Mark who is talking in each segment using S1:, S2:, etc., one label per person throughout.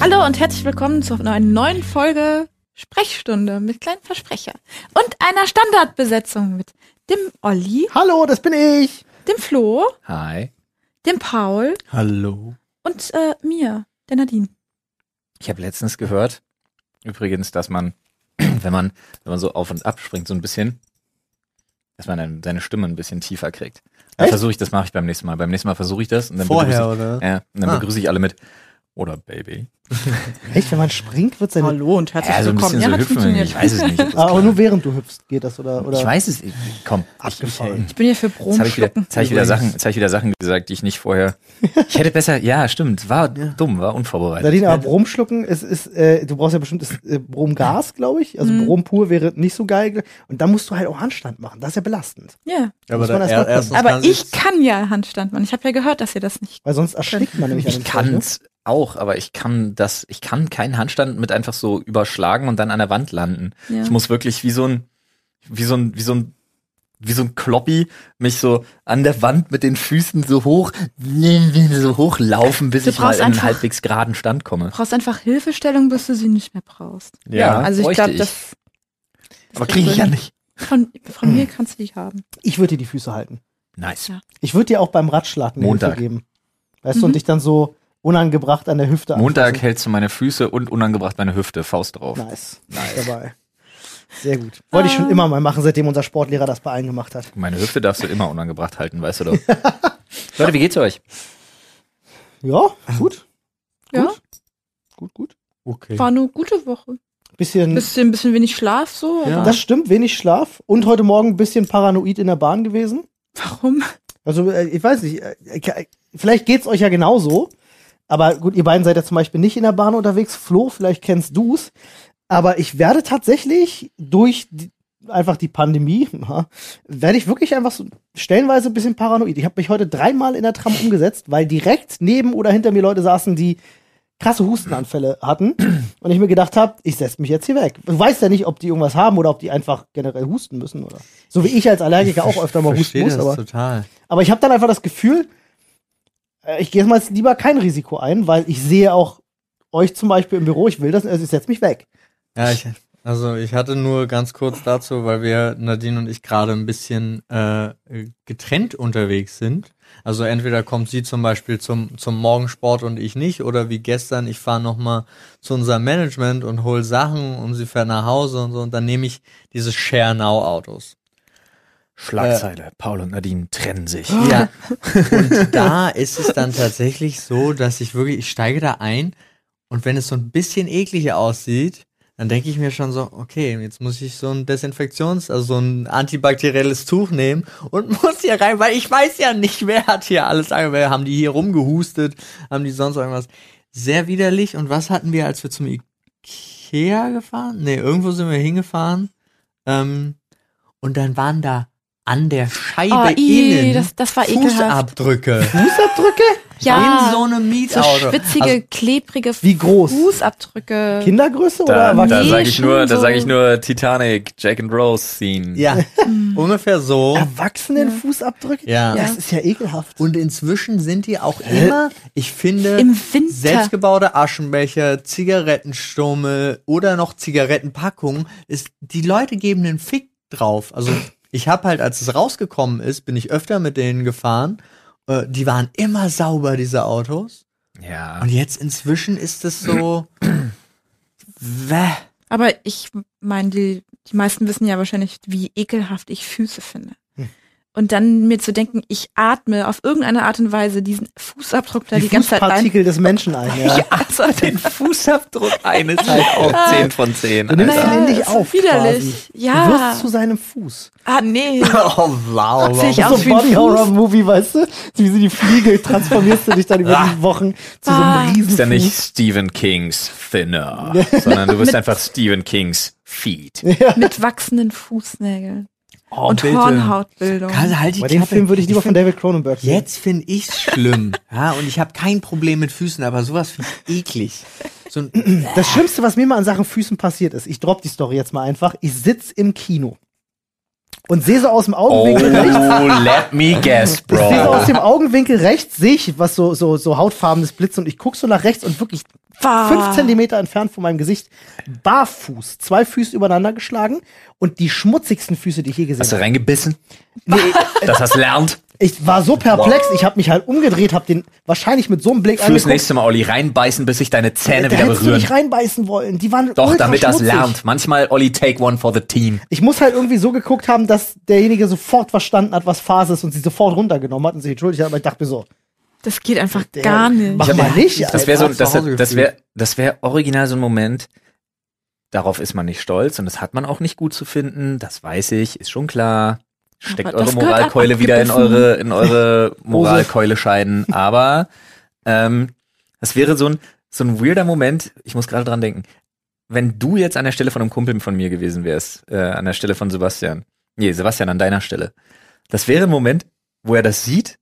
S1: Hallo und herzlich willkommen zu einer neuen Folge Sprechstunde mit kleinen Versprecher und einer Standardbesetzung mit dem Olli,
S2: Hallo, das bin ich.
S1: dem Flo,
S2: Hi.
S1: dem Paul
S2: Hallo.
S1: und äh, mir, der Nadine.
S3: Ich habe letztens gehört, übrigens, dass man, wenn man, wenn man so auf und ab springt, so ein bisschen, dass man dann seine Stimme ein bisschen tiefer kriegt. Dann
S2: Echt?
S3: versuche ich, das mache ich beim nächsten Mal. Beim nächsten Mal versuche ich das und dann,
S4: Vorher,
S3: begrüße,
S4: oder?
S3: ich, ja, und dann
S4: Ah.
S3: begrüße ich alle mit oder Baby.
S2: Echt, wenn man springt, wird seine.
S1: Hallo und herzlich
S3: Ja, so ein bisschen
S1: willkommen.
S3: so
S1: hat
S3: hüpfen. Ich weiß es nicht. ob das
S2: Ah, aber
S3: klappt.
S2: nur während du hüpfst, geht das oder? oder?
S3: ich weiß es. Ich, komm, ich, ich,
S2: Abgefahren.
S1: Ich bin hier für
S3: jetzt habe ich, wieder-
S1: Bromschlucken.
S3: jetzt hab ich wieder Sachen, jetzt hab ich wieder Sachen gesagt, die ich nicht vorher. Ich hätte besser. Ja, stimmt. War
S2: Ja.
S3: dumm, war unvorbereitet.
S2: Nadine, aber Brom schlucken, es ist, äh, du brauchst ja bestimmt das, äh, Bromgas, glaube ich. Also
S1: Mhm.
S2: Brom pur wäre nicht so geil. Und dann musst du halt auch Handstand machen. Das ist ja belastend.
S1: Ja,
S4: Aber
S2: Muss man
S4: da,
S2: erst mal
S4: er,
S2: können.
S4: erstens
S1: aber
S4: kann
S1: ich
S4: sie's-
S1: kann ja Handstand machen. Ich habe ja gehört, dass ihr das nicht.
S2: Weil sonst erstickt man nämlich an
S3: Ich
S2: dem Zeug, ne?
S3: kann's auch, aber ich kann das, ich kann keinen Handstand mit einfach so überschlagen und dann an der Wand landen.
S1: Ja.
S3: Ich muss wirklich wie so ein, wie so ein, wie so ein, wie so ein Kloppi mich so an der Wand mit den Füßen so hoch, so hochlaufen, bis
S1: Du
S3: ich mal
S1: brauchst
S3: in einen
S1: einfach-
S3: halbwegs geraden Stand komme.
S1: Du brauchst einfach Hilfestellung, bis du sie nicht mehr brauchst.
S3: Ja,
S1: also ich
S3: bräuchte
S1: glaube,
S3: ich.
S1: das
S3: Aber kriege ich Hm. ja nicht.
S1: von, von mir kannst du die haben.
S2: ne? Ich würde dir die Füße halten.
S3: Nice.
S1: Ja.
S2: Ich würde dir auch beim Radschlag eine
S3: Montag.
S2: Hilfe geben. Weißt du,
S1: Mhm.
S2: und dich dann so unangebracht an der Hüfte
S3: Montag
S2: anfassen.
S3: hältst du meine Füße und unangebracht meine Hüfte, Faust drauf.
S2: Nice. nice. Dabei. Sehr gut. Wollte ich schon immer mal machen, seitdem unser Sportlehrer das bei allen gemacht hat.
S3: Meine Hüfte darfst du immer unangebracht halten, weißt du doch. Leute, wie geht's euch?
S2: Ja, gut.
S1: Ja,
S2: Gut. Gut, gut.
S4: Okay.
S1: war eine gute Woche.
S3: Hm.
S2: Bisschen.
S1: Bisschen, bisschen wenig Schlaf so.
S4: Ja.
S1: aber
S2: Das stimmt, wenig Schlaf und heute Morgen ein bisschen paranoid in der Bahn gewesen.
S1: Warum?
S2: Also, äh, ich weiß nicht, äh, äh, vielleicht geht's euch ja genauso. Aber gut, ihr beiden seid ja zum Beispiel nicht in der Bahn unterwegs. Flo, vielleicht kennst du's. Aber ich werde tatsächlich durch die, einfach die Pandemie, ja, werde ich wirklich einfach so stellenweise ein bisschen paranoid. Ich habe mich heute dreimal in der Tram umgesetzt, weil direkt neben oder hinter mir Leute saßen, die krasse Hustenanfälle hatten. Und ich mir gedacht habe, ich setze mich jetzt hier weg. Du weißt ja nicht, ob die irgendwas haben oder ob die einfach generell husten müssen. oder So wie ich als Allergiker auch öfter mal husten
S4: verstehe
S2: muss.
S4: das
S2: Aber
S4: total.
S2: aber ich habe dann einfach das Gefühl, äh, ich gehe jetzt mal jetzt lieber kein Risiko ein, weil ich sehe auch euch zum Beispiel im Büro, ich will das, also ich setze mich weg.
S4: Ja, ich, also ich hatte nur ganz kurz dazu, weil wir Nadine und ich gerade ein bisschen äh, getrennt unterwegs sind. Also entweder kommt sie zum Beispiel zum, zum Morgensport und ich nicht, oder wie gestern, ich fahre nochmal zu unserem Management und hol Sachen und sie fährt nach Hause und so und dann nehme ich diese Share Now Autos.
S3: Schlagzeile. Paul und Nadine trennen sich.
S4: Ja. Und da ist es dann tatsächlich so, dass ich wirklich, ich steige da ein und wenn es so ein bisschen eklig aussieht, dann denke ich mir schon so, okay, jetzt muss ich so ein Desinfektions-, also so ein antibakterielles Tuch nehmen und muss hier rein, weil ich weiß ja nicht, wer hat hier alles angemeldet. Haben die hier rumgehustet? Haben die sonst irgendwas? Sehr widerlich. Und was hatten wir, als wir zum Ikea gefahren? Nee, irgendwo sind wir hingefahren. Ähm, und dann waren da an der Scheibe
S1: Oh, ih,
S4: innen
S1: das- das war ekelhaft.
S4: Fußabdrücke.
S2: Fußabdrücke?
S1: Ja.
S4: In so einem
S1: So
S4: Mietauto.
S1: schwitzige,
S4: Also,
S1: klebrige
S2: Wie groß?
S1: Fußabdrücke.
S2: Kindergröße oder
S3: Da, da
S2: Erwachsene?
S1: Nee,
S3: sage ich
S1: schon
S3: nur, da
S1: so.
S3: sage ich nur Titanic, Jack and Rose Scene.
S4: ja,
S1: Hm.
S4: ungefähr so.
S2: Erwachsenenfußabdrücke?
S4: Ja.
S2: Das ist ja ekelhaft.
S4: Und inzwischen sind die auch immer, ich finde,
S1: Im Winter.
S4: selbstgebaute Aschenbecher, Zigarettenstummel oder noch Zigarettenpackungen, ist, die Leute geben einen Fick drauf. Also ich habe halt, als es rausgekommen ist, bin ich öfter mit denen gefahren. Äh, Die waren immer sauber, diese Autos.
S3: ja.
S4: Und jetzt inzwischen ist es so. Wäh.
S1: Aber ich meine, die, die meisten wissen ja wahrscheinlich, wie ekelhaft ich Füße finde. Und dann mir zu denken, ich atme auf irgendeine Art und Weise diesen Fußabdruck da die,
S2: die
S1: ganze Zeit ein.
S2: Fußpartikel des Menschen ein. Ja.
S1: Ich atme den
S3: Fußabdruck eines halt auch
S2: Ah.
S3: 10 von 10.
S2: Du nimmst
S1: Alter.
S2: ihn
S1: Ja,
S2: nicht
S1: ist
S2: auf.
S1: widerlich.
S2: Quasi.
S1: Ja.
S2: Du wirst zu seinem Fuß.
S1: Ah, nee.
S4: Oh, wow.
S1: Sehe ich
S4: warum-
S1: aus
S2: so
S1: wie ein
S2: Body
S1: Fuß.
S2: Horror Movie, weißt du? Wie sie die Fliege transformierst du dich dann über die Wochen zu so
S1: Ah.
S2: einem riesen
S3: Ist ja nicht Stephen Kings Thinner, sondern du bist einfach Stephen Kings Feet.
S1: Mit wachsenden Fußnägeln.
S4: Oh,
S1: und
S4: bitte.
S1: Hornhautbildung.
S4: Karl, halt die
S2: Bei dem
S4: Klappe.
S2: Film würde ich lieber von
S4: find-
S2: David Cronenberg sehen.
S4: Jetzt finde ich's schlimm. ja, und ich habe kein Problem mit Füßen, aber sowas finde ich eklig. So ein,
S2: Das Schlimmste, was mir mal an Sachen Füßen passiert ist, ich droppe die Story jetzt mal einfach. Ich sitz im Kino und sehe so aus dem
S3: Oh,
S2: Augenwinkel rechts.
S3: let me guess,
S2: Ich sehe so aus
S3: bro.
S2: dem Augenwinkel rechts, sehe ich was so, so, so hautfarbenes Blitz und ich gucke so nach rechts und wirklich
S1: Bah.
S2: fünf Zentimeter entfernt von meinem Gesicht, barfuß, zwei Füße übereinander geschlagen und die schmutzigsten Füße, die ich je gesehen
S3: Hast du
S2: habe.
S3: reingebissen? Das hast du lernt.
S2: Ich war so perplex, ich habe mich halt umgedreht, habe den wahrscheinlich mit so einem Blick
S3: Fürs
S2: angeguckt,
S3: nächste Mal, Olli, reinbeißen, bis sich deine Zähne
S2: da
S3: wieder
S2: hättest du
S3: berühren.
S2: nicht reinbeißen wollen. Die waren
S3: Doch,
S2: ultra
S3: damit das
S2: schmutzig.
S3: lernt. Manchmal, Olli, take one for the team.
S2: Ich muss halt irgendwie so geguckt haben, dass derjenige sofort verstanden hat, was Phase ist und sie sofort runtergenommen hat und sich entschuldigt hat, aber ich dachte mir so,
S1: Das geht einfach
S2: der-
S1: gar
S2: Mach
S1: nicht.
S2: mal nicht.
S3: Das wäre so,
S4: hab's zu
S3: das,
S4: Hause
S3: das wäre, das wäre original so ein Moment. Darauf ist man nicht stolz und das hat man auch nicht gut zu finden. Das weiß ich, ist schon klar. Steckt
S1: Aber
S3: eure
S1: das gehört
S3: Moralkeule
S1: ab-
S3: wieder in
S1: abgebissen.
S3: eure, in eure Moralkeule scheiden. Aber ähm, das wäre so ein, so ein weirder Moment. Ich muss gerade dran denken. Wenn du jetzt an der Stelle von einem Kumpel von mir gewesen wärst, äh, an der Stelle von Sebastian, nee, Sebastian an deiner Stelle, das wäre ein Moment, wo er das sieht,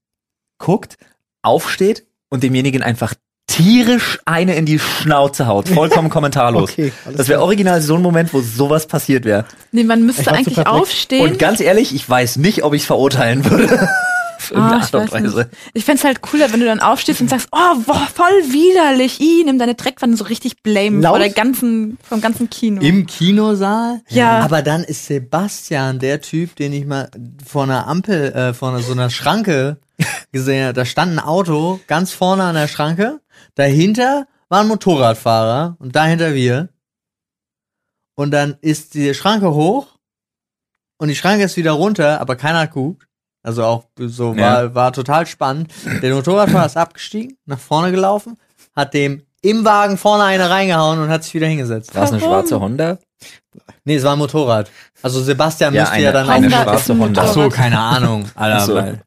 S3: guckt, aufsteht und demjenigen einfach tierisch eine in die Schnauze haut. Vollkommen kommentarlos.
S2: okay, alles
S3: Das wäre original so ein Moment, wo sowas passiert wäre.
S1: Nee, man müsste
S2: Ich war zu
S1: eigentlich
S2: perplex.
S1: aufstehen.
S3: Und ganz ehrlich, ich weiß nicht, ob ich verurteilen würde. Auf
S1: Ah,
S3: irgendeine
S1: ich
S3: Art und
S1: weiß
S3: Weise.
S1: nicht. Ich fänd's halt cooler, wenn du dann aufstehst und sagst, oh, boah, voll widerlich, i, nimm deine Dreckpfanne so richtig blamen
S2: Laut?
S1: vor der ganzen, vom ganzen Kino.
S4: Im Kinosaal?
S1: Ja.
S4: Aber dann ist Sebastian der Typ, den ich mal vor einer Ampel, äh, vor einer, so einer Schranke gesehen habe. Da stand ein Auto ganz vorne an der Schranke. Dahinter war ein Motorradfahrer und dahinter wir. Und dann ist die Schranke hoch und die Schranke ist wieder runter, aber keiner hat geguckt. Also auch so war, war total spannend. Der Motorradfahrer ist abgestiegen, nach vorne gelaufen, hat dem im Wagen vorne eine reingehauen und hat sich wieder hingesetzt.
S3: War es eine
S1: Warum?
S3: schwarze Honda?
S4: Nee, es war ein Motorrad. Also Sebastian
S3: Ja,
S4: müsste
S3: eine,
S4: ja dann
S3: eine
S1: Honda
S4: auch-
S1: ist ein
S3: schwarze Honda.
S4: Ach so,
S1: Motorrad.
S4: keine Ahnung. Alter,
S3: Ach so.
S4: weil-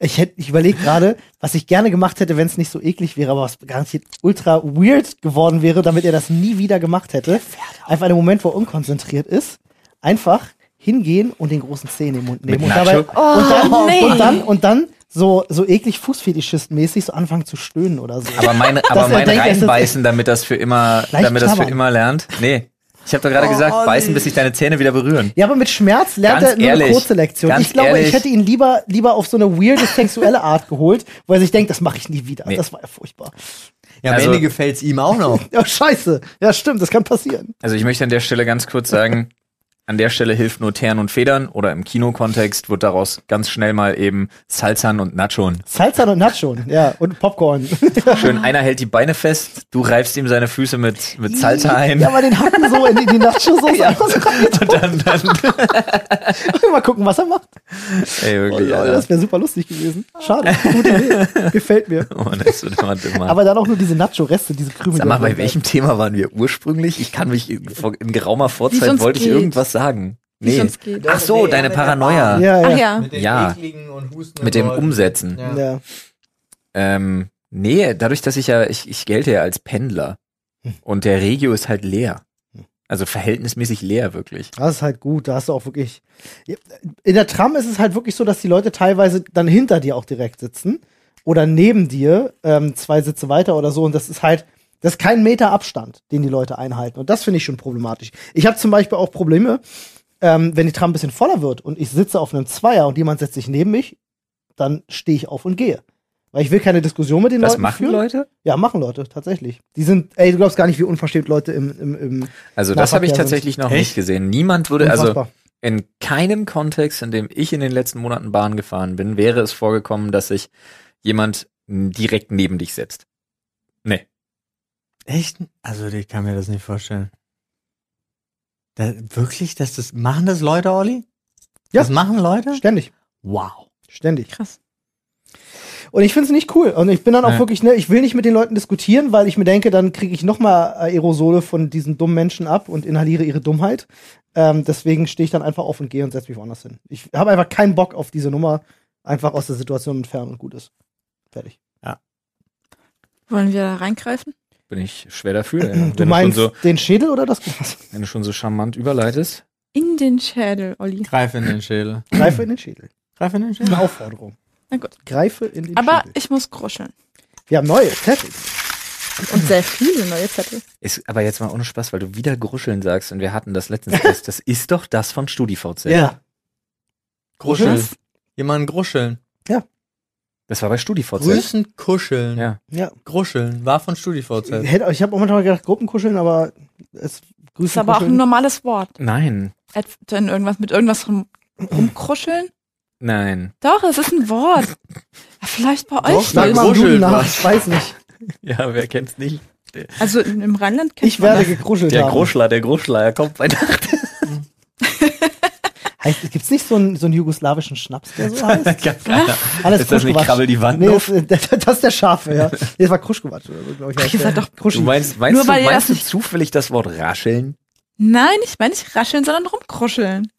S2: Ich hätte, ich überlege gerade, was ich gerne gemacht hätte, wenn es nicht so eklig wäre, aber was garantiert ultra weird geworden wäre, damit er das nie wieder gemacht hätte. Einfach einen Moment, wo er unkonzentriert ist, einfach hingehen und den großen Zeh in den Mund nehmen
S3: Mit
S2: und dabei
S3: Nacho?
S2: und dann
S1: Oh, nee.
S2: und dann und dann so so eklig Fußfetischisten-mäßig so anfangen zu stöhnen oder so.
S3: Aber mein, aber
S2: er
S3: mein
S2: denkt, es ist-
S3: Reinbeißen, damit das für immer,
S2: Leicht
S3: damit das für
S2: knabbern.
S3: immer lernt. Nee. Ich habe doch gerade gesagt,
S4: Olli.
S3: beißen, bis sich deine Zähne wieder berühren.
S2: ja, aber mit Schmerz lernt
S3: Ganz
S2: er nur
S3: ehrlich,
S2: eine kurze Lektion.
S3: ganz
S2: Ich glaube,
S3: ehrlich.
S2: ich hätte ihn lieber lieber auf so eine weirde sexuelle Art geholt, wo er sich denkt, das mache ich nie wieder.
S3: Nee.
S2: Das war ja furchtbar.
S4: Ja, am
S3: Also-
S4: Ende gefällt's ihm auch noch.
S2: Ja, scheiße. Ja, stimmt, das kann passieren.
S3: Also ich möchte an der Stelle ganz kurz sagen, an der Stelle hilft nur Tern und Federn oder im Kinokontext wird daraus ganz schnell mal eben Salzern und Nachon.
S2: Salzan und Nachschon, ja, und Popcorn.
S3: Schön, einer hält die Beine fest, du reibst ihm seine Füße mit, mit Salsa ein.
S2: Ja, aber den Hacken so in die, die Nachosauce. Ja.
S3: und dann, dann,
S2: Mal gucken, was er macht.
S3: ey,
S2: Oh,
S3: wirklich,
S2: Leute,
S3: Alter.
S2: das wäre super lustig gewesen. Schade, gute Idee. Gefällt mir.
S3: Oh, Mann, das wird immer dümmer.
S2: Aber dann auch nur diese Nacho-Reste, diese Krümel.
S3: Sag
S2: die
S3: mal,
S2: da
S3: bei
S2: drin
S3: welchem Thema waren wir ursprünglich? Ich kann mich in, vor- in geraumer
S1: Wie's
S3: Vorzeit
S1: uns
S3: wollte ich
S1: geht.
S3: irgendwas sagen.
S1: Wie's
S3: Nee.
S1: uns geht.
S3: Ach so,
S4: Nee,
S3: deine
S4: mit der
S3: Paranoia
S2: bleiben. äh, Ja,
S1: Ach
S2: ja.
S1: ja.
S4: Mit den
S3: Ja.
S4: ekligen und hustenden
S3: mit dem Um-
S4: Leuten.
S3: Umsetzen.
S4: Ja.
S2: ja.
S3: Ähm, nee, dadurch, dass ich ja, ich, ich gelte ja als Pendler
S2: Hm.
S3: und der Regio ist halt leer. Also verhältnismäßig leer, wirklich.
S2: Das ist halt gut, da hast du auch wirklich. In der Tram ist es halt wirklich so, dass die Leute teilweise dann hinter dir auch direkt sitzen oder neben dir, ähm, zwei Sitze weiter oder so. Und das ist halt, das ist kein Meter Abstand, den die Leute einhalten. Und das finde ich schon problematisch. Ich habe zum Beispiel auch Probleme, ähm, wenn die Tram ein bisschen voller wird und ich sitze auf einem Zweier und jemand setzt sich neben mich, dann stehe ich auf und gehe. Weil ich will keine Diskussion mit den
S3: Das
S2: Leuten
S3: machen
S2: führen.
S3: Leute?
S2: Ja, machen Leute, tatsächlich. Die sind, ey, du glaubst gar nicht, wie unverschämt Leute im, im, im
S3: Also das habe
S2: Nahverkehr
S3: ich
S2: sind.
S3: tatsächlich noch nicht
S4: Echt?
S3: gesehen. Niemand würde, also
S2: Unfassbar.
S3: in keinem Kontext, in dem ich in den letzten Monaten Bahn gefahren bin, wäre es vorgekommen, dass sich jemand m, direkt neben dich setzt. Nee.
S4: Echt? Also ich kann mir das nicht vorstellen. Da, wirklich, dass das machen das Leute, Olli?
S2: Ja.
S4: Das machen Leute?
S2: Ständig.
S4: Wow.
S2: Ständig.
S1: Krass.
S2: Und ich finde es nicht cool. Und ich bin dann auch
S4: Ja.
S2: wirklich, ne, ich will nicht mit den Leuten diskutieren, weil ich mir denke, dann kriege ich nochmal Aerosole von diesen dummen Menschen ab und inhaliere ihre Dummheit. Ähm, deswegen stehe ich dann einfach auf und gehe und setze mich woanders hin. Ich habe einfach keinen Bock auf diese Nummer. Einfach aus der Situation entfernen und gut ist. Fertig.
S1: Wollen wir da reingreifen?
S3: Bin ich schwer dafür. Ja.
S2: Äh, Du
S3: wenn,
S2: meinst
S3: du schon so,
S2: den Schädel oder das Glas?
S3: wenn du schon so charmant überleitest.
S1: In den Schädel, Olli.
S4: Greif in den Schädel.
S2: Greife in den Schädel.
S4: Greif in den
S2: Das ist
S4: Schädel.
S2: eine Aufforderung.
S1: Na gut.
S2: Greife in den
S1: Aber
S2: Schädel.
S1: ich muss gruscheln.
S2: Wir haben neue Teppich.
S1: Und sehr viele neue Zettel.
S3: Ist aber jetzt mal ohne Spaß, weil du wieder gruscheln sagst und wir hatten das letztens. Das, das ist doch das von StudiVZ.
S2: Ja.
S4: Gruscheln.
S1: Was?
S4: Jemanden gruscheln.
S3: Das war bei StudiVZ.
S4: Grüßen, kuscheln.
S3: Ja.
S2: Ja.
S4: Gruscheln. War von StudiVZ.
S2: Ich, hätte, ich habe auch manchmal gedacht, Gruppenkuscheln, aber es grüßt
S1: Ist aber auch ein normales Wort.
S3: Nein,
S1: Et- Dann irgendwas mit irgendwas rum, rumkruscheln?
S3: nein.
S1: Doch, es ist ein Wort. Ja, vielleicht bei euch.
S2: Sag
S1: nicht.
S2: mal im Duden
S4: Gruscheln
S2: nach,
S4: was.
S2: ich weiß nicht.
S3: Ja, wer kennt's nicht?
S1: Also in- im Rheinland kennt
S2: Ich
S1: man
S2: werde
S1: das.
S2: gegruschelt
S3: Der
S2: haben.
S3: Gruschler, der Gruschler, er kommt bei Nacht.
S2: Heißt, gibt's nicht so einen, so einen jugoslawischen Schnaps, der so heißt? Alles
S3: Ist das nicht
S2: Kruschquatsch.
S3: Krabbel die Wand
S2: Nee,
S3: auf?
S2: das, das ist der Schafe, ja. Das war Kruschquatsch, oder so, glaube ich.
S1: Ach, ihr seid doch
S3: Du meinst, meinst,
S1: Nur
S3: du,
S1: weil ihr
S3: meinst
S1: das
S3: du
S1: nicht-
S3: zufällig das Wort rascheln?
S1: Nein, ich meine nicht rascheln, sondern rumkruscheln.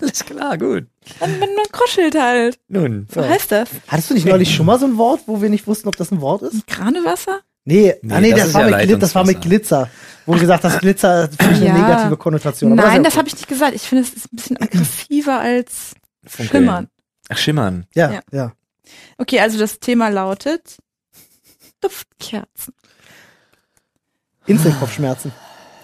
S3: Alles klar, gut.
S1: Dann, man, man kruschelt halt.
S3: Nun,
S1: So heißt das.
S2: Hattest du nicht neulich schon mal so ein Wort, wo wir nicht wussten, ob das ein Wort ist?
S1: Kranewasser?
S2: Nee,
S3: Nee,
S2: ah, nee
S3: das
S2: das,
S3: ist
S2: war
S3: ja
S2: mit Glit, das war mit Glitzer. Wo du gesagt hast, Glitzer hat eine
S1: Ja.
S2: negative Konnotation. aber
S1: Nein,
S2: ist
S1: das
S2: ja
S1: habe ich nicht gesagt. Ich finde, es ist ein bisschen aggressiver als
S3: Funkeln.
S1: Schimmern.
S3: Ach, schimmern.
S2: Ja,
S1: ja.
S2: ja.
S1: Okay, also das Thema lautet Duftkerzen.
S2: Instant Kopfschmerzen.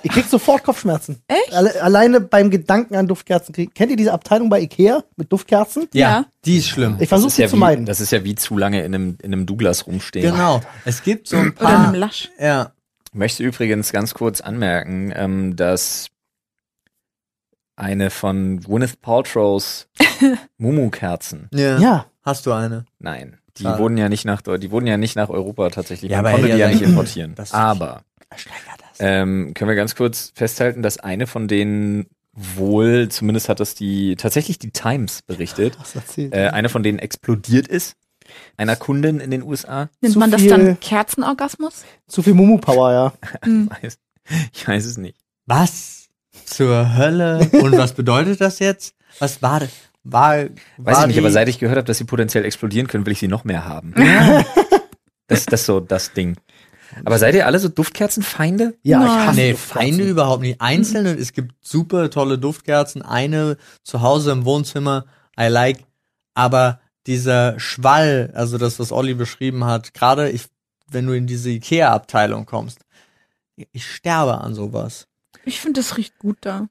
S2: Ich krieg sofort Kopfschmerzen.
S1: Echt?
S2: Alle, alleine beim Gedanken an Duftkerzen kriegen. Kennt ihr diese Abteilung bei Ikea mit Duftkerzen?
S1: Ja.
S4: Die ist schlimm.
S2: Ich versuche
S3: Ähm, Das ist
S2: sie
S3: ja
S2: zu
S3: wie-
S2: meiden.
S3: Das ist ja wie zu lange in einem, in einem Douglas rumstehen.
S4: Genau. Es gibt so ein
S1: Oder
S4: paar.
S1: einem Lasch.
S4: Ja.
S3: Ich möchte übrigens ganz kurz anmerken, ähm, dass eine von Gwyneth Paltrow's Mumu-Kerzen,
S4: ja.
S2: Ja,
S4: Hast du eine?
S3: nein, die
S4: Schade.
S3: wurden ja nicht nach Deu- die wurden ja nicht nach Europa tatsächlich.
S4: Ja,
S3: Man
S4: aber
S3: konnte
S4: hätte
S3: die
S4: ja
S3: ja nicht
S4: sein-
S3: importieren.
S4: Das-
S3: Aber ähm, können wir ganz kurz festhalten, dass eine von denen wohl, zumindest hat das die tatsächlich die Times berichtet,
S2: was erzählt.
S3: äh, eine von denen explodiert ist, einer Kundin in den USA.
S1: Nennt
S2: Zu
S1: man das
S2: viel-
S1: dann Kerzenorgasmus?
S2: Zu viel Mumu-Power, ja.
S1: Hm.
S3: Weiß- Ich weiß es nicht.
S4: Was? Zur Hölle? Und was bedeutet das jetzt? Was war das? War,
S3: Weiß
S4: war
S3: ich nicht,
S4: die-
S3: aber seit ich gehört habe, dass sie potenziell explodieren können, will ich sie noch mehr haben. das, das ist so das Ding. Aber seid ihr alle so Duftkerzenfeinde?
S2: Ja,
S1: Nein.
S2: ich hasse
S4: Nee,
S2: Duftkerzen.
S4: Feinde überhaupt nicht. Einzelne, es gibt super tolle Duftkerzen. Eine zu Hause im Wohnzimmer, I like. Aber dieser Schwall, also das, was Olli beschrieben hat, gerade ich, wenn du in diese Ikea-Abteilung kommst, ich sterbe an sowas.
S1: Ich finde, das riecht gut da.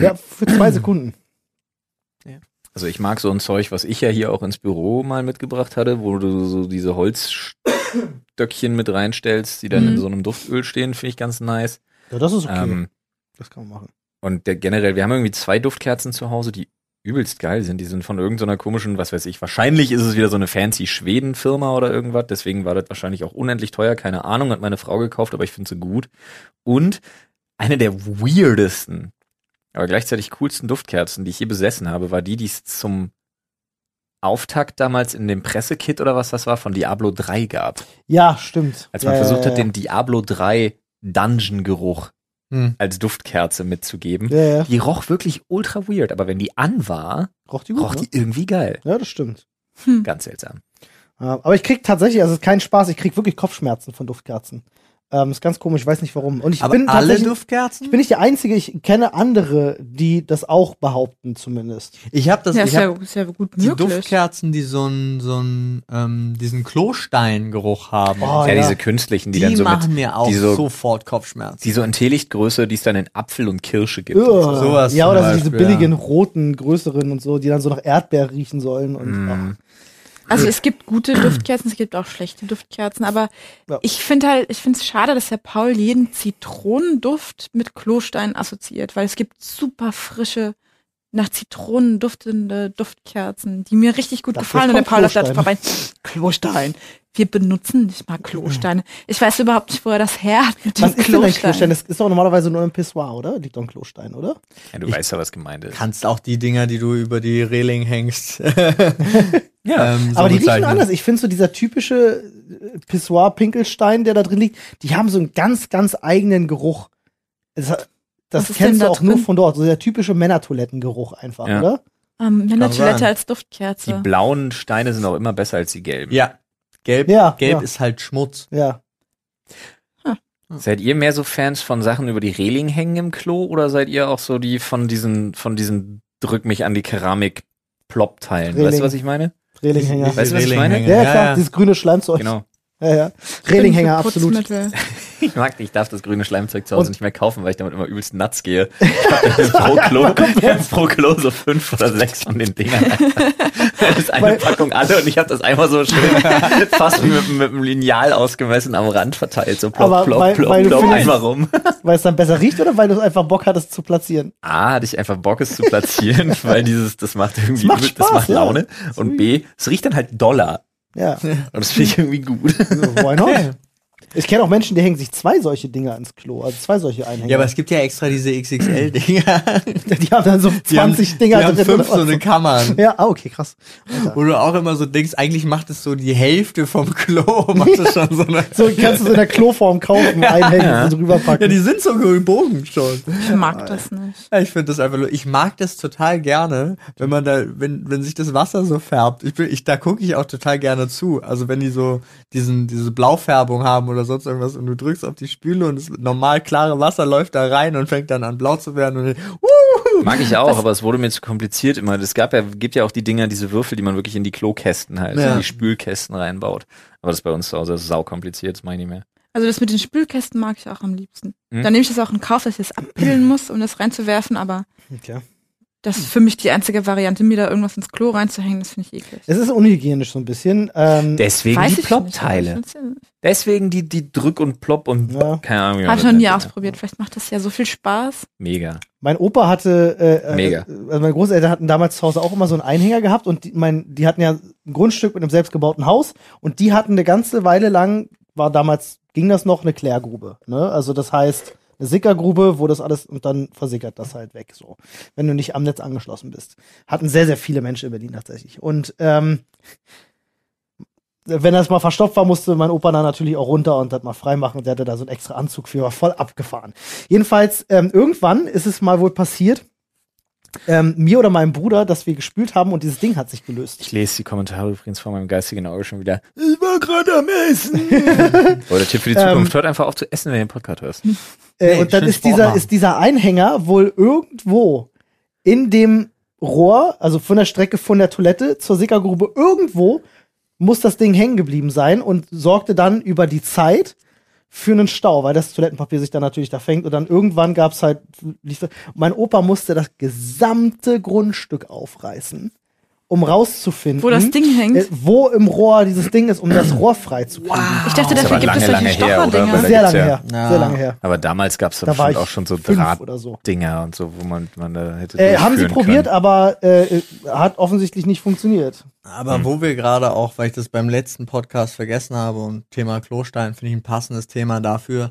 S2: Ja, für zwei Sekunden.
S3: Also ich mag so ein Zeug, was ich ja hier auch ins Büro mal mitgebracht hatte, wo du so diese Holzstöckchen mit reinstellst, die dann
S1: Mhm.
S3: in so einem Duftöl stehen, finde ich ganz nice.
S2: Ja, das ist okay.
S3: Ähm,
S2: das kann man machen.
S3: und der, generell, wir haben irgendwie zwei Duftkerzen zu Hause, die übelst geil sind. Die sind von irgendeiner komischen, was weiß ich, wahrscheinlich ist es wieder so eine fancy Schweden-Firma oder irgendwas. Deswegen war das wahrscheinlich auch unendlich teuer. Keine Ahnung, hat meine Frau gekauft, aber ich finde sie gut. Und eine der weirdesten, aber gleichzeitig coolsten Duftkerzen, die ich je besessen habe, war die, die es zum Auftakt damals in dem Pressekit oder was das war, von Diablo 3 gab.
S2: Ja, stimmt.
S3: Als man
S2: ja,
S3: versucht
S2: ja,
S3: hat,
S2: ja.
S3: den Diablo 3 Dungeon-Geruch
S4: Hm.
S3: als Duftkerze mitzugeben.
S2: Ja, ja.
S3: Die roch wirklich ultra weird, aber wenn die an war,
S2: Roch die gut,
S3: roch
S2: ne?
S3: die irgendwie geil.
S2: Ja, das stimmt.
S1: Hm.
S3: Ganz seltsam.
S2: Ja, aber ich krieg tatsächlich, also es ist kein Spaß, ich krieg wirklich Kopfschmerzen von Duftkerzen. Ähm, ist ganz komisch, ich weiß nicht warum. Und ich
S4: aber
S2: bin
S4: alle
S2: tatsächlich-
S4: Duftkerzen?
S2: Ich bin nicht der Einzige, ich kenne andere, die das auch behaupten zumindest.
S4: ich habe das,
S1: ja, ist
S4: ich hab
S1: ja, ist ja gut
S4: die
S1: möglich.
S4: Duftkerzen, die so einen, so einen, ähm, diesen Klosteingeruch haben.
S2: Oh,
S3: ja,
S2: ja.
S3: diese künstlichen, die,
S4: die
S3: dann so
S4: machen
S3: mit,
S4: mir auch
S3: die so-
S4: sofort Kopfschmerzen.
S3: die so in Teelichtgröße, die es dann in Apfel und Kirsche gibt. und
S2: Ugh.
S3: so.
S4: Sowas
S2: Öh. ja,
S4: zum
S2: oder so diese
S4: Beispiel, ja.
S2: billigen roten, größeren und so, die dann so nach Erdbeer riechen sollen und
S3: Mm.
S1: Also es gibt gute Duftkerzen, es gibt auch schlechte Duftkerzen, aber
S2: Ja.
S1: ich finde halt, ich finde es schade, dass der Paul jeden Zitronenduft mit Klostein assoziiert, weil es gibt super frische, nach Zitronen duftende Duftkerzen, die mir richtig gut
S2: Dafür
S1: gefallen und der
S2: kommt
S1: Paul läuft da vorbei. Klostein. Wir benutzen nicht mal Klosteine. Ich weiß überhaupt nicht, woher das her hat mit
S2: ach, was
S1: dem
S2: ist denn ein
S1: Klostein.
S2: Klostein? Das ist doch normalerweise nur ein Pissoir, oder? Liegt doch ein Klostein, oder?
S3: Ja, du
S4: Ich-
S3: weißt ja, was gemeint ist.
S4: kannst auch die Dinger, die du über die Reling hängst.
S3: Ja.
S4: ähm, so
S2: Aber die riechen
S4: bezeichnen.
S2: anders. Ich finde so dieser typische äh, Pissoir-Pinkelstein, der da drin liegt, die haben so einen ganz, ganz eigenen Geruch. Das, das
S1: Was ist denn
S2: kennst
S1: da
S2: du auch nur
S1: drin?
S2: von dort. So der typische Männertoilettengeruch einfach,
S3: Ja.
S2: oder?
S1: Ähm, Männertoilette
S4: sein.
S1: als
S3: Die
S1: Duftkerze.
S3: blauen Steine sind auch immer besser als die gelben.
S4: Ja, gelb,
S2: Ja,
S4: gelb
S2: ja.
S4: ist halt Schmutz.
S2: Ja.
S3: Seid ihr mehr so Fans von Sachen über die Reling hängen im Klo oder seid ihr auch so die von diesen, von diesen drück mich an die Keramik Plop-Teilen? Weißt du,
S2: Reling.
S3: was ich meine?
S2: Relinghänger.
S3: Weißt du, was ich meine?
S4: Relinghänger,
S2: Ja, klar, dieses grüne Schleimzeug.
S3: Genau.
S2: Ja, ja. Relinghänger,
S1: Für
S2: absolut.
S1: Putzmittel.
S3: Ich mag, ich darf das grüne Schleimzeug zu Hause nicht mehr kaufen, weil ich damit immer übelst nuts gehe. Ich hab pro, Klo, pro Klo so fünf oder sechs von den Dingern. Das ist eine
S2: Weil-
S3: Packung alle und ich habe das einmal so schön fast wie mit, mit einem Lineal ausgemessen am Rand verteilt. So plopp,
S2: Aber
S3: plopp,
S2: weil-
S3: plopp,
S2: weil du
S3: plopp,
S2: findest-
S3: einmal rum.
S2: Weil es dann besser riecht oder weil du einfach Bock hattest zu platzieren?
S3: A, hatte ich einfach Bock, es zu platzieren, weil dieses, das macht irgendwie,
S2: macht
S3: das
S2: Spaß,
S3: macht
S2: ja.
S3: Laune. Und B, es riecht dann halt Dollar.
S2: Ja.
S3: Und das finde ich irgendwie gut.
S2: Why not? Ich kenne auch Menschen, die hängen sich zwei solche Dinger ans Klo, also zwei solche Einhänger.
S4: Ja, aber es gibt ja extra diese XXL-Dinger.
S2: die haben dann so 20
S4: haben,
S2: Dinger
S4: Die haben
S2: drin
S4: fünf
S2: oder
S4: so eine
S2: was.
S4: Kammern.
S2: Ja, ah, okay, krass. Alter.
S4: Wo du auch immer so denkst, eigentlich macht es so die Hälfte vom Klo, macht es schon so eine.
S2: So kannst du es in der Kloform kaufen, einhängen und so drüber packen.
S4: Ja, die sind so gebogen schon.
S1: Ich mag das nicht.
S4: Ja, Ich finde das einfach, lu- ich mag das total gerne, wenn man da, wenn, wenn sich das Wasser so färbt. Ich bin, ich, da gucke ich auch total gerne zu. Also wenn die so diesen, diese Blaufärbung haben oder sonst irgendwas und du drückst auf die Spüle und das normal klare Wasser läuft da rein und fängt dann an blau zu werden und uh,
S3: Mag ich auch, aber es wurde mir zu kompliziert immer. Es gab ja, gibt ja auch die Dinger, diese Würfel, die man wirklich in die Klokästen halt,
S4: Ja.
S3: in die Spülkästen reinbaut. Aber das ist bei uns zu Hause also saukompliziert, das meine ich nicht mehr.
S1: Also das mit den Spülkästen mag ich auch am liebsten.
S3: Hm.
S1: Dann nehme ich das auch in Kauf, dass ich das abpillen muss, um das reinzuwerfen, aber
S2: Okay.
S1: das ist für mich die einzige Variante, mir da irgendwas ins Klo reinzuhängen, das finde ich eklig.
S2: Es ist unhygienisch so ein bisschen. Ähm,
S3: Deswegen
S1: Weiß
S3: die
S1: ich nicht, aber ich
S3: Ploppteile.
S1: find's ja-
S3: Deswegen die, die Drück und Plopp und
S2: Ja.
S3: keine Ahnung.
S1: Habe
S3: wie man
S1: ich
S3: das
S1: noch
S3: nennt,
S1: nie
S3: Digga.
S1: ausprobiert. Vielleicht macht das ja so viel Spaß.
S3: Mega.
S2: mein Opa hatte, äh, äh,
S3: Mega.
S2: also meine Großeltern hatten damals zu Hause auch immer so einen Einhänger gehabt und die, mein, die hatten ja ein Grundstück mit einem selbstgebauten Haus und die hatten eine ganze Weile lang, war damals, ging das noch, eine Klärgrube. Ne? Also das heißt, eine Sickergrube, wo das alles und dann versickert das halt weg, so. Wenn du nicht am Netz angeschlossen bist. Hatten sehr, sehr viele Menschen in Berlin tatsächlich. Und ähm, wenn das mal verstopft war, musste mein Opa da natürlich auch runter und das mal freimachen. Und der hatte da so einen extra Anzug für, war voll abgefahren. Jedenfalls, ähm, irgendwann ist es mal wohl passiert, ähm, mir oder meinem Bruder, dass wir gespült haben und dieses Ding hat sich gelöst.
S3: Ich lese die Kommentare übrigens vor meinem geistigen Auge schon wieder. Ich war gerade am Essen. oh, der Tipp für die Zukunft. Hört einfach auf zu essen, wenn ihr den Podcast hört.
S2: Äh,
S4: Nee,
S2: und dann
S4: schön
S2: ist
S4: Sport
S2: dieser,
S4: machen.
S2: ist dieser Einhänger wohl irgendwo in dem Rohr, also von der Strecke von der Toilette zur Sickergrube, irgendwo muss das Ding hängen geblieben sein und sorgte dann über die Zeit für einen Stau, weil das Toilettenpapier sich dann natürlich da fängt und dann irgendwann gab's halt, lief, mein Opa musste das gesamte Grundstück aufreißen, um rauszufinden,
S1: Wo das Ding hängt?
S2: äh, wo im Rohr dieses Ding ist, um das Rohr freizukriegen. Wow.
S1: Ich dachte,
S3: Ah, Ist
S1: dafür
S3: aber
S1: gibt es
S3: lange,
S1: solche
S3: lange her, oder? Weil
S1: Stofferdinger.
S3: da
S2: Sehr
S3: gibt's
S2: lange
S3: ja-
S2: her,
S4: Ja.
S2: sehr lange her.
S3: Aber damals gab es da
S2: Da war
S3: bestimmt
S2: ich
S3: auch schon so
S2: fünf oder so.
S3: Drahtdinger und so, wo man, man da hätte.
S2: Äh, haben sie
S3: durchführen
S2: probiert,
S3: können.
S2: aber äh, äh, hat offensichtlich nicht funktioniert.
S4: Aber
S3: Mhm.
S4: wo wir gerade auch, weil ich das beim letzten Podcast vergessen habe und Thema Klostein finde ich ein passendes Thema dafür.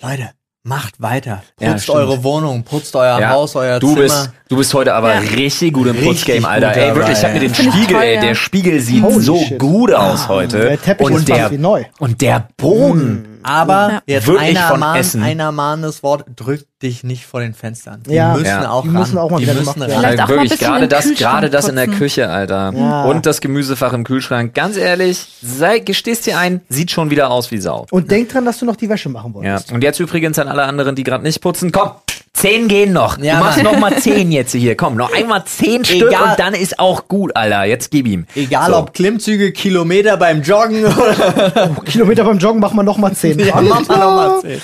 S4: Leute, macht weiter.
S3: Ja,
S4: Putzt
S3: stimmt.
S4: eure Wohnung, putzt euer
S3: Ja,
S4: Haus, euer
S3: du
S4: Zimmer.
S3: Bist, du bist heute aber
S1: Ja.
S3: richtig gut im
S4: Richtig
S3: Putzgame,
S4: gut
S3: Alter. Ey,
S4: dabei,
S3: wirklich, ich hab mir
S4: ja.
S3: den
S1: Find ich
S3: Spiegel,
S1: toll,
S3: ey,
S1: ja.
S3: der Spiegel sieht
S2: Holy
S3: so
S2: shit.
S3: gut
S1: Ah,
S3: aus heute.
S2: Der Teppich
S3: und
S2: ist
S3: der,
S2: fast wie neu.
S3: Und der
S1: Hm.
S3: Boden.
S4: Aber
S1: Ja.
S4: jetzt
S3: Wirklich
S4: einer
S3: von
S4: mahnt-
S3: Essen.
S4: einer mahnes Wort, drückt dich nicht vor den Fenstern. Die
S2: Ja.
S4: müssen
S3: Ja.
S4: auch
S2: Die
S4: ran.
S2: müssen auch mal
S4: die
S2: wieder
S4: müssen
S2: gemacht werden.
S4: ran.
S1: Vielleicht auch mal ein
S3: wirklich,
S1: bisschen
S3: gerade
S1: den
S3: das,
S1: Kühlschrank
S3: gerade das in der
S1: putzen.
S3: Küche, Alter.
S2: Ja.
S3: Und das Gemüsefach im Kühlschrank. Ganz ehrlich, sei, gestehst dir ein, sieht schon wieder aus wie Sau.
S2: Und denk dran, dass du noch die Wäsche machen
S3: Ja.
S2: wolltest.
S3: Und jetzt übrigens an alle anderen, die gerade nicht putzen, komm, zehn gehen noch.
S4: Ja,
S3: du machst
S4: Mann.
S3: noch mal zehn jetzt hier. Komm, noch einmal zehn Stück
S4: Egal.
S3: und dann ist auch gut, Alter. Jetzt gib ihm.
S4: Egal
S3: So.
S4: ob Klimmzüge, Kilometer beim Joggen oder
S2: Kilometer beim Joggen machen wir nochmal 10.
S4: ja, mach mal nochmal zehn.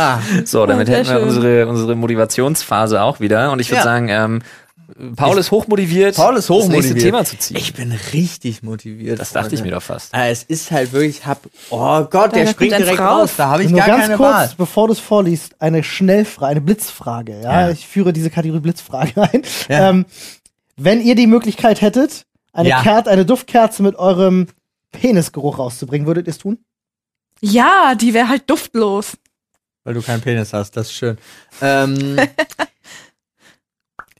S4: Ah,
S3: So, damit
S1: sehr
S3: hätten wir
S1: schön.
S3: unsere, unsere Motivationsphase auch wieder. Und ich würde
S4: Ja.
S3: sagen, ähm, Paul ist hochmotiviert,
S4: Paul ist hochmotiviert.
S3: das nächste Thema zu ziehen.
S4: Ich bin richtig motiviert.
S3: das dachte ich mir
S4: Freunde.
S3: doch fast.
S4: Ah, Es ist halt wirklich, ich hab, oh Gott, der
S1: da kommt
S4: springt
S1: eins
S4: direkt
S1: raus.
S4: raus. Da habe ich
S2: Nur
S4: gar
S2: ganz
S4: keine
S2: kurz,
S4: Wahl.
S2: bevor du es vorliest, eine Schnellfrage, eine Blitzfrage. Ja,
S3: Ja.
S2: ich führe diese Kategorie Blitzfrage ein.
S4: Ja.
S2: Ähm, wenn ihr die Möglichkeit hättet, eine,
S4: Ja.
S2: Kerze, eine Duftkerze mit eurem Penisgeruch rauszubringen, würdet ihr es tun?
S1: Ja, die wäre halt duftlos.
S4: Weil du keinen Penis hast, das ist schön. Ähm,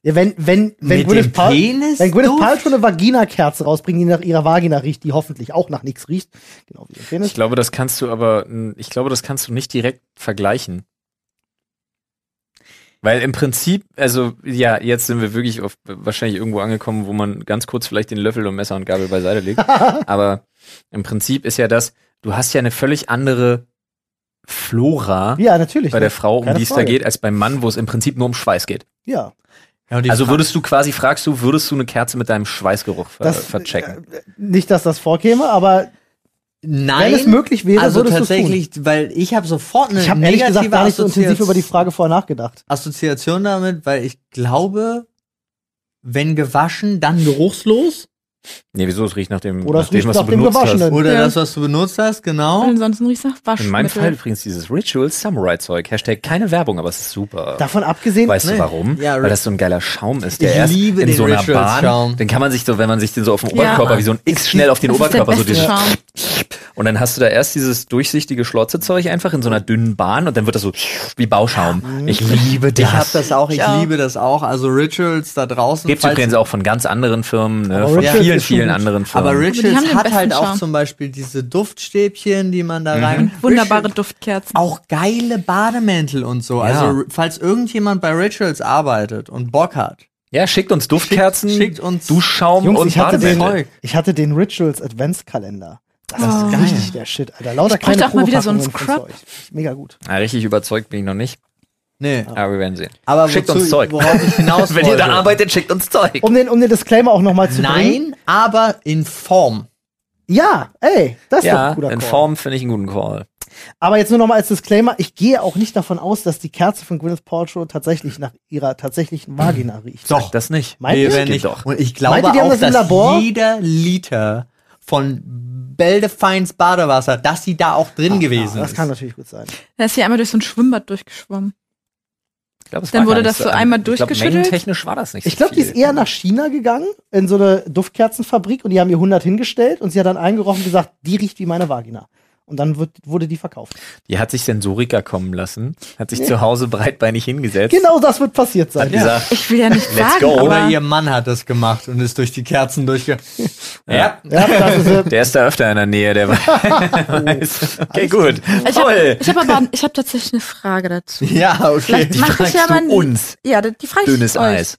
S2: Ja, wenn, wenn, wenn
S4: mit dem
S2: Gwyneth, Pal
S4: Penis?
S2: wenn Gwyneth
S4: Duft?
S2: Paltrow eine Vagina-Kerze rausbringt, die nach ihrer Vagina riecht, die hoffentlich auch nach nichts riecht, genau wie ihr Penis,
S3: Ich glaube, das kannst du aber, ich glaube, das kannst du nicht direkt vergleichen. Weil im Prinzip, also ja, jetzt sind wir wirklich auf, wahrscheinlich irgendwo angekommen, wo man ganz kurz vielleicht den Löffel und Messer und Gabel beiseite legt. aber im Prinzip ist ja das, du hast ja eine völlig andere Flora
S2: Ja, natürlich.
S3: bei
S2: ne?
S3: der Frau, um
S2: Keine
S3: die es da
S2: Frage.
S3: geht, als beim Mann, wo es im Prinzip nur um Schweiß geht.
S2: Ja.
S4: ja, und die
S3: Also
S4: Frage-
S3: würdest du quasi, fragst du, würdest du eine Kerze mit deinem Schweißgeruch ver
S2: Das-
S3: äh,
S2: äh,
S3: verchecken?
S2: Nicht, dass das vorkäme, aber
S4: Nein.
S2: Wenn es möglich wäre,
S4: also
S2: würdest du's
S4: tatsächlich, weil ich habe sofort eine
S2: Ich habe ehrlich gesagt
S4: negative
S2: gar nicht so intensiv
S4: Assoziaz-
S2: über die Frage vorher nachgedacht.
S4: Assoziation damit, weil ich glaube, wenn gewaschen, dann geruchslos.
S3: Nee, wieso? Es riecht nach dem,
S2: Oder es
S3: nach dem
S2: riecht
S3: was
S2: nach
S3: du
S2: dem
S3: benutzt
S2: Gewaschenen.
S3: hast.
S4: Oder
S1: Ja.
S4: das, was du benutzt hast,
S1: Und
S4: genau.
S1: ansonsten riecht es nach
S3: Oh. In meinem Fall
S1: Waschmittel.
S3: übrigens dieses Ritual Samurai Zeug. Hashtag keine Werbung, aber es ist super.
S2: Davon abgesehen,
S3: Weißt
S4: Nee.
S3: du warum?
S4: Ja,
S3: Weil das so ein geiler Schaum ist, der
S4: Ich
S3: erst
S4: liebe
S3: in
S4: den
S3: so einer
S4: Rituals-Schaum.
S3: Bahn, den kann man sich so, wenn man sich den so auf den
S1: Ja.
S3: Oberkörper, wie so ein X schnell auf den
S1: Das ist der
S3: Oberkörper, so
S1: beste
S3: dieses
S1: Schaum.
S3: und dann hast du da erst dieses durchsichtige Schlotzezeug einfach in so einer dünnen Bahn und dann wird das so wie Bauschaum. Ich liebe das.
S4: Ich habe das auch, ich
S1: Ich auch.
S4: liebe das auch. Also Rituals da draußen.
S3: Gibt's
S4: falls-
S3: übrigens auch von ganz anderen Firmen, ne?
S2: Aber
S3: von
S2: Rituals
S3: vielen,
S2: ist schon
S3: vielen
S2: gut.
S3: anderen Firmen.
S4: aber
S1: die haben
S4: Rituals
S1: den
S4: hat halt
S1: besten
S4: auch
S1: Charme.
S4: zum Beispiel diese Duftstäbchen, die man da
S3: Mhm.
S4: rein.
S1: Wunderbare
S4: Rituals-
S1: Duftkerzen.
S4: auch geile Bademäntel und so.
S3: Ja.
S4: Also falls irgendjemand bei Rituals arbeitet und Bock hat,
S3: ja, schickt uns Duftkerzen,
S4: Schickt- schickt uns-
S3: Duschschaum
S2: Jungs,
S3: und
S2: ich hatte, den,
S3: Bademäntel.
S2: ich hatte den Rituals Adventskalender. Das ist
S1: Oh.
S2: richtig der Shit, Alter. Lauter
S1: Ich bräuchte
S2: kleine
S1: auch mal wieder so einen
S2: Probepackungen von euch. Mega gut.
S3: Na, richtig überzeugt bin ich noch nicht,
S4: nee.
S3: aber wir werden sehen.
S4: Aber
S3: schickt
S4: wozu-
S3: uns Zeug.
S4: worauf ich hinaus
S3: Wenn ihr da
S4: wollte.
S3: arbeitet, schickt uns Zeug.
S2: Um den, um den Disclaimer auch nochmal zu bringen.
S4: Nein, aber in Form.
S2: Ja, ey, das ist doch
S3: ja,
S2: ein guter
S3: in
S2: Call.
S3: Form finde ich einen guten Call.
S2: Aber jetzt nur nochmal als Disclaimer, ich gehe auch nicht davon aus, dass die Kerze von Gwyneth Paltrow tatsächlich nach ihrer tatsächlichen Vagina riecht.
S4: Doch.
S3: Das nicht.
S2: Meint ihr?
S4: wenn
S3: geht
S4: nicht.
S3: doch.
S4: Und ich
S2: Meint
S4: glaube
S2: ihr, die haben
S4: auch,
S2: das im
S4: dass
S2: Labor?
S4: jeder Liter von Beldefeins Badewasser, dass sie da auch drin gewesen
S2: Ah,
S4: ist.
S2: das kann natürlich gut sein.
S1: Da ist hier einmal durch so ein Schwimmbad durchgeschwommen.
S3: Ich glaub, es
S1: Dann
S3: war
S1: wurde
S3: gar nicht
S1: das so einmal
S3: ich glaub,
S1: durchgeschüttelt.
S3: Mengetechnisch war das nicht
S2: Ich
S3: so
S2: glaube, die ist
S3: viel.
S2: eher nach China gegangen, in so eine Duftkerzenfabrik und die haben ihr 100 hingestellt und sie hat dann eingerochen und gesagt, die riecht wie meine Vagina. Und dann wird, wurde die verkauft.
S3: Die hat sich Sensorika kommen lassen, hat sich zu Hause breitbeinig hingesetzt.
S2: Genau das wird passiert
S3: Hat
S2: sein.
S3: gesagt,
S1: Ich will ja nicht
S3: Let's
S1: sagen,
S3: go.
S1: aber
S4: Oder ihr Mann hat das gemacht und ist durch die Kerzen durchge...
S3: ja.
S2: Ja, Oh, das ist, äh,
S3: Der ist da öfter in der Nähe, der weiß. Okay, gut.
S1: ich habe
S3: Toll.
S1: ich hab aber ich hab tatsächlich eine Frage dazu.
S4: Ja, okay.
S1: Vielleicht
S3: Die
S1: mache ich
S3: fragst
S1: ja
S3: du
S1: aber nie-
S3: uns.
S1: Ja, die frage ich
S3: Dünnes
S1: euch.
S3: Eis.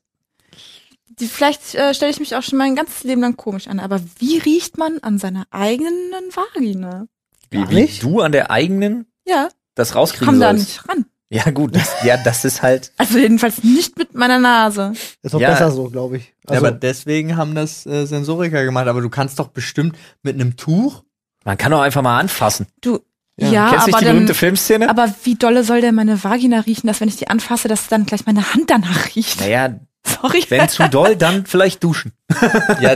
S1: Die, vielleicht äh, stelle ich mich auch schon mein ganzes Leben lang komisch an, aber wie riecht man an seiner eigenen Vagina?
S3: Wie,
S2: Gar
S3: wie
S2: nicht?
S3: du an der eigenen
S1: Ja,
S3: das
S1: ich
S3: rauskriegen
S1: komme da
S3: sollst.
S1: nicht ran.
S3: Ja, gut. Das, ja, das ist halt.
S1: Also jedenfalls nicht mit meiner Nase.
S2: ist doch
S3: Ja.
S2: besser so, glaube ich. Also,
S4: aber deswegen haben das äh, Sensoriker gemacht. Aber du kannst doch bestimmt mit einem Tuch...
S3: Man kann auch einfach mal anfassen.
S1: Du, ja,
S3: Kennst du
S1: Ah, aber
S3: nicht die
S1: dann,
S3: berühmte Filmszene?
S1: aber wie dolle soll denn meine Vagina riechen, dass wenn ich die anfasse, dass dann gleich meine Hand danach riecht?
S3: Naja,
S1: Sorry.
S3: wenn zu doll, dann vielleicht duschen.
S4: Ja,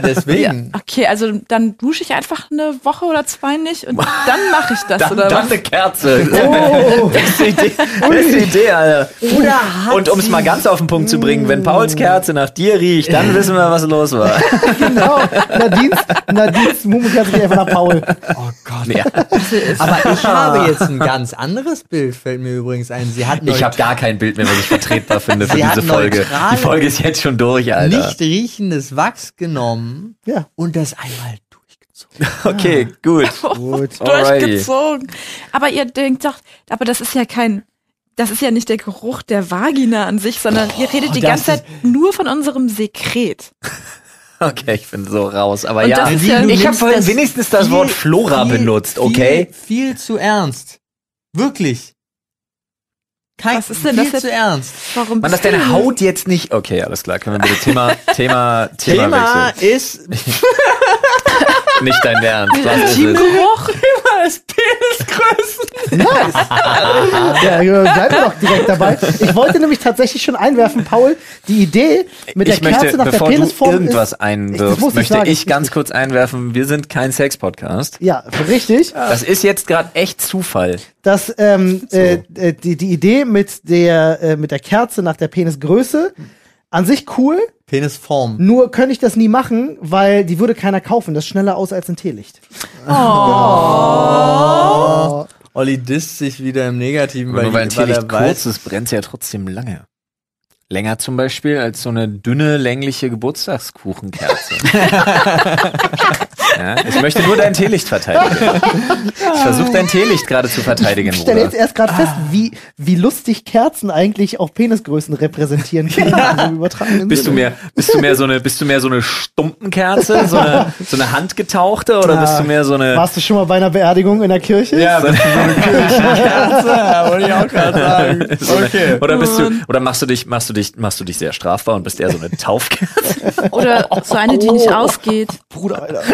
S4: deswegen.
S1: Okay, also dann dusche ich einfach eine Woche oder zwei nicht und dann mache ich das,
S3: Dann,
S1: oder
S3: dann
S1: was?
S3: eine Kerze.
S2: oh,
S3: Beste Idee, beste Idee, Alter.
S4: Oder hat
S3: Und um es
S4: sie-
S3: mal ganz auf den Punkt zu bringen, wenn Pauls Kerze nach dir riecht, dann wissen wir, was los war.
S2: genau. Nadines, Nadines Mumu-Kerze geht einfach nach Paul.
S4: Oh Gott.
S3: Ja.
S4: Aber ich habe jetzt ein ganz anderes Bild, fällt mir übrigens ein. Sie hat
S3: Ich habe gar kein Bild mehr, was ich vertretbar finde für
S4: Sie hat
S3: diese Folge.
S4: neutrale-
S3: Die Folge ist jetzt schon durch, Alter.
S4: nicht riechendes Wachs genommen
S2: Ja,
S4: und das einmal durchgezogen.
S3: Okay, gut.
S2: gut.
S3: Alrighty.
S1: durchgezogen. Aber ihr denkt doch, aber das ist ja kein, das ist ja nicht der Geruch der Vagina an sich, sondern ihr redet die
S4: das
S1: ganze Zeit nur von unserem Sekret.
S3: Okay, ich bin so raus. Aber
S1: Und
S3: ja,
S1: das ist ja-
S3: ich
S1: du
S3: habe
S4: nimmst
S3: vorhin
S4: das
S3: wenigstens das Wort
S4: Viel-
S3: Flora
S4: viel-
S3: benutzt,
S4: viel-
S3: okay?
S4: Viel zu ernst. Wirklich. Kein,
S1: Was ist denn
S4: viel
S1: das jetzt?
S4: zu ernst.
S1: Warum
S3: Man, dass deine Haut jetzt nicht. Okay, alles klar. Können wir bitte Thema, Thema, Thema,
S4: Thema
S3: wechseln?
S4: ist
S3: Nicht dein Ernst. Was ist es?
S1: Teamgeruch?
S2: Ja, ja, bleiben wir doch direkt dabei. Ich wollte nämlich tatsächlich schon einwerfen, Paul, die Idee mit der
S3: ich möchte,
S2: Kerze nach der
S3: bevor du
S2: Penisform
S3: irgendwas
S2: ist, Ich- das muss
S3: einwirfst,
S2: ich
S3: möchte
S2: sagen.
S3: ich ganz kurz einwerfen, wir sind kein Sex-Podcast.
S2: ja, richtig.
S3: Das ist jetzt gerade echt Zufall.
S2: dass ähm, äh, äh, die, die Idee mit der, äh, mit der Kerze nach der Penisgröße an sich cool,
S4: Penisform.
S2: nur könnte ich das nie machen, weil die würde keiner kaufen. Das ist schneller aus als ein Teelicht.
S4: Olli disst sich wieder im Negativen,
S3: Weil,
S4: weil,
S3: nur weil ein
S4: weil
S3: Teelicht
S4: er
S3: kurz
S4: weiß,
S3: ist, brennt ja trotzdem lange. Länger zum Beispiel als so eine dünne, längliche Geburtstagskuchenkerze. ja, ich möchte nur dein Teelicht verteidigen. Ich versuche dein Teelicht gerade zu verteidigen,
S2: Ich stelle
S3: Bruder.
S2: jetzt erst gerade fest, wie, wie lustig Kerzen eigentlich auch Penisgrößen repräsentieren können. also im übertragenen
S3: Bist du
S2: Sinne.
S3: mehr, bist du mehr so eine, bist du mehr so eine Stumpenkerze, so eine, so eine handgetauchte oder bist du mehr so eine,
S2: Warst du schon mal bei einer Beerdigung in der Kirche?
S3: Äh, ja, so
S4: Ja, wollte ich auch gerade sagen.
S3: so eine
S4: Okay.
S3: oder bist du, oder machst du dich, machst du du dich, machst du dich sehr strafbar und bist eher so eine Taufkerze.
S1: Oder so eine, die
S3: Oh.
S1: nicht ausgeht.
S2: Bruder, Alter.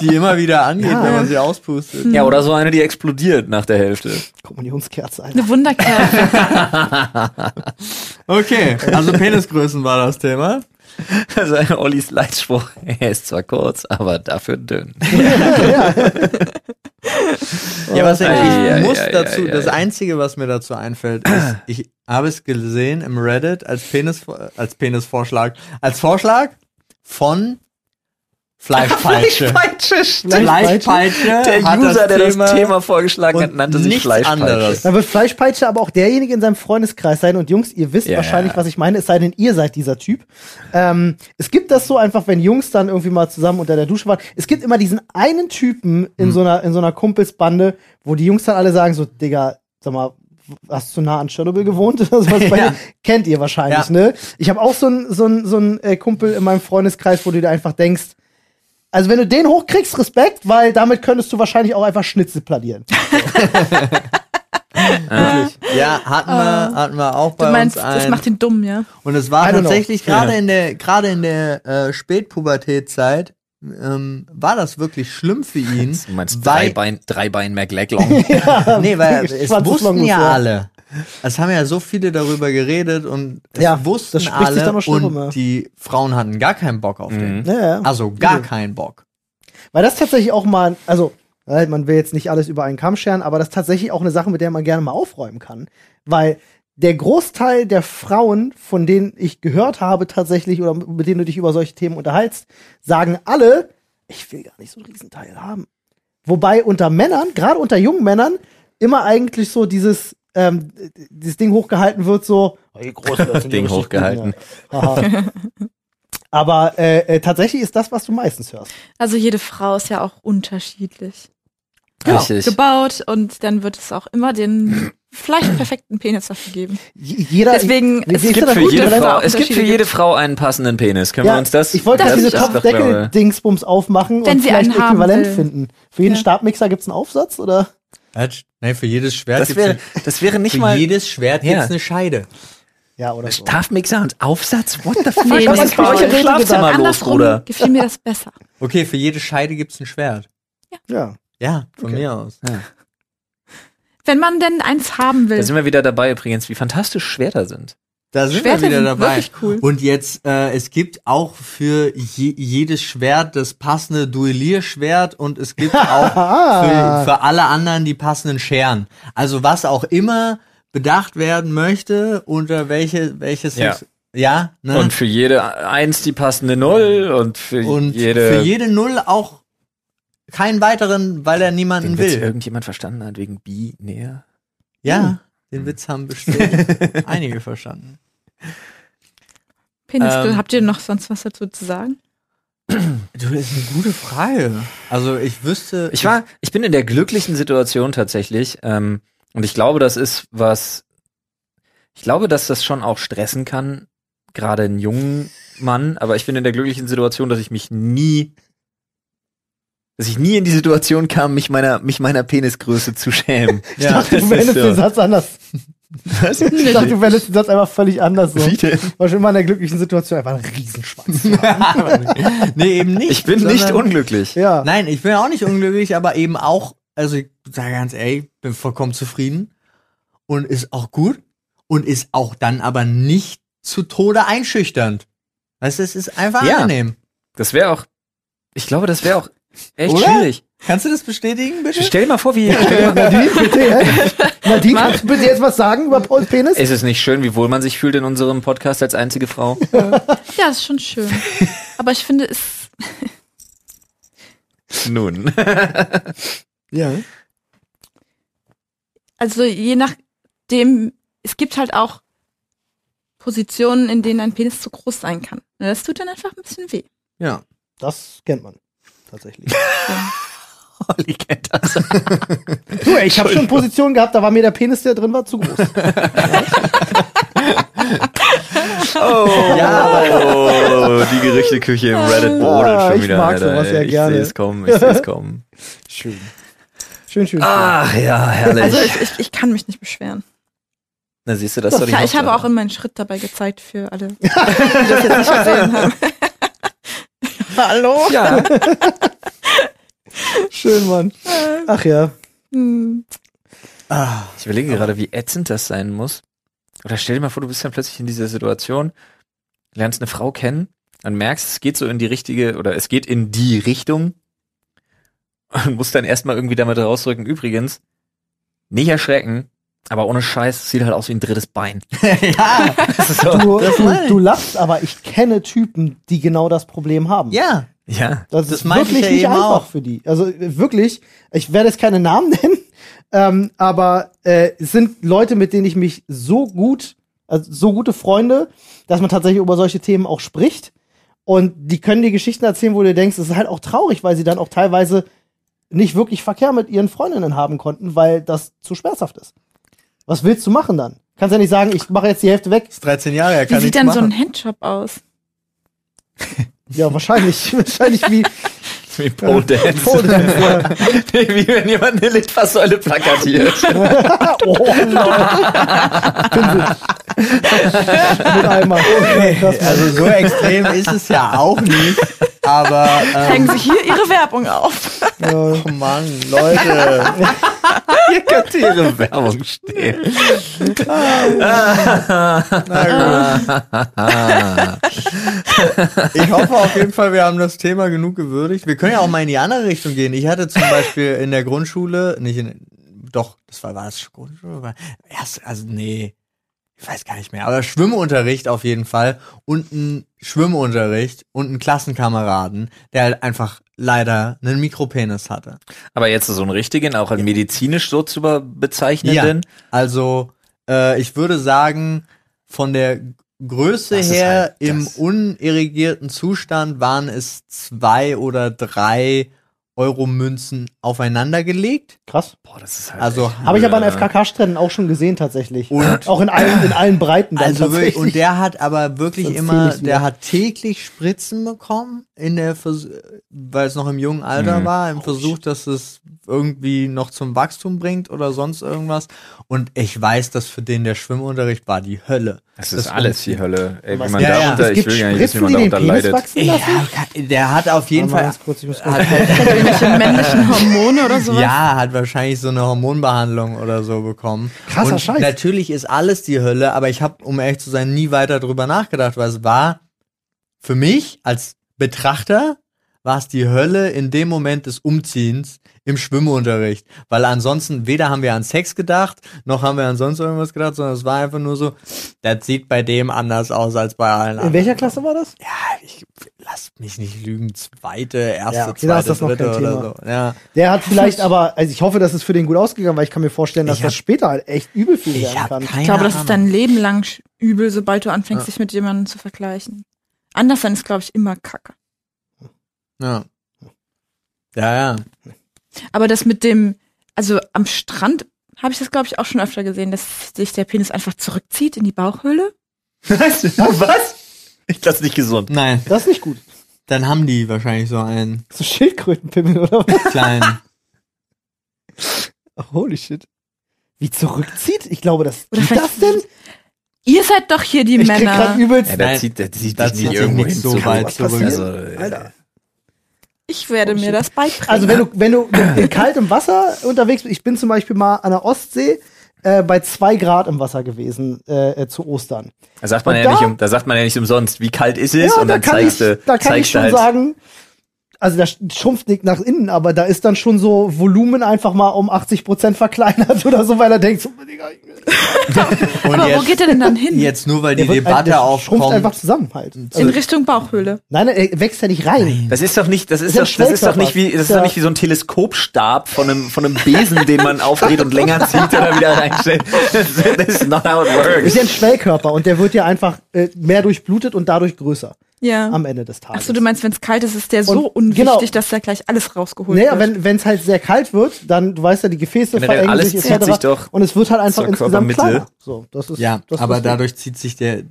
S4: Die immer wieder angeht,
S2: Ja.
S4: wenn man sie auspustet.
S3: ja, oder so eine, die explodiert nach der Hälfte.
S2: Kommunionskerze, Alter.
S1: Eine Wunderkerze.
S4: Okay, also Penisgrößen war das Thema.
S3: Also Ollis Leitspruch, er ist zwar kurz, aber dafür dünn.
S4: Ja, was ich, ich
S3: Ja, ja,
S4: muss
S3: ja,
S4: dazu,
S3: ja,
S4: das
S3: ja.
S4: Einzige, was mir dazu einfällt, ist, ich habe es gesehen im Reddit als Penis, als Penisvorschlag, als Vorschlag von Fleischpeitsche. Fleischpeitsche.
S3: Der
S4: hat
S3: User,
S4: das
S3: der
S4: Thema
S3: das Thema vorgeschlagen hat,
S4: und
S3: nannte sich
S4: nichts anderes.
S3: Fleischpeitsche.
S2: Da wird Fleischpeitsche aber auch derjenige in seinem Freundeskreis sein. Und Jungs, ihr wisst
S3: Ja.
S2: wahrscheinlich, was ich meine, es sei denn, ihr seid dieser Typ. Ähm, es gibt das so einfach, wenn Jungs dann irgendwie mal zusammen unter der Dusche waren. Es gibt immer diesen einen Typen in,
S3: Hm.
S2: so, einer, in so einer Kumpelsbande, wo die Jungs dann alle sagen so, Digga, sag mal, hast du nah an Tschernobyl gewohnt? Oder sowas bei dir? Kennt ihr wahrscheinlich,
S4: Ja.
S2: ne? Ich habe auch so einen so einen- so einen, äh, Kumpel in meinem Freundeskreis, wo du dir einfach denkst, also wenn du den hochkriegst, Respekt, weil damit könntest du wahrscheinlich auch einfach Schnitzel planieren.
S4: Ja, hatten wir, hatten wir auch bei
S1: Ah. Du meinst,
S4: uns
S1: das
S4: einen.
S1: macht ihn dumm, ja?
S4: Und es war
S2: I don't know.
S4: tatsächlich gerade in der gerade in der äh, Spätpubertätzeit ähm, war das wirklich schlimm für ihn.
S3: Hm? Du meinst
S4: weil,
S3: Dreibein, Dreibein McLeglong.
S4: nee, weil es
S2: Schwarzes
S4: wussten
S2: Longus,
S4: ja
S2: ja.
S4: alle. Es haben ja so viele darüber geredet und es
S2: Ja,
S4: wussten
S2: das spricht sich
S4: alle
S2: doch noch schlimmer.
S4: und die Frauen hatten gar keinen Bock auf den.
S3: Mhm.
S2: Ja, ja.
S4: Also gar keinen Bock.
S2: Weil das tatsächlich auch mal, also äh, man will jetzt nicht alles über einen Kamm scheren, aber das ist tatsächlich auch eine Sache, mit der man gerne mal aufräumen kann. Weil der Großteil der Frauen, von denen ich gehört habe tatsächlich oder mit denen du dich über solche Themen unterhältst, sagen alle, ich will gar nicht so einen Riesenteil haben. Wobei unter Männern, gerade unter jungen Männern, immer eigentlich so dieses, ähm, dieses Ding hochgehalten wird, so, "Oh, je größer, desto
S3: Ding
S2: richtig gut,
S3: hochgehalten.
S2: ja." Haha. aber äh, äh, tatsächlich ist das, was du meistens hörst.
S1: Also jede Frau ist ja auch unterschiedlich.
S3: Richtig.
S1: Gebaut und dann wird es auch immer den vielleicht perfekten Penis dafür geben.
S2: J- Jeder,
S1: Deswegen,
S2: Wie
S1: es
S2: siehst
S1: gibt
S2: du das
S3: Für
S2: Gut,
S3: jede
S2: dass es
S3: Frau,
S1: auch
S3: es gibt für
S1: Unterschiede
S3: jede Frau einen passenden Penis. Können wir uns das?
S2: Ich wollte
S3: das
S2: gerade diese
S3: das doch, glaube ich.
S2: Kopfdeckel-Dingsbums aufmachen
S1: Wenn
S2: und
S1: sie
S2: vielleicht
S1: einen haben
S2: äquivalent
S1: will.
S2: finden. Für jeden
S1: Ja.
S2: Stabmixer gibt's einen Aufsatz oder?
S4: Quatsch. Nee, für jedes Schwert
S3: Das
S4: gibt's
S3: wäre,
S4: ne-
S3: das wäre nicht
S4: für
S3: mal
S4: jedes Schwert
S3: Ja.
S4: gibt's eine Scheide.
S2: Ja, oder so.
S3: Strafmixer und Aufsatz. What the fuck?
S1: Nee,
S3: Was
S1: nee,
S3: ist bei euch im
S2: nee,
S3: Schlafzimmer los,
S1: Andersrum
S3: Bruder?
S1: gefiel mir das besser.
S4: Okay, für jede Scheide gibt's ein Schwert.
S2: Ja.
S4: Ja, von
S2: Okay.
S4: mir aus.
S1: Wenn man denn eins haben will.
S3: Da sind wir wieder dabei übrigens, wie fantastisch Schwerter sind.
S4: Da sind
S1: Schwerter
S4: wir wieder
S1: sind
S4: dabei.
S1: wirklich cool.
S4: Und jetzt, äh, es gibt auch für je, jedes Schwert das passende Duellierschwert und es gibt auch für, für alle anderen die passenden Scheren. Also was auch immer bedacht werden möchte, unter welche, welches
S3: Ja.
S4: ja ne?
S3: Und für jede Eins die passende Null und für
S4: Und
S3: jede...
S4: für jede Null auch keinen weiteren, weil er niemanden
S3: den Witz
S4: will.
S3: irgendjemand verstanden hat wegen Bi näher.
S4: Ja, den Witz haben bestimmt einige verstanden.
S1: Penisgrill,
S4: Ähm,
S1: habt ihr noch sonst was dazu zu sagen?
S4: Du, das ist eine gute Frage. Also ich wüsste,
S3: Ich war, ich bin in der glücklichen Situation tatsächlich, ähm, und ich glaube, das ist was, ich glaube, dass das schon auch stressen kann, gerade einen jungen Mann, aber ich bin in der glücklichen Situation, dass ich mich nie, dass ich nie in die Situation kam, mich meiner, mich meiner Penisgröße zu schämen.
S2: Ich
S4: ja,
S2: dachte, du
S3: das
S2: wendest
S3: ist so.
S2: den Satz anders.
S3: Was?
S2: Ich dachte, du wendest den Satz einfach völlig anders. So.
S3: Wie denn?
S2: War schon immer in der glücklichen Situation einfach ein Riesenschwanz.
S4: nee, eben nicht.
S3: Ich bin nicht
S4: sondern-
S3: unglücklich.
S2: ja.
S4: Nein, ich bin auch nicht unglücklich, aber eben auch, also ich sage ganz ehrlich, bin vollkommen zufrieden und ist auch gut und ist auch dann aber nicht zu Tode einschüchternd. Weißt du, es ist einfach
S3: Ja.
S4: angenehm.
S3: Das wäre auch, ich glaube, das wäre auch echt
S4: Oder?
S3: schwierig.
S4: Kannst du das bestätigen, bitte?
S3: Stell dir mal vor, wie, stell dir mal
S2: Nadine, bitte, hä? Nadine, kannst du bitte jetzt was sagen über Pauls Penis?
S3: Ist es nicht schön, wie wohl man sich fühlt in unserem Podcast als einzige Frau?
S1: Ja, ist schon schön. Aber ich finde, es,
S3: Nun.
S2: Ja.
S1: also je nachdem, es gibt halt auch Positionen, in denen ein Penis zu groß sein kann. Und das tut dann einfach ein bisschen weh.
S4: Ja.
S2: Das kennt man. Tatsächlich.
S3: Olli kennt das.
S2: Du, ey, ich habe schon Positionen gehabt, da war mir der Penis, der drin war, zu groß.
S3: Oh, ja, oh, die Gerüchteküche im Reddit brodelt
S2: Ah,
S3: schon
S2: ich
S3: wieder.
S2: mag
S3: Alter.
S2: sowas ja
S3: ich
S2: gerne.
S3: sehe es kommen, ich sehe es kommen.
S2: Schön. Schön, schön. schön.
S3: Ah. Ach ja, herrlich.
S1: Also ich, ich, ich kann mich nicht beschweren.
S3: Na siehst du, das soll
S1: Ja, ich habe auch
S3: Hauptsache.
S1: in meinen Schritt dabei gezeigt für alle, die das jetzt nicht gesehen haben. Hallo?
S3: Ja,
S2: Schön, Mann. Ach ja.
S1: Hm.
S4: Ah,
S3: ich überlege gerade, wie ätzend das sein muss. Oder stell dir mal vor, du bist dann plötzlich in dieser Situation, lernst eine Frau kennen und merkst, es geht so in die richtige, oder es geht in die Richtung und musst dann erstmal irgendwie damit rausrücken. Übrigens, nicht erschrecken, aber ohne Scheiß, es sieht halt aus wie ein drittes Bein.
S4: ja,
S3: Das ist so,
S2: Du,
S4: meine
S2: du,
S4: ich.
S2: du lachst, aber ich kenne Typen, die genau das Problem haben.
S4: ja.
S3: ja.
S2: Das,
S4: Das
S2: ist
S4: meinte ich
S2: wirklich
S4: ja
S2: nicht
S4: eben
S2: einfach
S4: auch.
S2: für die. Also äh, wirklich, ich werde jetzt keine Namen nennen, ähm, aber äh, es sind Leute, mit denen ich mich so gut, also so gute Freunde, dass man tatsächlich über solche Themen auch spricht. Und die können dir Geschichten erzählen, wo du denkst, es ist halt auch traurig, weil sie dann auch teilweise nicht wirklich Verkehr mit ihren Freundinnen haben konnten, weil das zu schmerzhaft ist. Was willst du machen dann? Kannst ja nicht sagen, ich mache jetzt die Hälfte weg.
S4: Ist 13 Jahre, er
S1: Wie
S4: kann
S1: sieht
S4: nichts
S1: denn
S4: machen.
S1: so ein Handjob aus?
S2: Ja, wahrscheinlich, wahrscheinlich wie
S3: Wie Pole Dance.
S2: Pole Dance,
S3: Wie wenn jemand eine Litfaßsäule plakatiert.
S2: Oh, Pinsel. Mit einmal. Das
S4: Okay, also so extrem ist es ja auch nicht, aber ähm,
S1: Hängen Sie hier Ihre Werbung auf.
S2: ja.
S4: oh Mann, Leute,
S3: Hier könnte ihre Werbung stehen.
S4: ich hoffe auf jeden Fall, wir haben das Thema genug gewürdigt. Wir können ja auch mal in die andere Richtung gehen. Ich hatte zum Beispiel in der Grundschule, nicht in, doch, das war, war das Grundschule, war, erst, also nee, ich weiß gar nicht mehr, aber Schwimmunterricht auf jeden Fall und ein Schwimmunterricht und einen Klassenkameraden, der halt einfach leider einen Mikropenis hatte.
S3: Aber jetzt so einen richtigen, auch als medizinisch so zu be- bezeichnenden.
S4: Also, äh, ich würde sagen, von der Größe
S3: Das ist
S4: her
S3: halt
S4: im
S3: das.
S4: unirrigierten Zustand waren es zwei oder drei Euro-Münzen aufeinandergelegt.
S2: Krass.
S3: Boah, das ist halt
S4: Also,
S2: Habe ich aber an FKK-Strennen auch schon gesehen, tatsächlich.
S4: Und-
S3: Oh,
S2: auch in allen, in allen Breiten dann
S4: also wirklich,
S2: tatsächlich.
S4: und der hat aber wirklich
S2: Sonst
S4: immer,
S2: zähl ich's wieder.
S4: der hat täglich Spritzen bekommen, in der Vers weil es noch im jungen Alter
S3: Mhm.
S4: war, im Versuch, dass es irgendwie noch zum Wachstum bringt oder sonst irgendwas. Und ich weiß, dass für den der Schwimmunterricht war die Hölle.
S3: das ist alles die Hölle. Ey, wie
S2: Was-
S3: man
S4: Ja, ja.
S3: darunter,
S2: es
S3: ich
S2: gibt
S3: will gar nicht, wissen,
S2: Spritzen,
S3: wie
S2: die
S3: man
S2: den
S3: darunter
S2: Penis
S3: leidet.
S2: wachsen
S4: Ja,
S2: lassen.
S4: kann- der hat auf jeden
S2: Warte mal
S4: Fall.
S2: ganz kurz, ich muss kurz.
S4: Hat,
S1: Irgendwelche männlichen Hormone oder sowas?
S4: ja, hat wahrscheinlich so eine Hormonbehandlung oder so bekommen.
S2: Krasser
S4: Und
S2: Scheiß.
S4: Natürlich ist alles die Hölle, aber ich habe, um ehrlich zu sein, nie weiter drüber nachgedacht, weil es war für mich als Betrachter war es die Hölle in dem Moment des Umziehens im Schwimmunterricht, weil ansonsten weder haben wir an Sex gedacht, noch haben wir an sonst irgendwas gedacht, sondern es war einfach nur so, das sieht bei dem anders aus als bei allen anderen.
S2: In welcher Klasse war das?
S4: Ja, Äh, ich lass mich nicht lügen. Zweite, erste,
S2: Ja, okay, da
S4: zweite,
S2: ist das noch
S4: dritte
S2: kein
S4: oder
S2: Thema.
S4: so. Ja.
S2: Der hat vielleicht aber, also ich hoffe, das ist für den gut ausgegangen, weil ich kann mir vorstellen, dass
S4: Ich hab-
S2: das später halt echt übel viel
S4: Ich
S2: werden
S4: hab
S2: kann.
S4: keine
S1: Ich glaube, das ist
S4: Ahnung.
S1: dein Leben lang sch- übel, sobald du anfängst, dich mit jemandem zu vergleichen. Anders sein ist, glaube ich, immer kacke.
S4: Ja. Ja, ja.
S1: Aber das mit dem, also am Strand habe ich das, glaube ich, auch schon öfter gesehen, dass sich der Penis einfach zurückzieht in die Bauchhöhle.
S3: Was? Ich das nicht gesund.
S4: Nein,
S2: Das ist nicht gut.
S4: dann haben die wahrscheinlich so einen
S2: So Schildkrötenpimmel oder was?
S4: kleinen.
S2: Holy shit. Wie zurückzieht? Ich glaube, das
S1: Oder
S2: geht das
S1: vielleicht-
S2: denn?
S1: Ihr seid doch hier die
S2: Ich krieg
S1: Männer.
S2: grad übelst.
S3: Ja, da
S4: Nein,
S3: zieht, da zieht
S4: da
S3: dich
S4: zieht
S3: nicht
S4: sich
S3: irgendwo
S4: nicht
S3: hin
S4: so
S3: zurück.
S4: weit
S2: zurück.
S3: Also, äh, äh,
S2: Alter.
S1: Ich werde mir das beibringen.
S2: Also wenn du, wenn du in kaltem Wasser unterwegs bist, ich bin zum Beispiel mal an der Ostsee äh, bei zwei Grad im Wasser gewesen äh, äh, zu Ostern.
S3: da sagt man
S2: Und
S3: ja
S2: da-
S3: nicht, um, da sagt man ja nicht umsonst, wie kalt ist es und
S2: da
S3: dann
S2: kann
S3: zeigst
S2: ich,
S3: du,
S2: da kann ich
S3: zeigst du
S2: schon
S3: halt.
S2: sagen, also da sch- schrumpft nicht nach innen, aber da ist dann schon so Volumen einfach mal um 80 Prozent verkleinert oder so, weil er denkt, so, Digga, ich-
S4: Und
S1: Aber wo
S4: jetzt,
S1: geht er denn dann hin?
S4: jetzt nur, weil die
S2: der wird-
S4: Debatte
S2: der schrumpft einfach
S4: aufkommt.
S2: zusammen halt.
S1: in
S2: Also,
S1: Richtung Bauchhöhle.
S2: nein, er wächst ja nicht rein.
S3: Das ist doch nicht, das ist,
S2: Ist ja
S3: doch, das ist doch nicht wie, das ist doch
S2: Ja.
S3: nicht wie so ein Teleskopstab von einem, von einem Besen, den man aufdreht und länger zieht oder wieder reinstellt. That's not how it
S2: Ist
S3: works.
S2: ja ein Schwellkörper und der wird ja einfach äh, mehr durchblutet und dadurch größer
S1: Ja.
S2: am Ende des Tages.
S1: Achso, du meinst, wenn es kalt ist, ist der so
S2: Und-
S1: unwichtig,
S2: genau.
S1: dass da gleich alles rausgeholt
S2: Naja,
S1: wird.
S2: wenn es halt sehr kalt wird, dann, du weißt ja, die Gefäße
S3: Generell
S2: verengen
S3: alles
S2: sich,
S3: zieht
S2: etc.
S3: sich doch
S2: und es wird halt einfach
S3: zur
S2: insgesamt
S3: Körpermitte.
S2: kleiner. So, das ist,
S4: Ja,
S2: das
S4: aber
S2: ist-
S4: dadurch zieht sich der,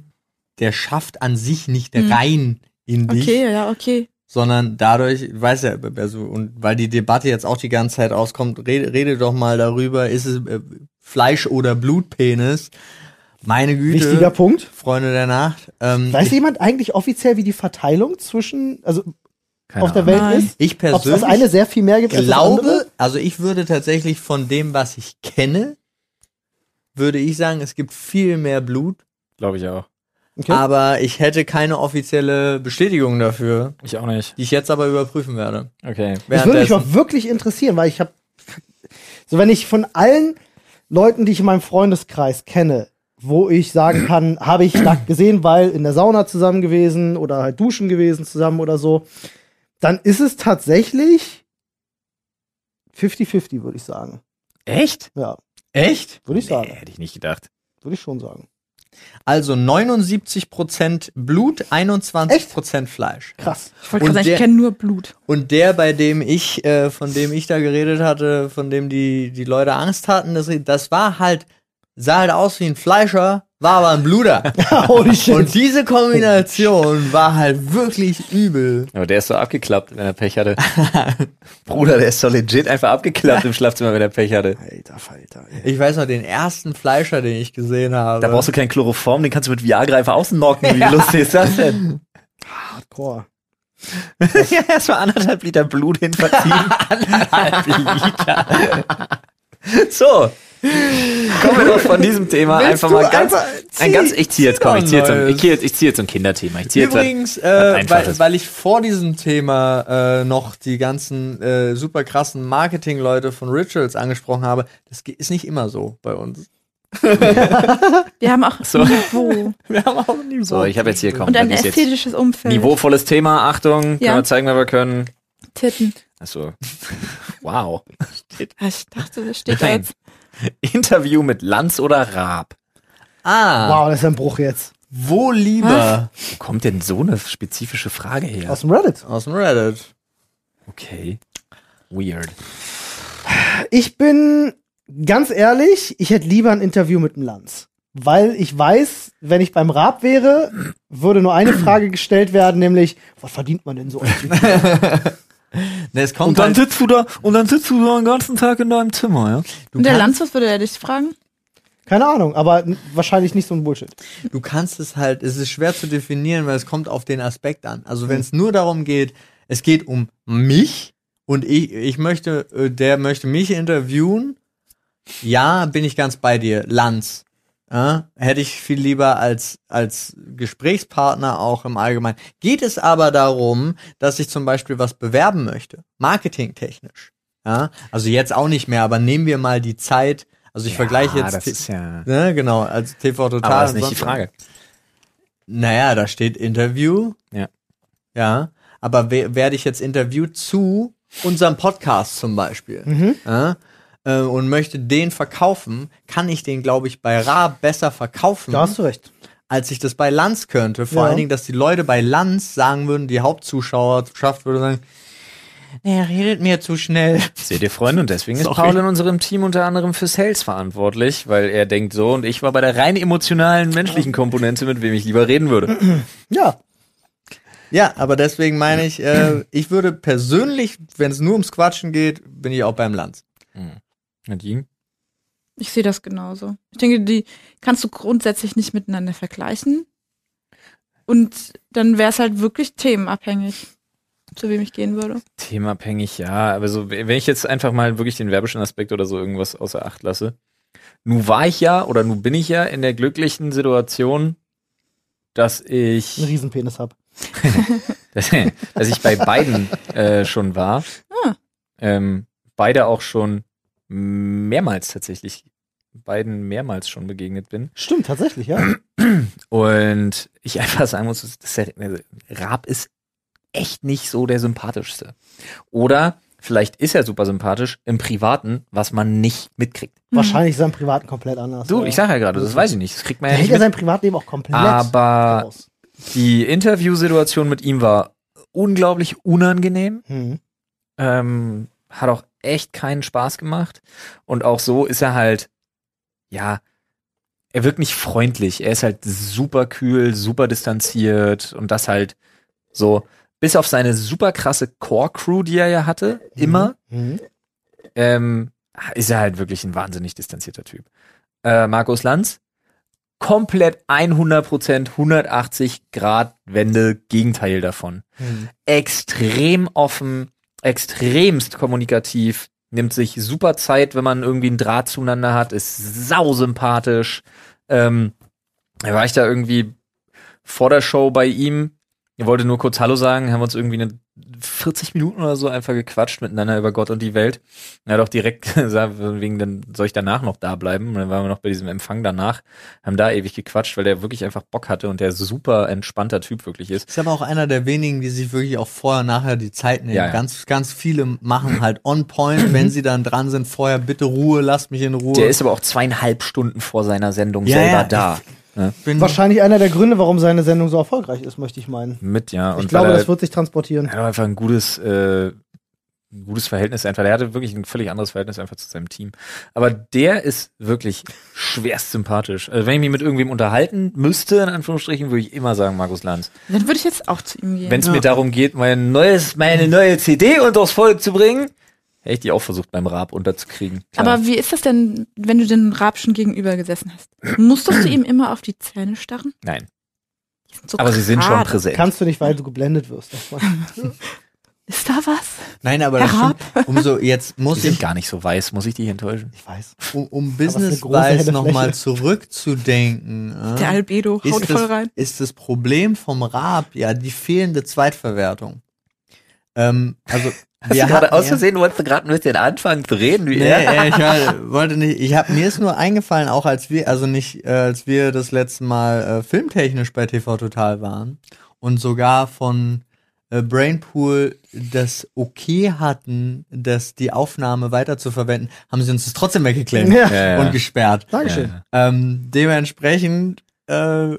S4: der Schaft an sich nicht rein in dich,
S1: Hm. okay, ja, okay.
S4: sondern dadurch, weiß ja, also, und weil die Debatte jetzt auch die ganze Zeit rauskommt, rede, rede doch mal darüber, ist es äh, Fleisch oder Blutpenis? Meine Güte.
S2: Wichtiger Punkt.
S4: Freunde der Nacht. Ähm,
S2: Weiß
S4: ich,
S2: jemand eigentlich offiziell, wie die Verteilung zwischen, also
S3: Keine
S2: auf der
S3: Ahnung.
S2: Welt
S1: Nein.
S2: ist?
S4: ich
S2: Ob es das
S4: persönlich
S2: eine sehr viel mehr gibt als das andere?
S4: glaube, also ich würde tatsächlich von dem, was ich kenne, würde ich sagen, es gibt viel mehr Blut,
S3: Glaube ich auch.
S2: Okay.
S4: aber ich hätte keine offizielle Bestätigung dafür,
S3: Ich auch nicht.
S4: die ich jetzt aber überprüfen werde.
S3: Okay.
S2: Das würde mich
S4: Währenddessen.
S2: auch wirklich interessieren, weil ich habe, so wenn ich von allen Leuten, die ich in meinem Freundeskreis kenne, wo ich sagen kann, habe ich nackt gesehen, weil in der Sauna zusammen gewesen oder halt duschen gewesen zusammen oder so, dann ist es tatsächlich 50-50, würde ich sagen.
S3: Echt?
S2: Ja,
S3: Echt?
S2: Würde ich sagen.
S3: hätte ich nicht gedacht.
S2: würde ich schon sagen.
S4: Also 79% Blut, 21% Fleisch.
S2: Krass.
S1: Ich wollte gerade
S4: Und
S1: sagen, ich
S4: der-
S1: kenne nur Blut.
S4: Und der, bei dem ich, äh, von dem ich da geredet hatte, von dem die, die Leute Angst hatten, das, das war halt, sah halt aus wie ein Fleischer, war aber ein Bluder.
S2: Holy shit.
S4: Und diese Kombination war halt wirklich übel.
S3: Aber der ist so abgeklappt, wenn er Pech hatte. Bruder, der ist so legit einfach abgeklappt im Schlafzimmer, wenn er Pech hatte.
S2: Alter Falter.
S4: Ich weiß noch, den ersten Fleischer, den ich gesehen habe.
S3: Da brauchst du kein Chloroform, den kannst du mit Viagra einfach ausnocken. Wie lustig ist das denn?
S2: Hardcore.
S3: ja, erstmal anderthalb Liter Blut hinverziehen. anderthalb Liter. so. Kommen wir doch von diesem Thema einfach
S4: du
S3: mal ganz,
S4: einfach-
S3: ein
S4: zieh-
S3: ganz, ich ziehe jetzt,
S4: zieh
S3: komm, ich
S4: doch
S3: ziehe jetzt,
S4: ein
S3: ein- ich
S4: neues.
S3: zieh jetzt, ich zieh jetzt so ein Kinderthema. Ich ziehe jetzt, ein-
S4: Übrigens, äh,
S3: Einfaches.
S4: weil, weil ich vor diesem Thema äh, noch die ganzen äh, super krassen Marketing-Leute von Rituals angesprochen habe, das ge- ist nicht immer so bei uns.
S1: Wir haben auch
S3: So.
S1: ein Niveau
S4: Wir haben auch nie
S3: so, ich habe jetzt hier, komm,
S1: und ein
S3: das ist jetzt
S1: ästhetisches Umfeld.
S3: niveauvolles Thema, Achtung,
S1: Ja.
S3: können wir zeigen, wer wir können.
S1: Titten.
S3: Achso. Wow.
S1: Ah, Ich dachte, das steht da
S3: Nein.
S1: jetzt.
S3: Interview mit Lanz oder Raab.
S4: Ah,
S2: Wow, das ist ein Bruch jetzt.
S4: wo lieber?
S3: Wo kommt denn so eine spezifische Frage her?
S2: Aus dem Reddit.
S4: Aus dem Reddit.
S3: Okay. Weird.
S2: Ich bin ganz ehrlich, ich hätte lieber ein Interview mit dem Lanz. Weil ich weiß, wenn ich beim Raab wäre, würde nur eine Frage gestellt werden, nämlich, was verdient man denn so? als Typ?
S4: Ne, es kommt halt,
S3: sitzt du da, und dann sitzt du da den ganzen Tag in deinem Zimmer, ja?
S4: du,
S1: Und der
S4: kannst,
S1: Lanz, was würde er dich fragen?
S2: Keine Ahnung, aber n- wahrscheinlich nicht so ein Bullshit.
S4: du kannst es halt, es ist schwer zu definieren, weil es kommt auf den Aspekt an. Also wenn es nur darum geht, es geht um mich und ich, ich möchte, äh, der möchte mich interviewen, ja, bin ich ganz bei dir, Lanz. Ja, hätte ich viel lieber als, als Gesprächspartner auch im Allgemeinen. Geht es aber darum, dass ich zum Beispiel was bewerben möchte, marketingtechnisch. Ja, also jetzt auch nicht mehr, aber nehmen wir mal die Zeit, also ich vergleiche jetzt
S3: Das ist ja.
S4: Ne, genau, als TV Total.
S3: Aber das ist
S4: und
S3: nicht die
S4: sonst-
S3: Frage.
S4: Naja, da steht Interview.
S3: Ja.
S4: Ja. Aber we- werde ich jetzt interviewt zu unserem Podcast zum Beispiel
S2: Mhm.
S4: ja, äh, und möchte den verkaufen, kann ich den, glaube ich, bei Raab besser verkaufen,
S2: Da hast du recht.
S4: als ich das bei Lanz könnte. Vor
S2: Ja.
S4: allen Dingen, dass die Leute bei Lanz sagen würden, die Hauptzuschauerschaft würde sagen, er redet mir zu schnell.
S3: Seht ihr, Freunde, und deswegen ist
S4: Sorry.
S3: Paul in unserem Team unter anderem für Sales verantwortlich, weil er denkt so, und ich war bei der rein emotionalen, menschlichen Komponente, mit wem ich lieber reden würde.
S2: Ja,
S4: Ja, aber deswegen meine ich, äh, ich würde persönlich, wenn es nur ums Quatschen geht, bin ich auch beim Lanz.
S3: Und ihm?
S1: Ich sehe das genauso. Ich denke, die kannst du grundsätzlich nicht miteinander vergleichen. Und dann wäre es halt wirklich themenabhängig, zu wem ich gehen würde. Hm.
S3: Themenabhängig, ja. Aber so, wenn ich jetzt einfach mal wirklich den werbischen Aspekt oder so irgendwas außer Acht lasse. Nun war ich ja oder nun bin ich ja in der glücklichen Situation, dass
S2: einen
S3: ich,
S2: Riesenpenis hab.
S3: dass, dass ich bei beiden äh, schon war.
S1: Ah.
S3: Ähm, beide auch schon mehrmals tatsächlich, beiden mehrmals schon begegnet bin.
S2: Stimmt, tatsächlich, ja.
S3: Und ich einfach sagen muss, dass der, also Raab ist echt nicht so der sympathischste. Oder vielleicht ist er super sympathisch im Privaten, was man nicht mitkriegt.
S2: Wahrscheinlich ist sein Privaten komplett anders.
S3: Du,
S2: ja.
S3: ich sag ja gerade, das weiß ich nicht. Das kriegt man
S2: Der
S3: ja
S2: hält
S3: nicht
S2: ja
S3: mit.
S2: sein Privatleben auch komplett
S3: Aber-
S2: raus.
S3: Die Interviewsituation mit ihm war unglaublich unangenehm.
S2: Hm.
S3: Ähm, hat auch echt keinen Spaß gemacht. Und auch so ist er halt, ja, er wirkt nicht freundlich. Er ist halt super kühl, super distanziert und das halt so, bis auf seine super krasse Core-Crew, die er ja hatte, immer,
S2: Hm.
S3: ähm, ist er halt wirklich ein wahnsinnig distanzierter Typ. Äh, Markus Lanz komplett 100%, 180 Grad Wende, Gegenteil davon.
S2: hm.
S3: Extrem offen, extremst kommunikativ, nimmt sich super Zeit, wenn man irgendwie einen Draht zueinander hat, ist sausympathisch. Ähm, da war ich da irgendwie vor der Show bei ihm, er wollte nur kurz Hallo sagen, haben uns irgendwie eine 40 Minuten oder so einfach gequatscht miteinander über Gott und die Welt. Er hat auch direkt gesagt, von wegen, dann soll ich danach noch da bleiben. Und dann waren wir noch bei diesem Empfang danach, haben da ewig gequatscht, weil der wirklich einfach Bock hatte und der super entspannter Typ wirklich ist.
S4: Ist aber auch einer der wenigen, die sich wirklich auch vorher, nachher die Zeit nehmen.
S3: Ja, ja.
S4: Ganz, ganz viele machen halt on point, wenn sie dann dran sind, vorher bitte Ruhe, lasst mich in Ruhe.
S3: Der ist aber auch zweieinhalb Stunden vor seiner Sendung
S4: Ja,
S3: selber
S4: ja,
S3: da. Ne?
S4: Bin-
S2: Wahrscheinlich einer der Gründe, warum seine Sendung so erfolgreich ist, möchte ich meinen.
S3: Mit, ja.
S2: Ich
S3: Und
S2: glaube,
S3: weil er-
S2: das wird sich transportieren.
S3: Er hat einfach ein gutes, äh, ein gutes Verhältnis einfach. Er hatte wirklich ein völlig anderes Verhältnis einfach zu seinem Team. Aber der ist wirklich schwerst sympathisch. Also wenn ich mich mit irgendwem unterhalten müsste, in Anführungsstrichen, würde ich immer sagen, Markus Lanz.
S1: Dann würde ich jetzt auch zu ihm gehen.
S3: Wenn es mir darum geht, mein neues, meine neue CD unters Volk zu bringen, hätte ich die auch versucht, beim Raab unterzukriegen. Klar.
S1: Aber wie ist das denn, wenn du den Rabschen gegenüber gesessen hast? Musstest du ihm immer auf die Zähne starren?
S3: Nein.
S1: Die sind so
S3: Aber sie sind schon
S1: gerade.
S3: präsent.
S2: Kannst du nicht, weil du geblendet wirst. erstmal.
S1: Ist da was?
S4: Nein, aber das
S1: Herab.
S4: stimmt. Umso jetzt
S3: die
S4: muss
S3: sind
S4: ich,
S3: gar nicht so weiß, muss ich dich enttäuschen?
S2: Ich weiß.
S4: um, um
S2: ist eine
S4: Business
S2: große, helle
S4: Wise nochmal
S2: Fläche.
S4: zurückzudenken. äh,
S1: Der Albedo haut
S4: ist
S1: voll
S4: das,
S1: rein.
S4: ist das Problem vom Raab ja die fehlende Zweitverwertung. Ähm, also wir hatten ja-
S3: wolltest du gerade ein bisschen anfangen zu reden, wie
S4: Nee, äh, ich war, wollte nicht. Ich habe mir ist nur eingefallen, auch als wir, also nicht, äh, als wir das letzte Mal äh, filmtechnisch bei TV Total waren und sogar von äh, Brainpool das Okay hatten, dass die Aufnahme weiter zu verwenden, haben sie uns das trotzdem weggeklemmt
S2: Ja.
S3: Ja, ja.
S4: und gesperrt.
S2: Dankeschön.
S3: Ja.
S4: Ähm, dementsprechend äh,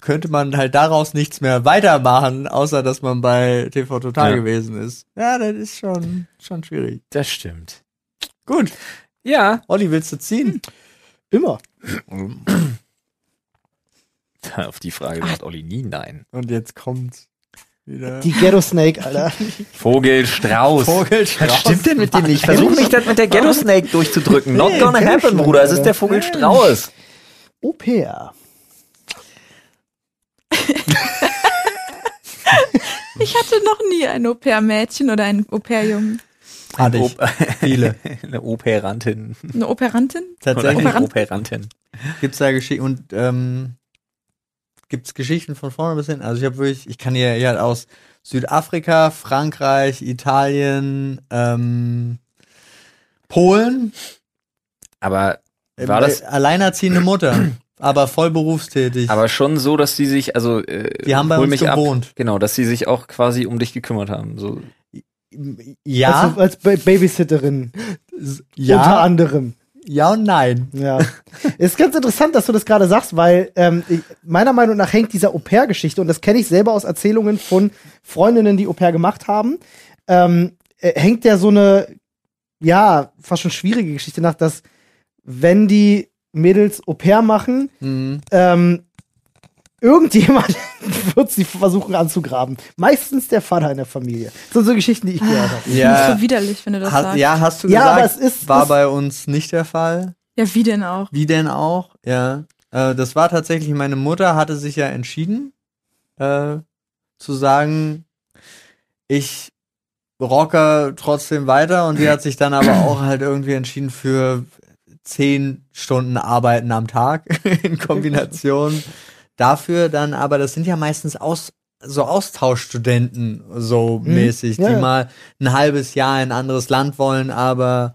S4: könnte man halt daraus nichts mehr weitermachen, außer dass man bei TV Total
S3: Ja.
S4: gewesen ist. Ja, das ist schon, schon schwierig.
S3: Das stimmt.
S4: Gut.
S3: Ja.
S4: Olli, willst du
S3: Hm.
S4: ziehen?
S2: Immer.
S3: Auf die Frage
S4: Ah.
S3: sagt Olli nie nein.
S4: Und jetzt kommt wieder
S2: Die Ghetto Snake, Alter.
S3: Vogel Strauß.
S4: Vogelstrauß.
S3: denn mit dir nicht? Versuch nicht, das mit der Ghetto Snake durchzudrücken. Not
S2: Nee,
S3: gonna
S2: kenn ich
S3: happen,
S2: schon,
S3: Bruder. Es
S2: Alter.
S3: ist der Vogel Strauß.
S2: Au pair.
S1: Ich hatte noch nie ein Au-pair-Mädchen oder ein Au-pair-Jungen.
S4: Hatte ich.
S3: Op-
S4: Viele.
S3: Eine Operantin.
S1: Eine Operantin?
S4: Tatsächlich
S3: Oder
S1: Operant-
S3: eine Operantin.
S4: gibt's da Geschichten und ähm, gibt's Geschichten von vorne bis hin. Also ich habe wirklich, ich kann hier ja aus Südafrika, Frankreich, Italien, ähm, Polen.
S3: Aber
S4: äh,
S3: War das-
S4: alleinerziehende Mutter, aber voll berufstätig.
S3: aber schon so, dass die sich, also äh,
S4: Die haben bei
S3: hol
S4: uns
S3: mich
S4: gewohnt.
S3: Ab, genau, dass sie sich auch quasi um dich gekümmert haben. So.
S4: ja,
S2: Also, als ba Babysitterin. Unter
S4: ja,
S2: anderem.
S4: ja und nein.
S2: Ja. ist ganz interessant, dass du das gerade sagst, weil ähm, ich, meiner Meinung nach hängt dieser Au-pair-Geschichte, und das kenne ich selber aus Erzählungen von Freundinnen, die Au-pair gemacht haben, ähm, äh, hängt ja so eine, ja, fast schon schwierige Geschichte nach, dass wenn die Mädels Au-pair machen,
S4: Mhm.
S2: ähm, irgendjemand wird sie versuchen anzugraben. Meistens der Vater in der Familie. Das sind so Geschichten, die ich gehört
S3: Ah.
S2: habe.
S1: Ja.
S4: Ja,
S1: so widerlich, wenn du das
S4: hast,
S1: sagst.
S4: ja, hast du
S2: Ja,
S4: gesagt,
S2: aber es ist-
S4: war
S2: es-
S4: bei uns nicht der Fall.
S1: ja, wie denn auch?
S4: Wie denn auch, ja. Äh, das war tatsächlich, meine Mutter hatte sich ja entschieden, äh, zu sagen, ich rocke trotzdem weiter und sie hat sich dann aber auch halt irgendwie entschieden für zehn Stunden Arbeiten am Tag in Kombination dafür dann, aber das sind ja meistens aus, so Austauschstudenten so
S2: Mhm.
S4: mäßig, die
S2: Ja, ja.
S4: mal ein halbes Jahr in ein anderes Land wollen, aber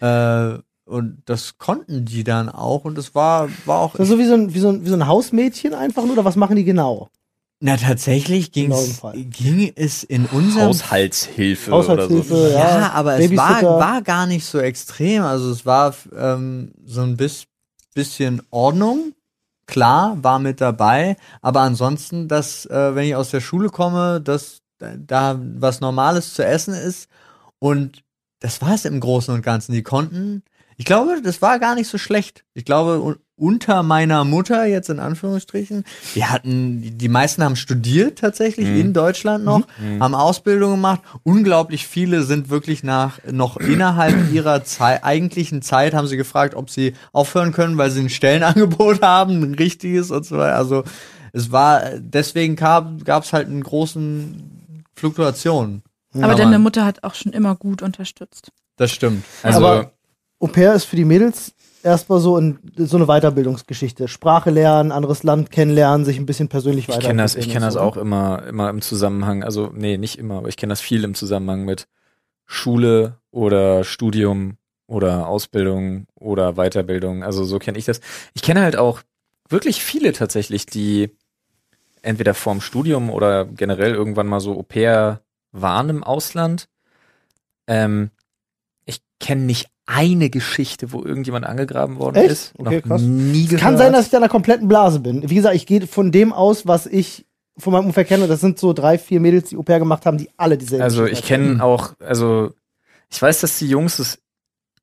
S4: äh, und das konnten die dann auch und es war, war auch.
S2: So, so wie so ein, wie so ein, wie so ein Hausmädchen einfach nur, oder was machen die genau?
S4: Na, tatsächlich ging's,
S2: Genau im Fall.
S4: ging es in unserem
S3: Haushaltshilfe,
S2: Haushaltshilfe,
S3: oder so.
S4: Ja,
S2: ja.
S4: aber es war,
S2: Babysitter.
S4: war gar nicht so extrem. Also es war ähm, so ein bis, bisschen Ordnung. Klar, war mit dabei. Aber ansonsten, dass, äh, wenn ich aus der Schule komme, dass da- da was Normales zu essen ist. Und das war es im Großen und Ganzen. Die konnten Ich glaube, das war gar nicht so schlecht. Ich glaube, un- unter meiner Mutter, jetzt in Anführungsstrichen, wir hatten, die- die meisten haben studiert tatsächlich in Deutschland noch, haben Ausbildung gemacht. Unglaublich viele sind wirklich nach, noch innerhalb ihrer Zei eigentlichen Zeit haben sie gefragt, ob sie aufhören können, weil sie ein Stellenangebot haben, ein richtiges und so weiter. Also, es war, deswegen gab es halt einen großen Fluktuation.
S1: Aber
S4: Ja,
S1: deine
S4: Mann.
S1: Mutter hat auch schon immer gut unterstützt.
S4: Das stimmt.
S3: Also,
S2: Aber- Au pair ist für die Mädels erstmal so, in, so eine Weiterbildungsgeschichte. Sprache lernen, anderes Land kennenlernen, sich ein bisschen persönlich
S3: ich kenne das, ich
S2: weiterentwickeln
S3: kenne
S2: und
S3: das
S2: so.
S3: auch immer, immer im Zusammenhang. Also, nee, nicht immer, aber ich kenne das viel im Zusammenhang mit Schule oder Studium oder Ausbildung oder Weiterbildung. Also, so kenne ich das. Ich kenne halt auch wirklich viele tatsächlich, die entweder vorm Studium oder generell irgendwann mal so Au pair waren im Ausland. Ähm, ich kenne nicht eine Geschichte, wo irgendjemand angegraben worden
S2: Echt?
S3: ist.
S2: Okay,
S3: noch
S2: krass.
S3: nie gehört.
S2: Kann sein, dass ich da in einer kompletten Blase bin. Wie gesagt, ich gehe von dem aus, was ich von meinem Umfeld kenne. Das sind so drei, vier Mädels, die Au pair gemacht haben, die alle dieselben
S3: Also ich
S2: Geschichten
S3: kenne auch, also ich weiß, dass die Jungs es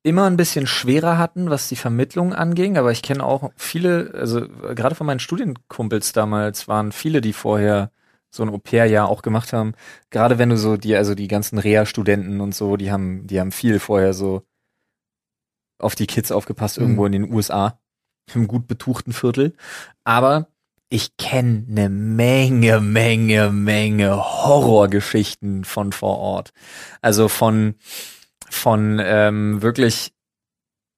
S3: immer ein bisschen schwerer hatten, was die Vermittlung anging, aber ich kenne auch viele, also äh, gerade von meinen Studienkumpels damals waren viele, die vorher so ein Au-pair-Jahr auch gemacht haben. Gerade wenn du so die, also die ganzen Rea-Studenten und so, die haben, die haben viel vorher so auf die Kids aufgepasst, irgendwo in den USA, im gut betuchten Viertel. Aber ich kenne eine Menge, Menge, Menge Horrorgeschichten von vor Ort. Also von, von ähm, wirklich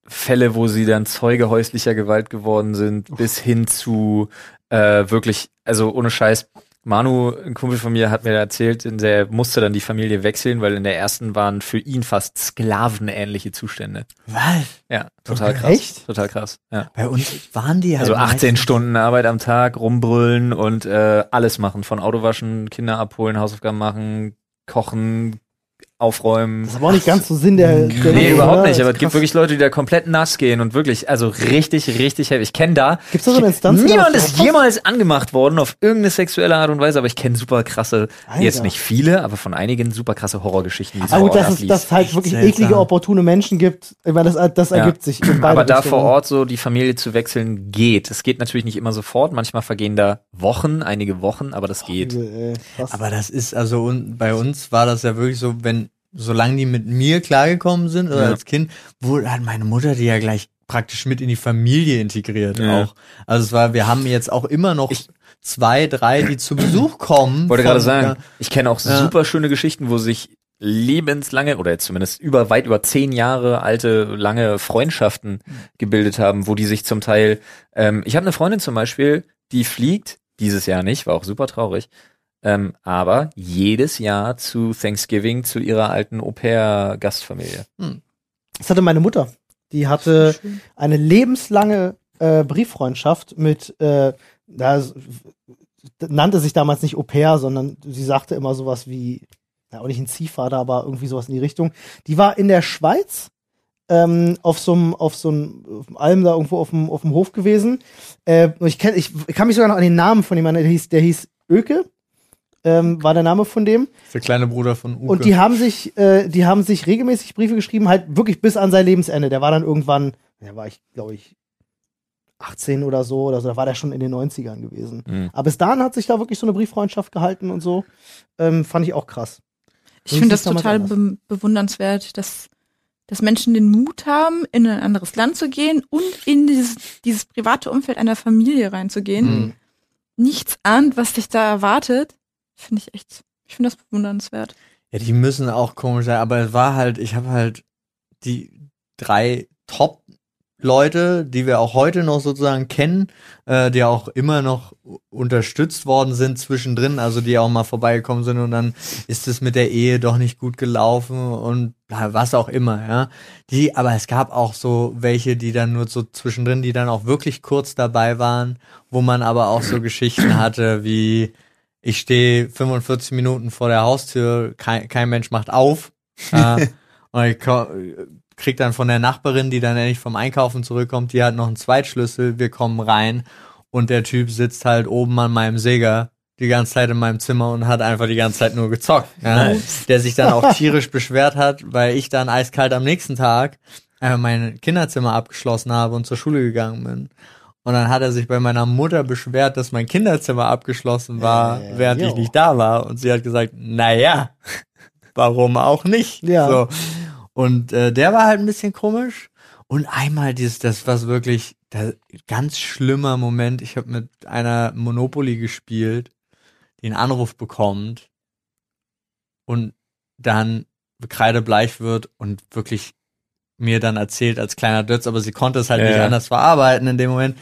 S3: Fälle, wo sie dann Zeuge häuslicher Gewalt geworden sind, bis hin zu äh, wirklich, also ohne Scheiß. Manu, ein Kumpel von mir, hat mir erzählt, in der musste dann die Familie wechseln, weil in der ersten waren für ihn fast sklavenähnliche Zustände.
S4: Was?
S3: Ja, total
S4: Okay.
S3: krass.
S2: Echt?
S3: Total krass. Ja.
S4: Bei uns waren die halt.
S3: Also 18
S4: meistens-
S3: Stunden Arbeit am Tag, rumbrüllen und äh, alles machen. Von Autowaschen, Kinder abholen, Hausaufgaben machen, kochen, aufräumen.
S2: Das ist aber auch nicht ganz so Sinn der, der
S3: Nee,
S2: Lehre,
S3: überhaupt
S2: oder?
S3: nicht, aber es
S2: Ist
S3: gibt
S2: krass.
S3: wirklich Leute, die da komplett nass gehen und wirklich, also richtig, richtig heavy. Ich kenne da,
S2: Gibt's da so eine Instanz? die
S3: niemand
S2: darauf
S3: ist
S2: aufpasst?
S3: jemals angemacht worden auf irgendeine sexuelle Art und Weise, aber ich kenne super krasse,
S2: Alter.
S3: jetzt nicht viele, aber von einigen super krasse Horrorgeschichten, die es
S2: Aber
S3: vor
S2: Ah, gut,
S3: Ort
S2: dass es
S3: ablief.
S2: dass es halt wirklich
S4: seltsam.
S2: eklige, opportune Menschen gibt. Ich meine, das, das
S3: Ja.
S2: ergibt sich in beide
S3: Aber da vor
S2: Richtungen.
S3: Ort so die Familie zu wechseln geht. Es geht natürlich nicht immer sofort. Manchmal vergehen da Wochen, einige Wochen, aber das geht.
S2: Äh, krass.
S4: Aber das ist, also un, bei uns war das ja wirklich so, wenn, solange die mit mir klargekommen sind oder
S3: Ja.
S4: als Kind, wurde hat meine Mutter die ja gleich praktisch mit in die Familie integriert
S3: Ja.
S4: auch. Also es war, wir haben jetzt auch immer noch zwei, drei, die zu Besuch kommen.
S3: Ich wollte
S4: Von-
S3: gerade sagen,
S4: ja.
S3: ich kenne auch
S4: Ja.
S3: super schöne Geschichten, wo sich lebenslange oder jetzt zumindest über weit über zehn Jahre alte lange Freundschaften gebildet haben, wo die sich zum Teil. Ähm, ich habe eine Freundin zum Beispiel, die fliegt dieses Jahr nicht, war auch super traurig. Ähm, aber jedes Jahr zu Thanksgiving zu ihrer alten Au-pair-Gastfamilie.
S2: Das hatte meine Mutter. Die
S4: Äh,
S2: hatte eine lebenslange äh, Brieffreundschaft mit, äh, da s- nannte sich damals nicht Au pair, sondern sie sagte immer sowas wie, na, auch nicht ein Ziehvater, aber irgendwie sowas in die Richtung. Die war in der Schweiz ähm, auf so einem auf so einem Alm da irgendwo auf dem auf dem Hof gewesen. Äh, und ich, kenn, ich kann mich sogar noch an den Namen von jemandem, der hieß, der hieß Öke, ähm, war der Name von dem.
S4: Der kleine Bruder von Uke. Mhm.
S2: Und die haben sich, äh, die haben sich regelmäßig Briefe geschrieben, halt wirklich bis an sein Lebensende. Der war dann irgendwann, der war ich, glaube ich, 18 oder so oder so, da war der schon in den 90ern gewesen.
S3: Mhm.
S2: Aber bis dahin hat sich da wirklich so eine Brieffreundschaft gehalten und so. Ähm, fand ich auch krass.
S1: Ich finde das
S2: Wenigstens damals
S1: total be bewundernswert, dass, dass Menschen den Mut haben, in ein anderes Land zu gehen und in dieses, dieses private Umfeld einer Familie reinzugehen.
S4: Hm.
S1: Nichts ahnt, was dich da erwartet. Finde ich echt, ich finde das bewundernswert.
S4: Ja, die müssen auch komisch sein, aber es war halt, ich habe halt die drei Top-Leute, die wir auch heute noch sozusagen kennen, äh, die auch immer noch u- unterstützt worden sind zwischendrin, also die auch mal vorbeigekommen sind und dann ist es mit der Ehe doch nicht gut gelaufen und bla, was auch immer, ja. Die, aber es gab auch so welche, die dann nur so zwischendrin, die dann auch wirklich kurz dabei waren, wo man aber auch so Geschichten hatte wie ich stehe 45 Minuten vor der Haustür, kein, kein Mensch macht auf. Äh, und ich ko- krieg dann von der Nachbarin, die dann endlich vom Einkaufen zurückkommt, die hat noch einen Zweitschlüssel, wir kommen rein und der Typ sitzt halt oben an meinem Säger die ganze Zeit in meinem Zimmer und hat einfach die ganze Zeit nur gezockt. Ja, der sich dann auch tierisch beschwert hat, weil ich dann eiskalt am nächsten Tag äh, mein Kinderzimmer abgeschlossen habe und zur Schule gegangen bin. Und dann hat er sich bei meiner Mutter beschwert, dass mein Kinderzimmer abgeschlossen war,
S2: Äh,
S4: während
S2: jo.
S4: ich nicht da war. Und sie hat gesagt, naja, warum auch nicht?
S2: Ja.
S4: So. Und äh, der war halt ein bisschen komisch. Und einmal dieses, das was wirklich der ganz schlimmer Moment. Ich habe mit einer Monopoly gespielt, die einen Anruf bekommt und dann kreidebleich wird und wirklich mir dann erzählt als kleiner Dötz, aber sie konnte es halt
S3: Ja,
S4: nicht
S3: ja.
S4: anders verarbeiten in dem Moment,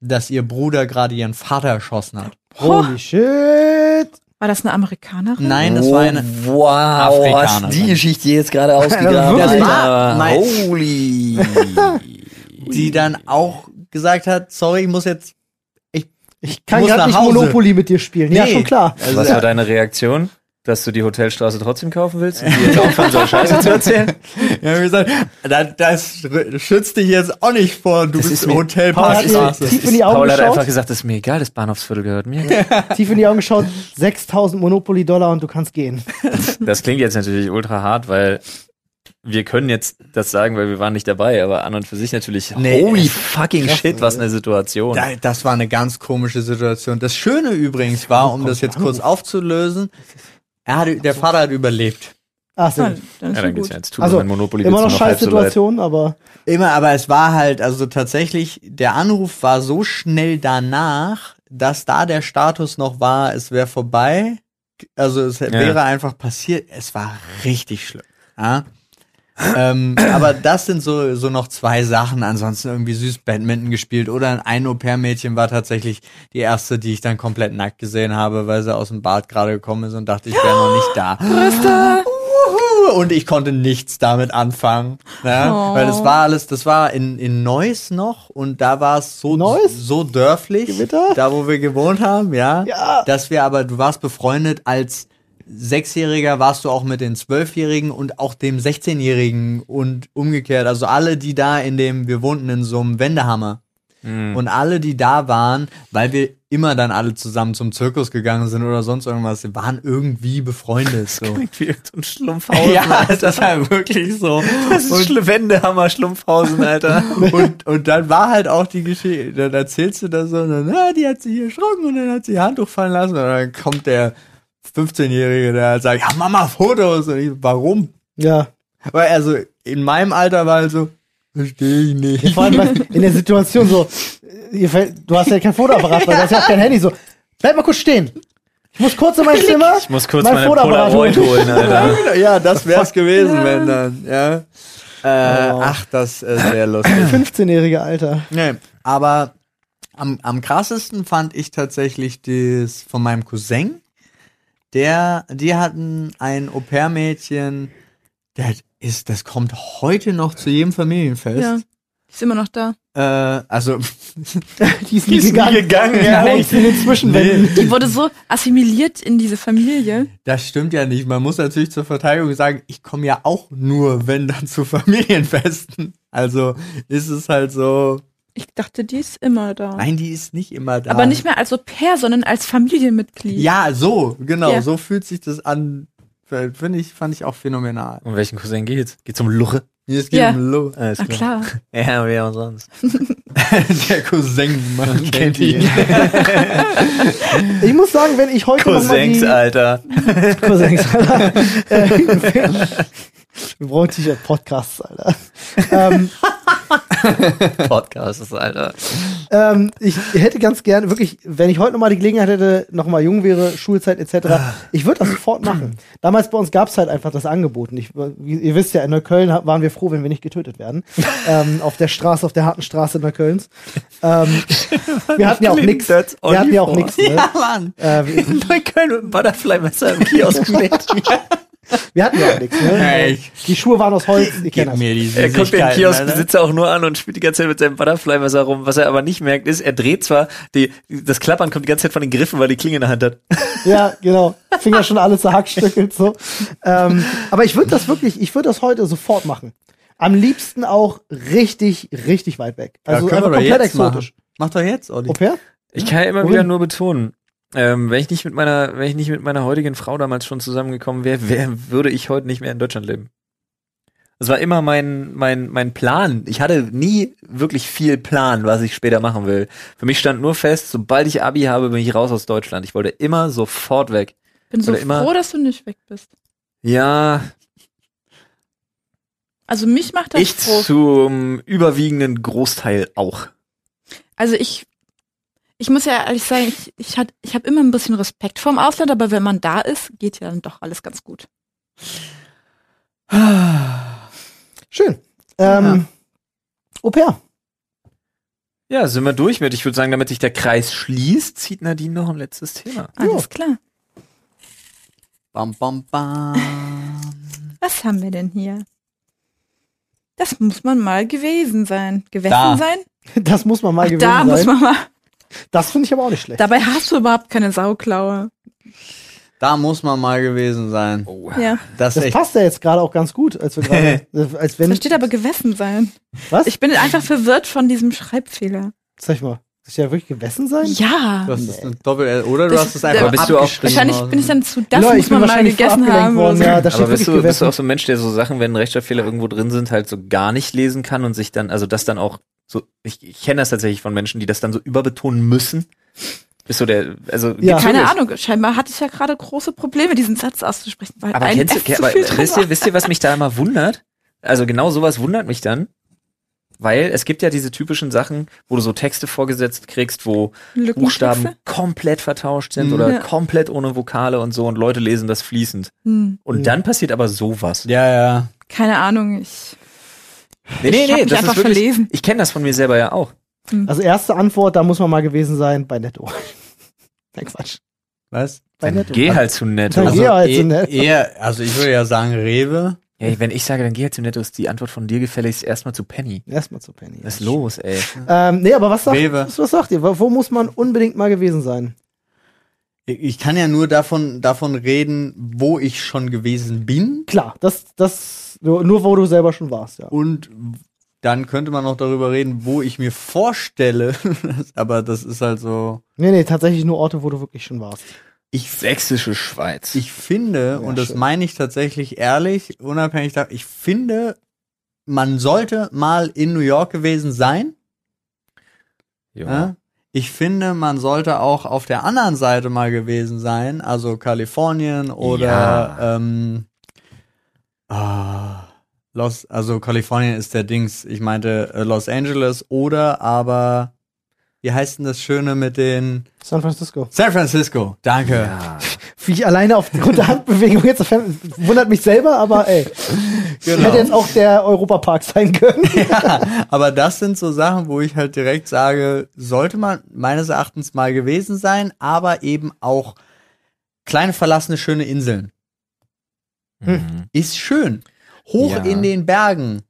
S4: dass ihr Bruder gerade ihren Vater erschossen hat.
S2: Holy shit!
S1: War das eine Amerikanerin?
S4: Nein, das war eine
S3: Oh, Wow,
S4: Afrikanerin.
S3: hast die Geschichte jetzt gerade ausgegraben.
S2: wirklich?
S3: Alter. Oh,
S4: Mein-
S3: Holy.
S4: die dann auch gesagt hat, sorry, ich muss jetzt
S2: Ich kann
S4: muss
S2: gerade
S4: nach
S2: nicht
S4: Hause.
S2: Monopoly mit dir spielen. Ja,
S4: Nee.
S2: schon klar.
S4: Also,
S3: Was
S4: ja.
S3: war deine Reaktion? Dass du die Hotelstraße trotzdem kaufen willst? Und die jetzt aufhören soll, Scheiße zu erzählen?
S4: Ja, wie gesagt, da- das r- schützt dich jetzt auch nicht vor, du
S3: Das ist
S4: bist
S3: mir-
S2: Paul hat mir
S4: Hotelparkstraße.
S2: tief in die Augen
S3: Paul hat
S2: geschaut.
S3: einfach gesagt, das ist mir egal, das Bahnhofsviertel gehört mir.
S2: Tief in die Augen geschaut. 6000 Monopoly-Dollar und du kannst gehen.
S3: Das klingt jetzt natürlich ultra hart, weil wir können jetzt das sagen, weil wir waren nicht dabei, aber an und für sich natürlich,
S4: Nee.
S3: holy fucking shit, was eine Situation.
S4: Da- Das war eine ganz komische Situation. Das Schöne übrigens war, um das jetzt kurz aufzulösen, er hat, der Vater hat überlebt.
S2: Ach, so.
S1: Ah, Dann, dann ist
S3: Ja,
S1: ja,
S3: dann
S1: gut.
S3: geht's ja jetzt. Tut
S2: Also,
S3: mein Monopoly
S2: immer noch
S3: geht's nur halb
S2: scheiß
S3: so weit.
S2: Situation, aber
S4: Immer, aber es war halt, also tatsächlich, der Anruf war so schnell danach, dass da der Status noch war, es wäre vorbei. Also es wäre einfach passiert. Es war richtig schlimm. Ja? ähm, aber das sind so, so noch zwei Sachen. Ansonsten irgendwie süß Badminton gespielt oder ein Au-pair-Mädchen war tatsächlich die erste, die ich dann komplett nackt gesehen habe, weil sie aus dem Bad gerade gekommen ist und dachte, ich wäre noch nicht da. Uhu. Und ich konnte nichts damit anfangen. Ne?
S1: Oh.
S4: Weil es war alles, das war in, in Neuss noch und da war es so,
S2: Neuss?
S4: so dörflich,
S2: Gewitter?
S4: da wo wir gewohnt haben, ja,
S2: Ja.
S4: dass wir aber, du warst befreundet als Sechsjähriger warst du auch mit den Zwölfjährigen und auch dem 16-Jährigen und umgekehrt. Also alle, die da in dem, wir wohnten in so einem Wendehammer. Und alle, die da waren, weil wir immer dann alle zusammen zum Zirkus gegangen sind oder sonst irgendwas, wir waren irgendwie befreundet. So.
S3: Klingt wie so ein Schlumpfhausen.
S4: Ja, das ist halt wirklich so.
S3: das ist Schl- Wendehammer Schlumpfhausen, Alter.
S4: Und, und dann war halt auch die Geschichte, dann erzählst du das so, und dann, ah, die hat sich erschrocken und dann hat sie ihr Handtuch fallen lassen und dann kommt der 15-Jährige, der halt sagt, ja, Mama, Fotos. Und ich, so, warum?
S2: ja.
S4: Weil also in meinem Alter war halt so, verstehe ich nicht.
S2: Vor allem weil in der Situation so, äh, ihr fällt- du hast ja kein Fotoapparat, weil du hast ja auch kein Handy. So, bleib mal kurz stehen. Ich muss kurz in mein Zimmer.
S3: Ich muss kurz
S2: mein
S3: meine
S2: Fotoapparat
S3: Polaroid holen, Alter.
S4: Ja, das wär's gewesen, wenn dann, ja. Äh, Ach, das ist sehr lustig.
S2: 15-jährige Alter.
S4: Nee, aber am, am krassesten fand ich tatsächlich das von meinem Cousin. Der, die hatten ein Au-pair-Mädchen, das ist, das kommt heute noch zu jedem
S1: Ja.
S4: Familienfest.
S1: Ist immer noch da.
S4: Äh, also,
S2: Die ist nie gegangen.
S4: gegangen,
S2: Die
S4: ja.
S2: wohnt in den Zwischenwänden.
S1: Die wurde so assimiliert in diese Familie.
S4: das stimmt ja nicht. Man muss natürlich zur Verteidigung sagen, ich komme ja auch nur, wenn dann zu Familienfesten. Also ist es halt so.
S1: Ich dachte, die ist immer da.
S4: Nein, die ist nicht immer da.
S1: Aber nicht mehr als Au-pair, sondern als Familienmitglied.
S4: Ja, so, genau,
S1: Ja.
S4: so fühlt sich das an. Finde ich, fand ich auch phänomenal.
S3: Um welchen Cousin geht's? Geht's um Luche?
S4: Es geht
S1: Ja.
S4: um Lo.
S3: Alles
S1: Na klar.
S3: Ja, wer auch sonst.
S4: Der Cousin, man kennt ihn.
S2: Ich muss sagen, wenn ich heute noch mal
S3: Cousins,
S2: die,
S3: Alter.
S2: Cousins, Alter. Äh, Wir brauchen T-Shirt-Podcasts, Alter. Ähm,
S3: Podcasts, Alter.
S2: ähm, ich hätte ganz gern, wirklich, wenn ich heute nochmal die Gelegenheit hätte, nochmal jung wäre, Schulzeit etc.,
S4: Ah.
S2: ich würde das sofort machen. Damals bei uns gab es halt einfach das Angebot. nicht. Wie- ihr wisst ja, in Neukölln ha- waren wir froh, wenn wir nicht getötet werden. ähm, auf der Straße, auf der harten Straße Neuköllns. Ähm, wir hatten ja auch nichts. Wir
S3: That's only
S2: hatten ja auch
S3: for-
S2: nichts. Ne?
S4: Mann.
S2: Äh, wir,
S3: In Neukölln mit einem Butterfly-Messer im Kiosk mit.
S2: wir hatten ja auch nichts. Ne?
S4: Hey.
S2: Die Schuhe waren aus Holz. Ihr kennt
S4: Gib
S2: das.
S4: mir die
S3: Er guckt den
S4: Süßigkeiten,
S3: Kioskbesitzer auch nur an und spielt die ganze Zeit mit seinem Butterfly-Messer rum. Was er aber nicht merkt, ist, er dreht zwar, die, das Klappern kommt die ganze Zeit von den Griffen, weil die Klinge in der Hand hat.
S2: Ja, genau. Finger schon alle zerhackstückelt so. Ähm, aber ich würde das wirklich, ich würde das heute sofort machen. Am liebsten auch richtig, richtig weit weg.
S4: Alter.
S2: Also
S4: ja, können
S2: einfach
S4: wir doch
S2: komplett
S4: jetzt
S2: exotisch.
S4: Machen. Mach doch jetzt, Olli.
S2: Au pair?
S3: Ich kann ja immer
S2: Worin?
S3: wieder nur betonen, ähm, wenn ich nicht mit meiner, wenn ich nicht mit meiner heutigen Frau damals schon zusammengekommen wäre, wär, würde ich heute nicht mehr in Deutschland leben. Das war immer mein, mein, mein Plan. Ich hatte nie wirklich viel Plan, was ich später machen will. Für mich stand nur fest, sobald ich Abi habe, bin ich raus aus Deutschland. Ich wollte immer sofort weg.
S1: Bin so
S3: Oder immer-
S1: froh, dass du nicht weg bist.
S3: Ja,
S1: Also mich macht das
S3: ich
S1: froh.
S3: zum überwiegenden Großteil auch.
S1: Also ich, ich muss ja ehrlich sagen, ich, ich, hat- ich habe immer ein bisschen Respekt vorm Ausland, aber wenn man da ist, geht ja dann doch alles ganz gut.
S2: Schön. Ähm, Au pair.
S3: Ja, sind wir durch mit. Ich würde sagen, damit sich der Kreis schließt, zieht Nadine noch ein letztes Thema.
S1: Alles klar.
S4: Bam, bam, bam.
S1: Was haben wir denn hier? Das muss man mal gewesen sein. Gewessen
S4: Da.
S1: sein?
S2: Das muss man mal
S1: Ach,
S2: gewesen
S1: da
S2: sein.
S1: muss man mal.
S2: das finde ich aber auch nicht schlecht.
S1: Dabei hast du überhaupt keine Sauklaue.
S4: Da muss man mal gewesen sein.
S3: Oh.
S1: Ja.
S4: Das ist
S2: das
S4: echt.
S2: passt ja jetzt gerade auch ganz gut, als wir gerade, als wenn,
S1: Da steht aber Gewessen sein.
S2: was?
S1: Ich bin einfach verwirrt von diesem Schreibfehler.
S2: Sag mal, das ist ja wirklich gewesen sein?
S1: Ja.
S4: Du hast es ein Doppel-L, oder? Du
S1: Das-
S4: hast es einfach
S1: aber
S3: bist du auch-
S4: abgeschrieben.
S1: Wahrscheinlich bin ich dann zu, das
S2: Leute,
S1: muss man mal gegessen haben.
S2: worden.
S1: oder
S2: Ja, da steht wirklich
S3: Aber bist du, bist du
S2: gewesen.
S3: auch so ein Mensch, der so Sachen, wenn Rechtschreibfehler irgendwo drin sind, halt so gar nicht lesen kann und sich dann, also das dann auch so, ich, ich kenne das tatsächlich von Menschen, die das dann so überbetonen müssen. Bist du der, also
S2: Ja.
S3: gibt's
S1: Keine
S3: wirklich?
S1: Ahnung, scheinbar hatte ich ja gerade große Probleme, diesen Satz auszusprechen. Weil
S3: Aber
S1: ein
S3: kennst du,
S1: F zu
S3: aber,
S1: viel drin
S3: wisst,
S1: war.
S3: ihr, wisst ihr, was mich da immer wundert? Also genau sowas wundert mich dann, weil es gibt ja diese typischen Sachen, wo du so Texte vorgesetzt kriegst, wo Buchstaben
S1: Lückentexte?
S3: komplett vertauscht sind
S4: Mhm.
S3: oder
S1: Ja.
S3: komplett ohne Vokale und so und Leute lesen das fließend.
S1: Hm,
S3: Und
S2: Mhm.
S3: dann passiert aber sowas.
S4: Ja, ja.
S1: keine Ahnung, ich,
S3: Nee,
S1: ich hab mich einfach verlesen.
S3: Ich kenne das von mir selber ja auch.
S2: Also erste Antwort, da muss man mal gewesen sein, bei Netto. Nein, Quatsch.
S4: Was?
S2: Bei
S3: Dann
S2: Netto.
S3: geh halt zu Netto.
S2: Dann
S4: Also,
S2: geh halt zu
S4: e
S2: Netto.
S4: eher, also ich würde ja sagen Rewe.
S3: Ey, wenn ich sage, dann geh halt zu Netto, ist die Antwort von dir gefälligst erstmal zu Penny.
S2: Erstmal zu Penny.
S3: Was ist los, ey?
S2: Ähm, nee, aber was sagt,
S4: Rewe.
S2: was, was sagt ihr? Wo wo muss man unbedingt mal gewesen sein?
S4: Ich- Ich kann ja nur davon, davon reden, wo ich schon gewesen bin.
S2: Klar, das, das, nur, nur wo du selber schon warst, ja.
S4: Und dann könnte man noch darüber reden, wo ich mir vorstelle. Aber das ist halt so.
S2: Nee, nee, tatsächlich nur Orte, wo du wirklich schon warst.
S3: Ich sächsische Schweiz.
S4: Ich finde,
S2: Ja,
S4: und das
S2: schön.
S4: meine ich tatsächlich ehrlich, unabhängig davon, ich finde, man sollte mal in New York gewesen sein.
S3: ja.
S4: ne? Ich finde, man sollte auch auf der anderen Seite mal gewesen sein, also Kalifornien oder
S3: Ja.
S4: ähm, ah, Los, also Kalifornien ist der Dings. Ich meinte äh, Los Angeles oder aber wie heißt denn das Schöne mit den
S2: San Francisco.
S4: San Francisco? Danke.
S3: ja.
S2: Wie ich alleine auf die Unterhandbewegung jetzt erfahren- wundert mich selber, aber ey.
S4: Genau.
S2: Hätte jetzt auch der Europapark sein können.
S4: ja, aber das sind so Sachen, wo ich halt direkt sage, sollte man meines Erachtens mal gewesen sein, aber eben auch kleine verlassene schöne Inseln.
S2: Hm.
S3: Mhm.
S4: Ist schön. Hoch
S3: Ja.
S4: in den Bergen.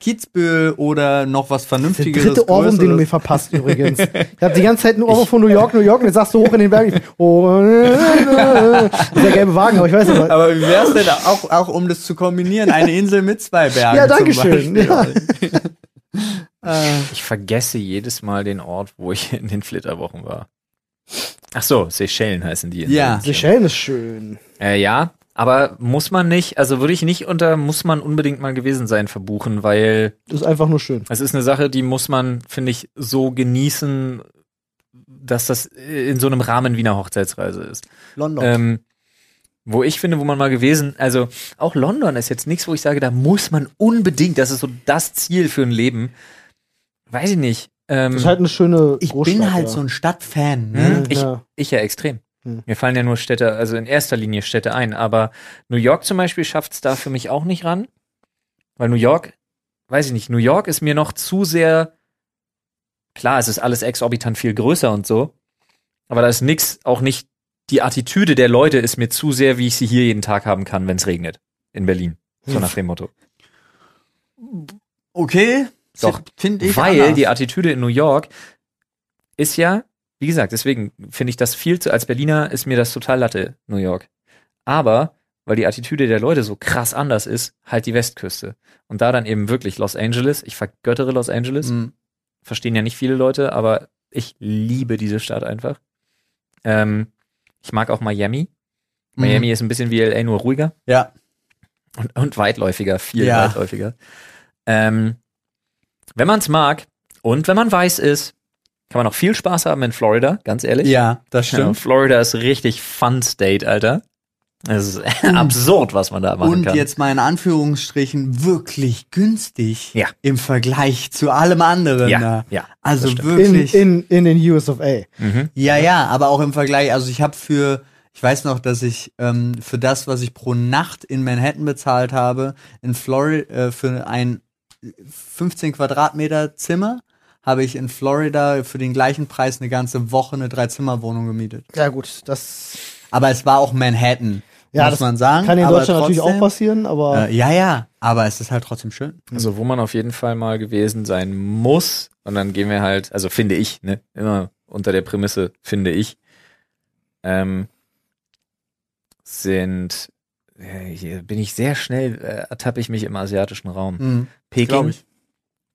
S4: Kitzbühel oder noch was
S2: Der
S4: Vernünftiges.
S2: dritte Ohrwurm, den du mir
S4: Größeres.
S2: verpasst übrigens. Ich habe die ganze Zeit nur Ohrwurm von New York, New York und jetzt sagst du hoch in den Berg. Oh, äh, äh, der gelbe Wagen, aber ich weiß nicht.
S4: aber wie wär's denn auch, auch um das zu kombinieren? Eine Insel mit zwei Bergen.
S2: Ja,
S4: zum
S2: danke schön.
S4: Beispiel.
S2: Ja.
S4: Äh,
S3: Ich vergesse jedes Mal den Ort, wo ich in den Flitterwochen war. Ach so, Seychellen heißen die. Inseln.
S4: Ja.
S2: Seychellen ist schön.
S3: Äh, ja, aber muss man nicht, also würde ich nicht unter muss man unbedingt mal gewesen sein verbuchen, weil
S2: Das ist einfach nur schön.
S3: es ist eine Sache, die muss man, finde ich, so genießen, dass das in so einem Rahmen wie eine Hochzeitsreise ist.
S4: London.
S3: Ähm, wo ich finde, wo man mal gewesen, also auch London ist jetzt nichts, wo ich sage, da muss man unbedingt, das ist so das Ziel für ein Leben. Weiß ich nicht. Ähm,
S2: Das ist halt eine schöne
S4: ich
S2: Großstadt,
S4: bin halt
S2: ja.
S4: so ein Stadtfan. Ne?
S3: Hm,
S2: Ja,
S3: ich,
S2: ja.
S3: ich ja extrem.
S2: Hm.
S3: Mir fallen ja nur Städte, also in erster Linie Städte ein, aber New York zum Beispiel schafft es da für mich auch nicht ran, weil New York, weiß ich nicht, New York ist mir noch zu sehr, klar, es ist alles exorbitant viel größer und so, aber da ist nix, auch nicht, die Attitüde der Leute ist mir zu sehr, wie ich sie hier jeden Tag haben kann, wenn es regnet. In Berlin. So
S2: Hm.
S3: nach dem Motto.
S4: Okay.
S3: Doch.
S4: Finde ich.
S3: weil
S4: anders.
S3: die Attitüde in New York ist ja, wie gesagt, deswegen finde ich das viel zu, als Berliner ist mir das total Latte, New York. Aber, weil die Attitüde der Leute so krass anders ist, halt die Westküste. Und da dann eben wirklich Los Angeles, ich vergöttere Los Angeles,
S4: Hm.
S3: verstehen ja nicht viele Leute, aber ich liebe diese Stadt einfach.
S4: Mhm.
S3: Ähm, ich mag auch Miami. Miami ist ein bisschen wie LA, nur ruhiger.
S4: Ja.
S3: Und, und weitläufiger, viel
S4: Ja.
S3: weitläufiger. Ähm, wenn man es mag und wenn man weiß ist, kann man auch viel Spaß haben in Florida, ganz ehrlich.
S4: Ja, das
S3: Ja, Florida ist richtig Fun State, Alter. Es ist absurd, was man da machen
S4: Und
S3: kann.
S4: jetzt mal in Anführungsstrichen wirklich günstig
S3: Ja.
S4: im Vergleich zu allem anderen.
S3: ja,
S4: da.
S3: ja. das
S4: Also
S3: stimmt.
S2: In,
S4: wirklich.
S2: in, in den US of A.
S3: Mhm.
S4: Ja, ja, aber auch im Vergleich. Also ich habe für, ich weiß noch, dass ich ähm, für das, was ich pro Nacht in Manhattan bezahlt habe, in Florida äh, für ein 15 Quadratmeter Zimmer, habe ich in Florida für den gleichen Preis eine ganze Woche eine Dreizimmerwohnung gemietet.
S2: Ja gut, das
S4: Aber es war auch Manhattan,
S2: Ja,
S4: muss
S2: das
S4: man sagen.
S2: kann in
S4: aber
S2: Deutschland natürlich auch
S4: trotzdem-
S2: passieren, aber
S4: Äh, ja, ja, aber es ist halt trotzdem schön.
S3: Also wo man auf jeden Fall mal gewesen sein muss. Und dann gehen wir halt, also finde ich, ne, immer unter der Prämisse finde ich, ähm, sind äh, hier bin ich sehr schnell, äh, ertappe ich mich im asiatischen Raum.
S4: Mhm. glaub
S3: Peking,
S4: ich.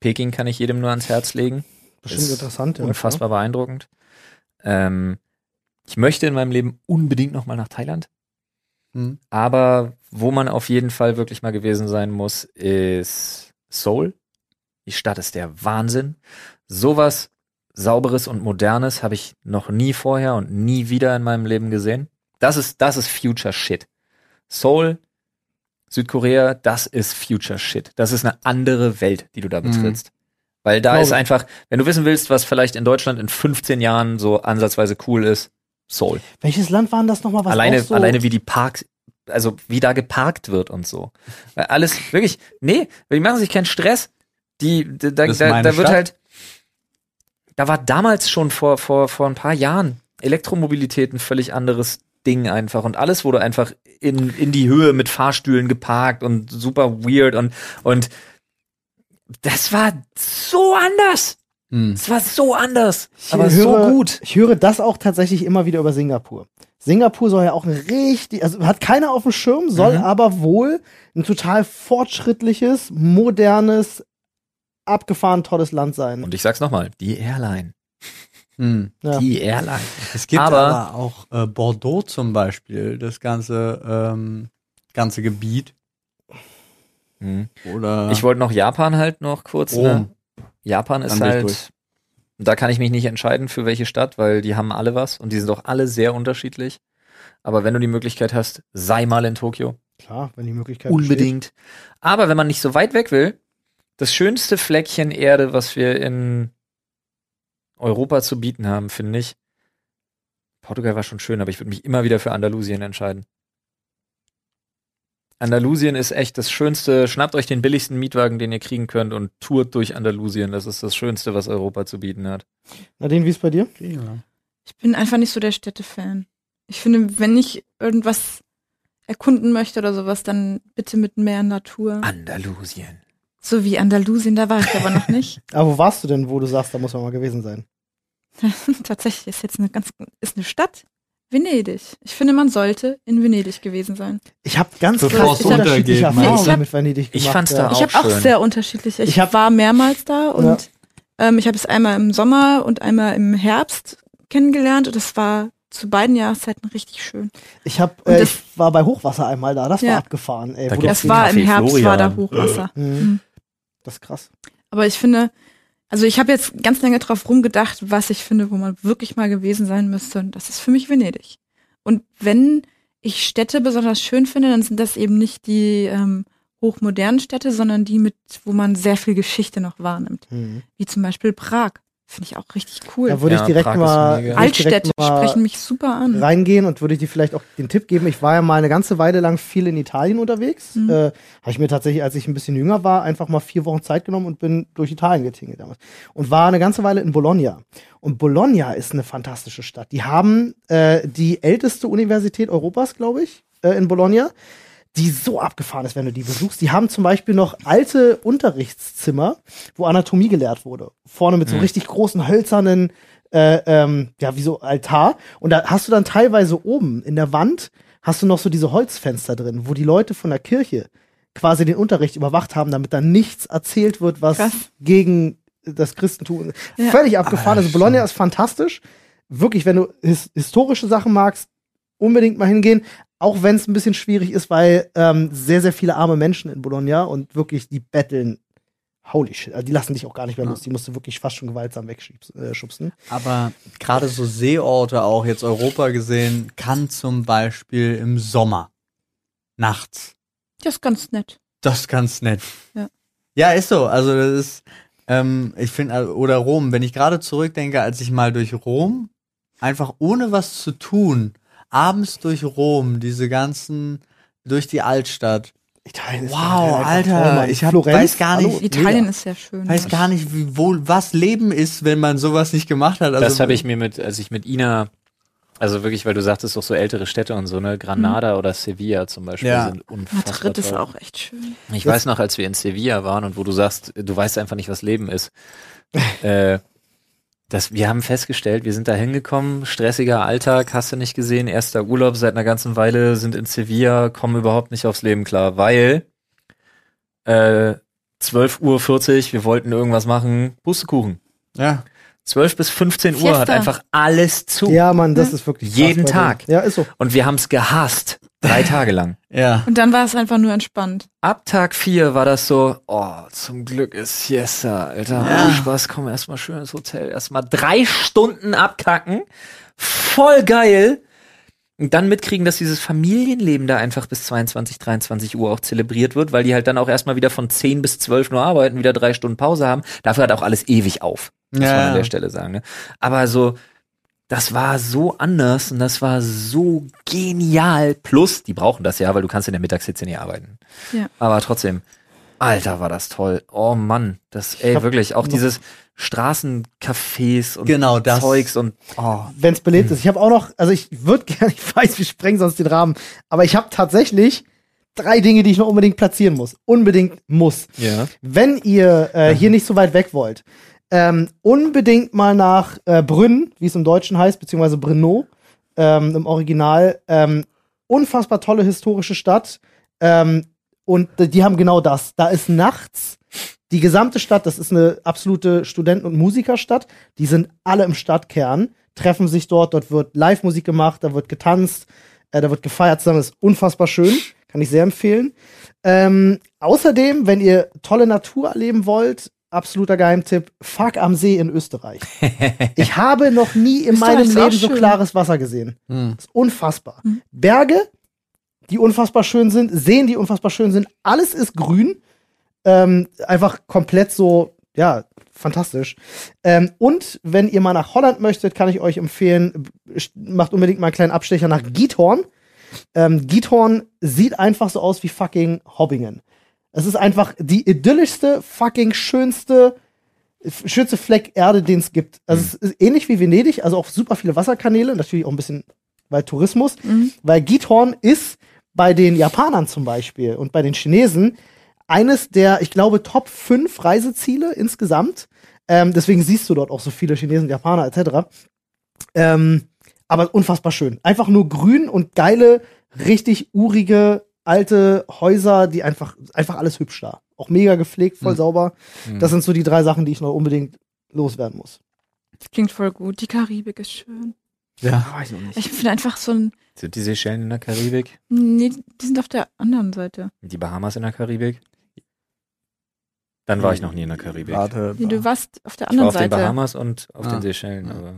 S3: Peking kann ich jedem nur ans Herz legen.
S2: bestimmt
S3: ist
S2: interessant. ja.
S3: Unfassbar beeindruckend. Ähm, ich möchte in meinem Leben unbedingt nochmal nach Thailand.
S4: Mhm.
S3: Aber wo man auf jeden Fall wirklich mal gewesen sein muss, ist Seoul. Die Stadt ist der Wahnsinn. Sowas sauberes und modernes habe ich noch nie vorher und nie wieder in meinem Leben gesehen. Das ist, das ist Future Shit. Seoul, Südkorea, das ist Future Shit. Das ist eine andere Welt, die du da
S4: Mhm.
S3: betrittst. Weil da
S2: Glaub
S3: ist
S2: ich.
S3: einfach, wenn du wissen willst, was vielleicht in Deutschland in 15 Jahren so ansatzweise cool ist, Seoul
S2: Welches Land waren das nochmal? Was
S3: alleine,
S2: auch so
S3: alleine wie die Parks, also wie da geparkt wird und so. Weil alles wirklich, nee, die machen sich keinen Stress. Die, da, da,
S4: Das ist
S3: da
S4: meine
S3: da wird
S4: Stadt.
S3: halt, da war damals schon vor, vor, vor ein paar Jahren Elektromobilität ein völlig anderes Ding einfach und alles wurde einfach in, in die Höhe mit Fahrstühlen geparkt und super weird und, und das war so anders.
S4: Mhm.
S3: Es war so anders,
S2: Ich
S3: aber
S2: höre-
S3: so gut.
S2: Ich höre das auch tatsächlich immer wieder über Singapur. Singapur soll ja auch ein richtig, also hat keiner auf dem Schirm, soll
S3: Mhm.
S2: aber wohl ein total fortschrittliches, modernes, abgefahren tolles Land sein.
S3: Und ich sag's nochmal, die Airline.
S4: Mhm.
S2: Ja.
S3: Die Airline.
S4: Es gibt
S3: Aber-
S4: aber, auch äh, Bordeaux zum Beispiel, das ganze, ähm, ganze Gebiet.
S3: Mhm.
S4: Oder
S3: Ich wollte noch Japan halt noch kurz. Ne?
S4: Rom.
S3: Japan ist
S4: Oh. Dann bin ich
S3: halt.
S4: durch.
S3: Da kann ich mich nicht entscheiden für welche Stadt, weil die haben alle was und die sind doch alle sehr unterschiedlich. Aber wenn du die Möglichkeit hast, sei mal in Tokio.
S2: Klar, wenn die Möglichkeit
S3: Unbedingt. Aber wenn man nicht so weit weg will, das schönste Fleckchen Erde, was wir in Europa zu bieten haben, finde ich. Portugal war schon schön, aber ich würde mich immer wieder für Andalusien entscheiden. Andalusien ist echt das Schönste. Schnappt euch den billigsten Mietwagen, den ihr kriegen könnt und tourt durch Andalusien. Das ist das Schönste, was Europa zu bieten hat.
S2: Besteht. Nadine, wie ist bei dir?
S1: Ich bin einfach nicht so der Städtefan. Ich finde, wenn ich irgendwas erkunden möchte oder sowas, dann bitte mit mehr Natur.
S3: Andalusien.
S1: So wie Andalusien, da war ich aber noch nicht.
S2: Aber Ah, wo warst du denn, wo du sagst, da muss man mal gewesen sein?
S1: Tatsächlich ist jetzt eine ganz ist eine Stadt. Venedig. Ich finde, man sollte in Venedig gewesen sein.
S2: Ich habe ganz
S4: Bevor
S2: krass
S1: es
S2: unterschiedliche
S4: untergeht, ne?
S2: Erfahrungen
S1: Ich hab-
S2: mit Venedig
S3: ich
S2: gemacht.
S3: fand's da
S2: ja.
S3: Auch
S1: ich habe auch
S3: schön.
S1: sehr unterschiedlich. Ich,
S2: Ich hab-
S1: war mehrmals da und
S2: Ja.
S1: ähm, ich habe es einmal im Sommer und einmal im Herbst kennengelernt und es war zu beiden Jahreszeiten richtig schön.
S2: Ich, hab,
S1: Und
S2: äh,
S1: das-
S2: ich war bei Hochwasser einmal da, das war
S1: Ja.
S2: abgefahren. Ey,
S3: Da
S2: wo
S3: gibt's
S1: Es war im
S3: Kaffee
S1: Herbst, war da
S3: Florian.
S1: Hochwasser.
S2: Mhm. Das ist krass.
S1: Aber ich finde, also ich habe jetzt ganz lange drauf rumgedacht, was ich finde, wo man wirklich mal gewesen sein müsste. Und das ist für mich Venedig. Und wenn ich Städte besonders schön finde, dann sind das eben nicht die ähm, hochmodernen Städte, sondern die mit, wo man sehr viel Geschichte noch wahrnimmt.
S2: Mhm.
S1: Wie zum Beispiel Prag. Finde ich auch richtig cool.
S2: Da würde
S3: Ja,
S2: ich direkt
S3: Prag ist
S2: mal,
S3: mega.
S2: würde ich direkt
S1: Altstädte
S2: mal
S1: sprechen mich super an.
S2: reingehen und würde dir vielleicht auch den Tipp geben. Ich war ja mal eine ganze Weile lang viel in Italien unterwegs.
S1: Mhm.
S2: Äh, Habe ich mir tatsächlich, als ich ein bisschen jünger war, einfach mal vier Wochen Zeit genommen und bin durch Italien getingelt damals. Und war eine ganze Weile in Bologna. Und Bologna ist eine fantastische Stadt. Die haben äh, die älteste Universität Europas, glaube ich, äh, in Bologna die so abgefahren ist, wenn du die besuchst. Die haben zum Beispiel noch alte Unterrichtszimmer, wo Anatomie gelehrt wurde. Vorne mit so richtig großen hölzernen, äh, ähm, ja, wie so Altar. Und da hast du dann teilweise oben in der Wand hast du noch so diese Holzfenster drin, wo die Leute von der Kirche quasi den Unterricht überwacht haben, damit da nichts erzählt wird, was
S1: Krass.
S2: gegen das Christentum.
S1: Ja.
S2: Völlig abgefahren. Also Bologna ist fantastisch. Wirklich, wenn du his historische Sachen magst, unbedingt mal hingehen. Auch wenn es ein bisschen schwierig ist, weil ähm, sehr, sehr viele arme Menschen in Bologna und wirklich die betteln. Holy shit. Also die lassen dich auch gar nicht mehr los. Die musst du wirklich fast schon gewaltsam wegschubsen. äh,
S4: Aber gerade so Seeorte auch jetzt Europa gesehen, kann zum Beispiel im Sommer nachts.
S1: Das ist ganz nett.
S4: Das ist ganz nett.
S1: Ja.
S4: ja, ist so. Also das ist, ähm, ich finde, also- oder Rom, wenn ich gerade zurückdenke, als ich mal durch Rom, einfach ohne was zu tun, abends durch Rom, diese ganzen, durch die Altstadt.
S2: Italien
S4: Wow,
S2: einfach toll,
S4: Alter,
S2: Mann.
S4: ich hab,
S2: Florenz,
S4: weiß gar
S2: hallo?
S4: nicht,
S1: Italien
S2: Oh, mega.
S1: ist sehr schön.
S4: weiß gar nicht, wie, wo, was Leben ist, wenn man sowas nicht gemacht hat. Also,
S3: das habe ich mir mit, als ich mit Ina, also wirklich, weil du sagtest, auch so ältere Städte und so, ne? Granada oder Sevilla zum Beispiel
S4: Mhm. Ja.
S3: sind unfassbar.
S1: Madrid ist
S3: toll.
S1: auch echt schön.
S3: Ich weiß noch, als wir in Sevilla waren und wo du sagst, du weißt einfach nicht, was Leben ist. äh, das, wir haben festgestellt, wir sind da hingekommen, stressiger Alltag, hast du nicht gesehen, erster Urlaub seit einer ganzen Weile, sind in Sevilla, kommen überhaupt nicht aufs Leben klar, weil äh, 12.40 Uhr, wir wollten irgendwas machen, Pustekuchen.
S4: Ja.
S3: 12 bis 15 Uhr hat
S1: Fiesta.
S3: einfach alles zu.
S2: Ja, Mann, das ist wirklich krass
S3: Jeden
S2: bei denen.
S3: Tag.
S2: Ja, ist so.
S3: Und wir haben es gehasst, drei Tage lang.
S4: Ja.
S1: Und dann war es einfach nur entspannt.
S3: ab Tag 4 war das so, oh, zum Glück ist Siesta, Alter.
S4: Ja.
S3: Oh, Spaß, komm, erstmal schön ins Hotel. Erstmal drei Stunden abkacken. Voll geil. Und dann mitkriegen, dass dieses Familienleben da einfach bis 22, 23 Uhr auch zelebriert wird, weil die halt dann auch erstmal wieder von 10 bis 12 nur arbeiten, wieder drei Stunden Pause haben. Dafür hat auch alles ewig auf. Das muss man an
S4: Ja.
S3: der Stelle sagen. Ne? Aber so, das war so anders und das war so genial. Plus, die brauchen das ja, weil du kannst in der Mittagshitze nie arbeiten.
S1: Ja.
S3: Aber trotzdem, Alter, war das toll. Oh Mann, das, ey,
S2: hab
S3: wirklich, auch
S2: noch-
S3: dieses Straßencafés und
S4: Genau das.
S3: Zeugs und oh,
S2: wenn es belebt ist. Ich habe auch noch, also ich würde gerne, ich weiß, wir sprengen sonst den Rahmen, aber ich habe tatsächlich drei Dinge, die ich noch unbedingt platzieren muss. Unbedingt muss.
S3: ja.
S2: Wenn ihr äh, hier nicht so weit weg wollt, ähm, unbedingt mal nach äh, Brünn, wie es im Deutschen heißt, beziehungsweise Brno ähm, im Original. Ähm, unfassbar tolle historische Stadt. Ähm, und die haben genau das. Da ist nachts die gesamte Stadt, das ist eine absolute Studenten- und Musikerstadt, die sind alle im Stadtkern, treffen sich dort, dort wird Live-Musik gemacht, da wird getanzt, äh, da wird gefeiert zusammen, ist unfassbar schön, kann ich sehr empfehlen. Ähm, außerdem, wenn ihr tolle Natur erleben wollt, absoluter Geheimtipp, fuck am See in Österreich. ich habe noch nie in
S1: Österreich
S2: meinem
S1: ist auch
S2: Leben so
S1: schön.
S2: klares Wasser gesehen.
S4: Hm.
S2: Das ist unfassbar. Berge, die unfassbar schön sind, Seen, die unfassbar schön sind, alles ist grün. Ähm, einfach komplett so, ja, fantastisch. Ähm, und wenn ihr mal nach Holland möchtet, kann ich euch empfehlen, b- sch- macht unbedingt mal einen kleinen Abstecher nach Giethorn. Ähm, Giethorn sieht einfach so aus wie fucking Hobbingen. Es ist einfach die idyllischste, fucking schönste, f- schönste Fleck Erde, den es gibt. Also es ist ähnlich wie Venedig, also auch super viele Wasserkanäle, natürlich auch ein bisschen bei Tourismus, weil Githorn ist bei den Japanern zum Beispiel und bei den Chinesen eines der, ich glaube, Top 5 Reiseziele insgesamt. Ähm, deswegen siehst du dort auch so viele Chinesen, Japaner etc. Ähm, aber unfassbar schön. Einfach nur grün und geile, richtig urige, alte Häuser, die einfach, einfach alles hübsch da. Auch mega gepflegt, voll sauber. Das sind so die drei Sachen, die ich noch unbedingt loswerden muss.
S1: Das klingt voll gut. Die Karibik ist schön.
S3: Ah,
S4: Ja.
S1: Ich finde einfach so ein.
S3: Sind die Seychellen in der Karibik?
S1: Nee, die sind auf der anderen Seite.
S3: Die Bahamas in der Karibik? Dann war ich noch nie in der Karibik.
S4: Warte.
S1: Nee, du warst auf der
S3: Ich war
S1: anderen
S3: auf
S1: Seite.
S3: den Bahamas und auf
S4: Ah.
S3: den Seychellen.
S4: Ja.
S3: Aber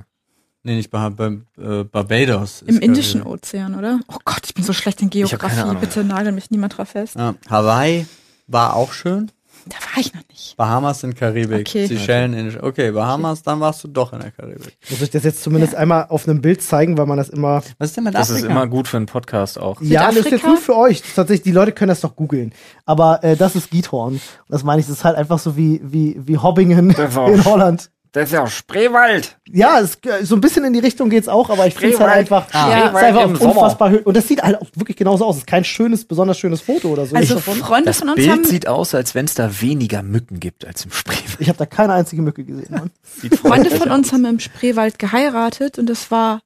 S4: Nee, nicht Bah- Ba- äh, Barbados. ist
S1: Im Indischen
S4: Karibik.
S1: Ozean, oder? Oh Gott, ich bin so schlecht in
S3: Ich hab keine
S1: Geografie.
S3: Ahnung.
S1: Bitte nagel mich niemand drauf fest.
S4: Ja. Hawaii war auch schön.
S1: Da war ich noch nicht.
S4: Bahamas in Karibik.
S1: Okay.
S4: Seychellen in Okay, Bahamas, dann warst du doch in der Karibik.
S2: Muss ich das jetzt zumindest einmal auf einem Bild zeigen, weil man das immer
S4: Was ist denn mit
S3: das ist
S4: Afrika?
S3: immer gut für einen Podcast auch.
S2: Ja, das ist
S1: Südafrika?
S2: jetzt nur für euch. Tatsächlich, die Leute können das doch googeln. Aber äh, das ist Githorn. Und das meine ich, das ist halt einfach so wie, wie, wie Hobbingen
S3: Das auch.
S2: in Holland.
S3: Das ist ja auch Spreewald.
S2: Ja, es, äh, so ein bisschen in die Richtung geht's auch, aber ich finde es halt
S3: Spreewald.
S2: einfach,
S3: Ah.
S2: ja, es ist
S3: Spreewald
S2: einfach
S3: im
S2: auch unfassbar hü- Und das sieht halt auch wirklich genauso aus. Es ist kein schönes, besonders schönes Foto oder so.
S1: Also
S2: Ich-
S1: Freunde
S3: Das
S1: von uns haben.
S3: Bild sieht aus, als wenn es da weniger Mücken gibt als im Spreewald.
S2: ich habe da keine einzige Mücke gesehen. Mann.
S1: Freunde
S3: Äh,
S1: von uns haben im Spreewald geheiratet und das war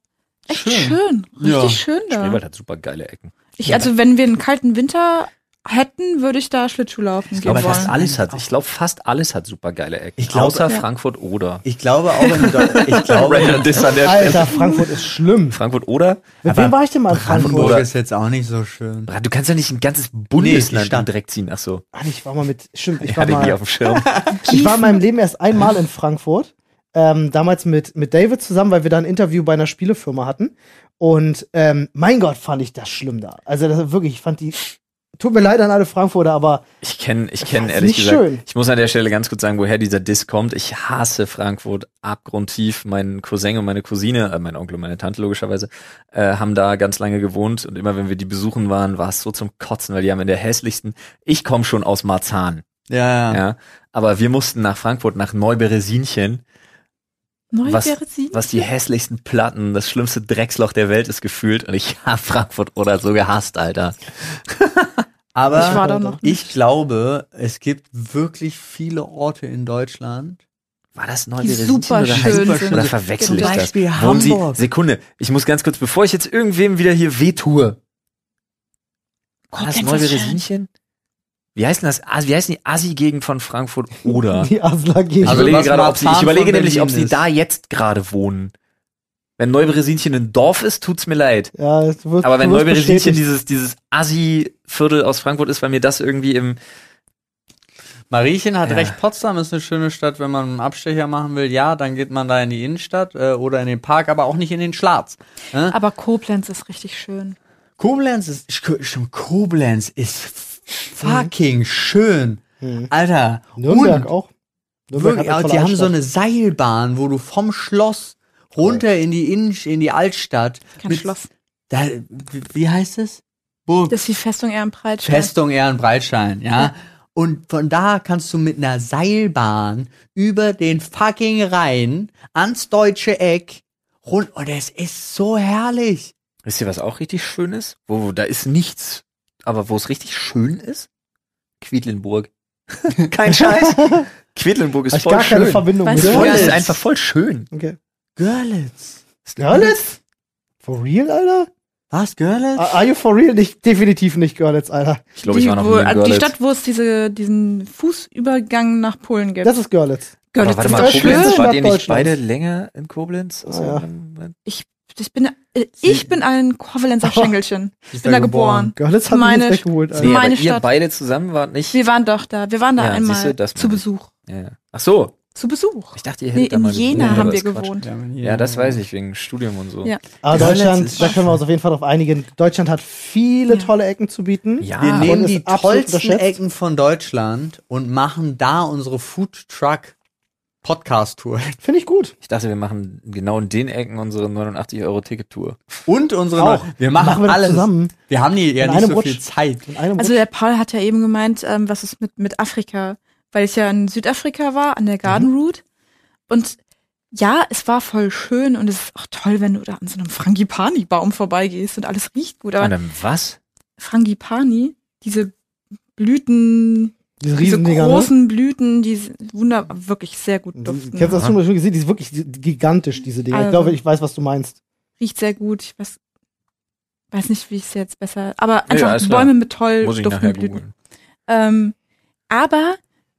S1: echt schön.
S4: Ja.
S1: Richtig schön da.
S3: Spreewald hat super geile Ecken.
S1: Ich, also wenn wir einen kalten Winter hätten, würde ich da Schlittschuh laufen gehen
S3: Aber
S1: wollen.
S3: fast alles hat, ich glaube, fast alles hat super geile Ecken.
S4: Ich glaub-
S3: Außer
S1: Ja.
S3: Frankfurt oder.
S4: Ich glaube auch in Deutschland. Ich glaube,
S3: Äh,
S2: Alter, Frankfurt ist schlimm.
S3: Frankfurt oder?
S2: Mit wem war ich denn mal in
S4: Hamburg
S2: Frankfurt?
S4: ist jetzt auch nicht so schön.
S3: Du kannst ja nicht ein ganzes
S4: Nee, die
S3: Bundesland
S4: Stadt.
S3: direkt ziehen. Ach so.
S2: Ach, Ah, ich war mal mit, stimmt, ich
S3: Ich
S2: war
S3: hatte die
S2: mal,
S3: auf dem Schirm.
S2: ich war in meinem Leben erst einmal in Frankfurt. Ähm, damals mit, mit David zusammen, weil wir da ein Interview bei einer Spielefirma hatten. Und ähm, mein Gott, fand ich das schlimm da. Also das ist wirklich, ich fand die. Tut mir leid an alle Frankfurter, aber
S3: Ich kenne, ich
S2: Das
S3: kenne
S2: ist
S3: ehrlich
S2: nicht
S3: gesagt.
S2: schön.
S3: Ich muss an der Stelle ganz kurz sagen, woher dieser Diss kommt. Ich hasse Frankfurt abgrundtief. Mein Cousin und meine Cousine, äh, mein Onkel und meine Tante logischerweise, äh, haben da ganz lange gewohnt und immer wenn wir die besuchen waren, war es so zum Kotzen, weil die haben in der hässlichsten. Ich komme schon aus Marzahn,
S4: Ja, ja.
S3: ja, aber wir mussten nach Frankfurt, nach Neuberesinchen,
S1: Neu
S3: was-
S1: wäre sie.
S3: was die hässlichsten Platten, das schlimmste Drecksloch der Welt ist gefühlt und ich habe Frankfurt oder so gehasst, Alter.
S4: Aber
S1: ich war da noch
S4: Ich glaube, es gibt wirklich viele Orte in Deutschland.
S3: War das
S1: die
S3: Neuberesinchen
S1: super
S3: oder heißt-
S1: schön
S4: Super
S1: sind.
S3: Oder verwechsel
S1: Zum
S2: genau
S3: ich das?
S4: Beispiel
S3: Wohnen Sie,
S4: Hamburg.
S3: Sekunde, ich muss ganz kurz, bevor ich jetzt irgendwem wieder hier weh tue.
S1: Guck,
S3: das
S1: ganz was
S3: Neuberesinchen? Wie heißt denn das? Ah, Wie heißt denn die Assi-Gegend von Frankfurt oder?
S2: die Asla
S3: Ich
S2: gegen.
S4: Also-
S3: überlege
S4: was
S3: gerade,
S4: mal
S3: ob sie, ich
S4: Fahren
S3: überlege
S4: von
S3: nämlich,
S4: Berlin
S3: ob sie
S4: ist.
S3: da jetzt gerade wohnen. Wenn Neuberesinchen ein Dorf ist, tut's mir leid.
S2: ja, du
S4: Äh,
S2: wirst,
S3: Aber wenn
S2: du wirst
S3: Neuberesinchen
S2: bestätigt.
S3: dieses, dieses Assi-Viertel aus Frankfurt ist, weil mir das irgendwie im,
S4: Mariechen hat
S3: Ja.
S4: recht, Potsdam ist eine schöne Stadt, wenn man einen Abstecher machen will. Ja, dann geht man da in die Innenstadt äh, oder in den Park, aber auch nicht in den Schlatz. Äh?
S1: Aber Koblenz ist richtig schön.
S4: Koblenz ist, ich- stimmt, Koblenz ist f- fucking schön. Alter.
S2: Nürnberg
S4: und
S2: auch. Nürnberg hat
S4: Wirklich,
S2: eine
S4: aber
S2: tolle
S4: die haben so
S2: Altstadt.
S4: eine Seilbahn, wo du vom Schloss runter in die Innen in die Altstadt.
S1: Kein
S4: mit-
S1: Schloss.
S4: Da, wie, wie heißt es? Burg.
S1: Das ist die Festung Ehrenbreit.
S4: Festung Ehrenbreitstein, ja. Und von da kannst du mit einer Seilbahn über den fucking Rhein ans deutsche Eck rund. Und es ist so herrlich.
S3: wisst ihr, was auch richtig schön ist? Wo, wo da ist nichts. Aber wo es richtig schön ist? Quedlinburg. Kein Scheiß. Quedlinburg ist
S2: Hab ich
S3: voll
S2: gar keine
S3: schön.
S2: Verbindung
S1: Weißt
S2: mit.
S1: du,
S3: Voll
S1: Görlitz.
S3: ist einfach voll schön.
S2: Okay.
S4: Görlitz.
S2: Görlitz? For real, Alter?
S4: Was, Görlitz?
S2: Are are you for real? Nicht, definitiv nicht Görlitz, Alter.
S1: Die,
S3: Ich glaube, ich war noch
S1: wo,
S3: nie in
S1: also die
S3: Görlitz.
S1: Stadt, wo es diese, diesen Fußübergang nach Polen gibt.
S2: Das ist Görlitz.
S3: Aber
S1: Görlitz
S3: warte
S1: ist
S3: mal,
S1: schön.
S3: Koblenz, wart ihr nicht
S2: Deutschlands.
S3: beide länger in Koblenz?
S2: Ah, ja.
S1: Ich bin, äh, ich bin ein Kovalenzer Schengelchen. Ich bin da geboren.
S2: Görlitz hat
S1: Meine
S2: mich jetzt weggeholt, Alter.
S1: Nee, Meine
S3: aber ihr
S1: Stadt.
S3: beide zusammen wart nicht.
S1: Wir waren doch da. Wir waren da
S3: Ja,
S1: einmal
S3: siehste, das
S1: zu
S3: meine ich.
S1: Besuch.
S3: Ja. Ach so,
S1: Zu Besuch.
S3: ich dachte, ihr hättet
S1: Nee,
S3: da
S1: in
S3: mal gewohnt,
S1: Jena
S3: aber
S1: haben wir
S3: das ist Quatsch.
S1: gewohnt.
S3: Ja, das weiß ich, wegen Studium und so.
S1: Ja.
S2: Aber
S4: Görlitz
S2: Deutschland,
S4: ist
S2: da können wir uns auf jeden Fall drauf einigen. Deutschland hat viele
S1: Ja.
S2: tolle Ecken zu bieten.
S3: Ja.
S4: Wir
S3: Ah,
S1: ne-
S4: nehmen
S2: und
S4: die
S2: ist absolut
S4: tollsten
S2: unterschätzt.
S4: Ecken von Deutschland und machen da unsere Food Truck Podcast Tour
S2: Finde ich gut.
S3: Ich dachte, wir machen genau in den Ecken unsere 89-Euro-Ticket-Tour.
S4: und unsere
S2: Auch.
S4: wir machen,
S2: Machen wir das
S4: alles
S2: zusammen.
S4: Wir haben die ja
S2: In
S4: nicht
S2: einem
S4: so viel
S2: Rutsch.
S4: Zeit.
S2: In einem
S1: Also der Paul hat ja eben gemeint, ähm, was ist mit, mit Afrika, weil ich ja in Südafrika war, an der
S3: Mhm.
S1: Garden Route. Und ja, es war voll schön und es ist auch toll, wenn du da an so einem Frangipani-Baum vorbeigehst und alles riecht gut.
S3: Ja.
S1: Aber
S3: was?
S1: Frangipani, diese Blüten,
S2: diese
S1: diese
S2: Riesendinger, ne?
S1: großen Blüten, die s- wunder wirklich sehr gut
S2: Du
S1: duften.
S2: kennst das
S3: Ja.
S2: schon mal schon gesehen? Die ist wirklich gigantisch, diese Dinger.
S1: Also.
S2: Ich glaube, ich weiß, was du meinst.
S1: Riecht sehr gut. Ich weiß, weiß nicht, wie ich es jetzt besser. Aber
S3: Ja, ja,
S1: einfach
S3: alles klar.
S1: Bäume mit toll
S3: Muss ich
S1: duftenden
S3: nachher
S1: Blüten.
S3: googeln.
S1: Ähm, aber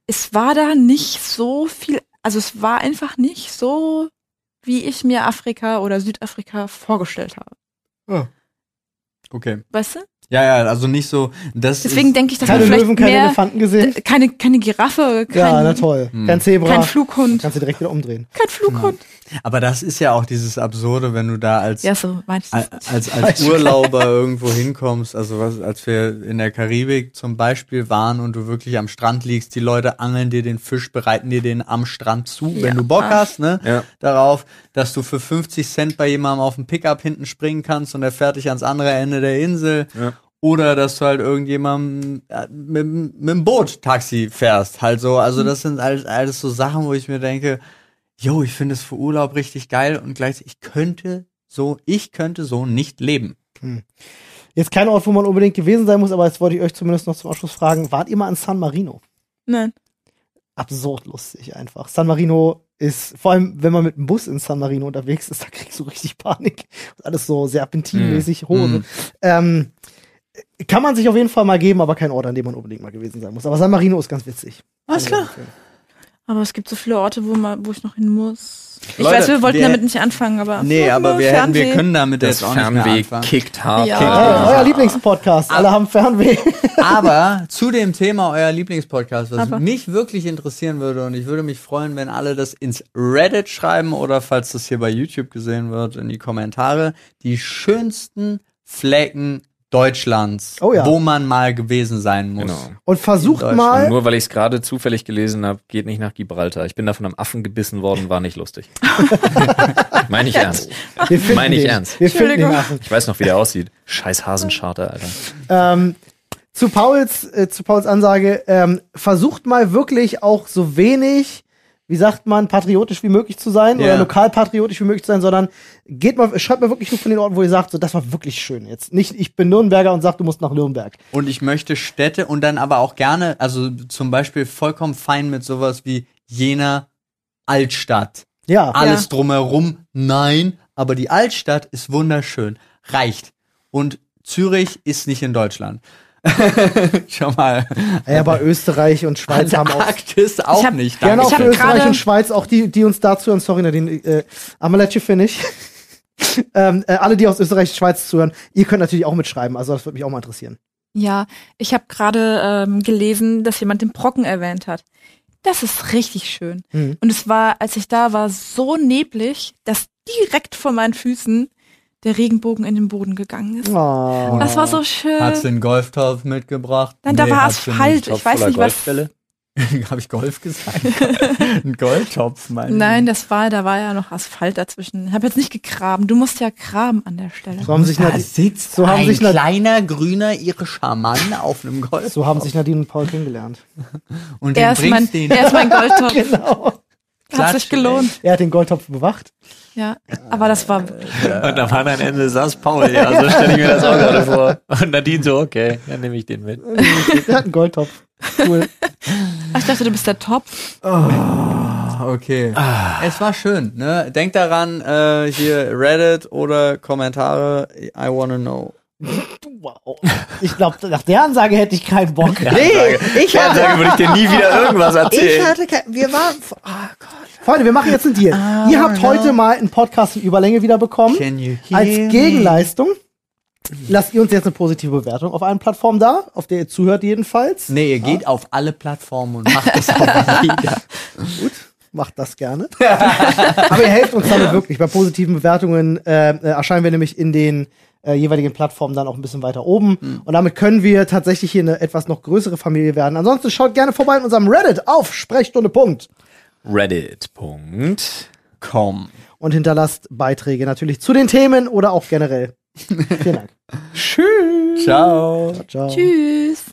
S1: es war da nicht so viel, also es war einfach nicht so, wie ich mir Afrika oder Südafrika vorgestellt habe.
S4: Okay.
S1: Weißt du?
S4: Ja, ja, also nicht so. Das
S1: Deswegen
S4: ist,
S1: denke ich, dass
S2: Keine
S1: man vielleicht
S2: Löwen, keine
S1: mehr,
S2: Elefanten gesehen.
S1: keine, keine Giraffe, kein,
S2: ja, na toll.
S4: Hm.
S2: Kein Zebra.
S1: kein Flughund,
S2: Kannst du direkt wieder umdrehen.
S1: kein Flughund.
S4: aber das ist ja auch dieses Absurde, wenn du da als
S1: Ja, so meinst du
S4: als,
S1: das nicht.
S4: als, als Urlauber irgendwo hinkommst, also was, als wir in der Karibik zum Beispiel waren und du wirklich am Strand liegst, die Leute angeln dir den Fisch, bereiten dir den am Strand zu, wenn du Bock hast, ne,
S3: Ja.
S4: darauf, dass du für 50 Cent bei jemandem auf dem Pickup hinten springen kannst und er fährt dich ans andere Ende der Insel.
S3: Ja.
S4: Oder dass du halt irgendjemandem äh, mit, mit dem Boot Taxi fährst, halt so. Also das sind alles, alles so Sachen, wo ich mir denke, jo, ich finde es für Urlaub richtig geil und gleichzeitig ich könnte so, ich könnte so nicht leben.
S2: Jetzt kein Ort, wo man unbedingt gewesen sein muss, aber jetzt wollte ich euch zumindest noch zum Abschluss fragen. Wart ihr mal an San Marino?
S1: Nein.
S2: absurd lustig einfach. San Marino ist, vor allem wenn man mit dem Bus in San Marino
S3: Hm.
S2: unterwegs ist, da kriegst du richtig Panik. Alles so serpentinmäßig hoch.
S4: Mm.
S2: Ähm, Kann man sich auf jeden Fall mal geben, aber kein Ort, an dem man unbedingt mal gewesen sein muss. Aber San Marino ist ganz witzig.
S4: Alles klar.
S1: Aber es gibt so viele Orte, wo, man, wo ich noch hin muss. Ich
S4: Leute,
S1: weiß, wir wollten
S4: wir-
S1: damit nicht anfangen, aber.
S4: Nee,
S1: Filme,
S4: aber wir, hätten, wir
S1: Fernsehen.
S4: können damit
S3: Das
S4: jetzt auch nicht mehr
S3: Fernweh
S4: anfangen.
S3: kickt hart.
S1: Ja.
S3: Kickt
S2: Euer,
S3: hart.
S2: euer Lieblingspodcast. Alle haben Fernweh.
S4: Aber zu dem Thema euer Lieblingspodcast, was
S1: Aber-
S4: mich wirklich interessieren würde, und ich würde mich freuen, wenn alle das ins Reddit schreiben oder falls das hier bei YouTube gesehen wird, in die Kommentare, die schönsten Flecken Deutschlands,
S2: Oh ja.
S4: wo man mal gewesen sein muss.
S3: Genau.
S2: Und versucht
S4: In
S3: Und
S2: mal,
S3: nur weil ich es gerade zufällig gelesen habe, geht nicht nach Gibraltar. Ich bin da von einem Affen gebissen worden, war nicht lustig. Meine ich ernst.
S2: wir finden
S3: Meine ich
S2: den.
S3: ernst.
S2: Wir finden den
S1: Entschuldigung.
S2: Affen.
S3: Ich weiß noch, wie der aussieht. Scheiß Hasenscharter, Alter.
S2: Ähm, zu Pauls, äh, zu Pauls Ansage, ähm, versucht mal wirklich auch so wenig, wie sagt man, patriotisch wie möglich zu sein
S4: Ja.
S2: oder lokal patriotisch wie möglich zu sein, sondern geht mal, schreibt mal wirklich nur von den Orten, wo ihr sagt, so das war wirklich schön jetzt. Nicht, ich bin Nürnberger und sag, du musst nach Nürnberg.
S4: Und ich möchte Städte und dann aber auch gerne, also zum Beispiel vollkommen fein mit sowas wie Jena Altstadt.
S2: Ja.
S1: Ah,
S4: Alles drumherum, nein, aber die Altstadt ist wunderschön. Reicht. Und Zürich ist nicht in Deutschland. Schau mal.
S2: Ja, aber Österreich und Schweiz haben auch.
S4: Arktis auch
S1: Ich hab-
S4: nicht.
S2: Gerne auch
S1: Ich hab
S2: für Österreich
S1: gerade-
S2: und Schweiz, auch die, die uns dazu hören, sorry, Nadine, äh, I'm gonna let you finish. ähm, äh, alle, die aus Österreich und Schweiz zuhören, ihr könnt natürlich auch mitschreiben, also das würde mich auch mal interessieren.
S1: Ja, ich habe gerade ähm, gelesen, dass jemand den Brocken erwähnt hat. Das ist richtig schön.
S2: Mhm.
S1: Und es war, als ich da war, so neblig, dass direkt vor meinen Füßen der Regenbogen in den Boden gegangen ist.
S2: Oh.
S1: Das war so schön.
S4: Hat sie einen Golftopf mitgebracht?
S1: Nein, da war
S4: hat sie
S1: Asphalt. Ich weiß nicht, was.
S3: Golfbälle.
S4: nicht. Hab ich Golf gesagt? Ein Golftopf, mein
S1: Nein, das war, da war ja noch Asphalt dazwischen. Ich habe jetzt nicht gegraben. Du musst ja graben an der Stelle.
S2: So haben sich
S4: Da
S2: Nadine,
S4: sitzt
S2: so haben
S4: ein
S2: sich Nad-
S4: kleiner grüner irischer Mann auf einem Golf.
S2: so haben sich Nadine und Paul kennengelernt.
S4: und
S1: Er
S4: den
S1: ist, mein,
S4: bringst den
S1: er ist mein Goldtopf.
S2: Genau.
S1: Hat
S4: Klatsch,
S1: sich gelohnt.
S2: Er hat den Goldtopf bewacht.
S1: Ja, aber das war
S2: Äh.
S1: wirklich
S3: Und am anderen Ende saß Paul, ja, so stelle ich mir das auch gerade vor. Und Nadine so, okay, dann nehme ich den mit.
S2: Er hat einen Goldtopf. Cool.
S1: Ach, Ich dachte, du bist der Topf.
S4: Ah, Okay. Es war schön, ne? Denkt daran, äh, hier Reddit oder Kommentare, I wanna know.
S2: Wow. Ich glaube, nach der Ansage hätte ich keinen Bock.
S4: Nee, ich
S3: Ja, dann würde ich dir nie wieder irgendwas erzählen.
S4: hatte kein, wir waren, ah Gott.
S2: Freunde, wir machen jetzt einen Deal. Ihr habt heute mal einen Podcast in Überlänge wieder bekommen.
S4: Can you hear
S2: Als
S4: me?
S2: Gegenleistung lasst ihr uns jetzt eine positive Bewertung auf allen Plattformen da, auf der ihr zuhört jedenfalls.
S4: Nee, ihr geht auf alle Plattformen und macht das auch wieder.
S2: Macht das gerne. Aber ihr helft uns damit wirklich. Bei positiven Bewertungen äh, äh, erscheinen wir nämlich in den äh, jeweiligen Plattformen dann auch ein bisschen weiter oben. Und damit können wir tatsächlich hier eine etwas noch größere Familie werden. Ansonsten schaut gerne vorbei in unserem Reddit auf Sprechstunde. Punkt.
S3: Reddit. Punkt.
S4: Komm.
S2: Und hinterlasst Beiträge natürlich zu den Themen oder auch generell. Vielen Dank.
S4: Ciao.
S2: Ciao.
S1: Tschüss.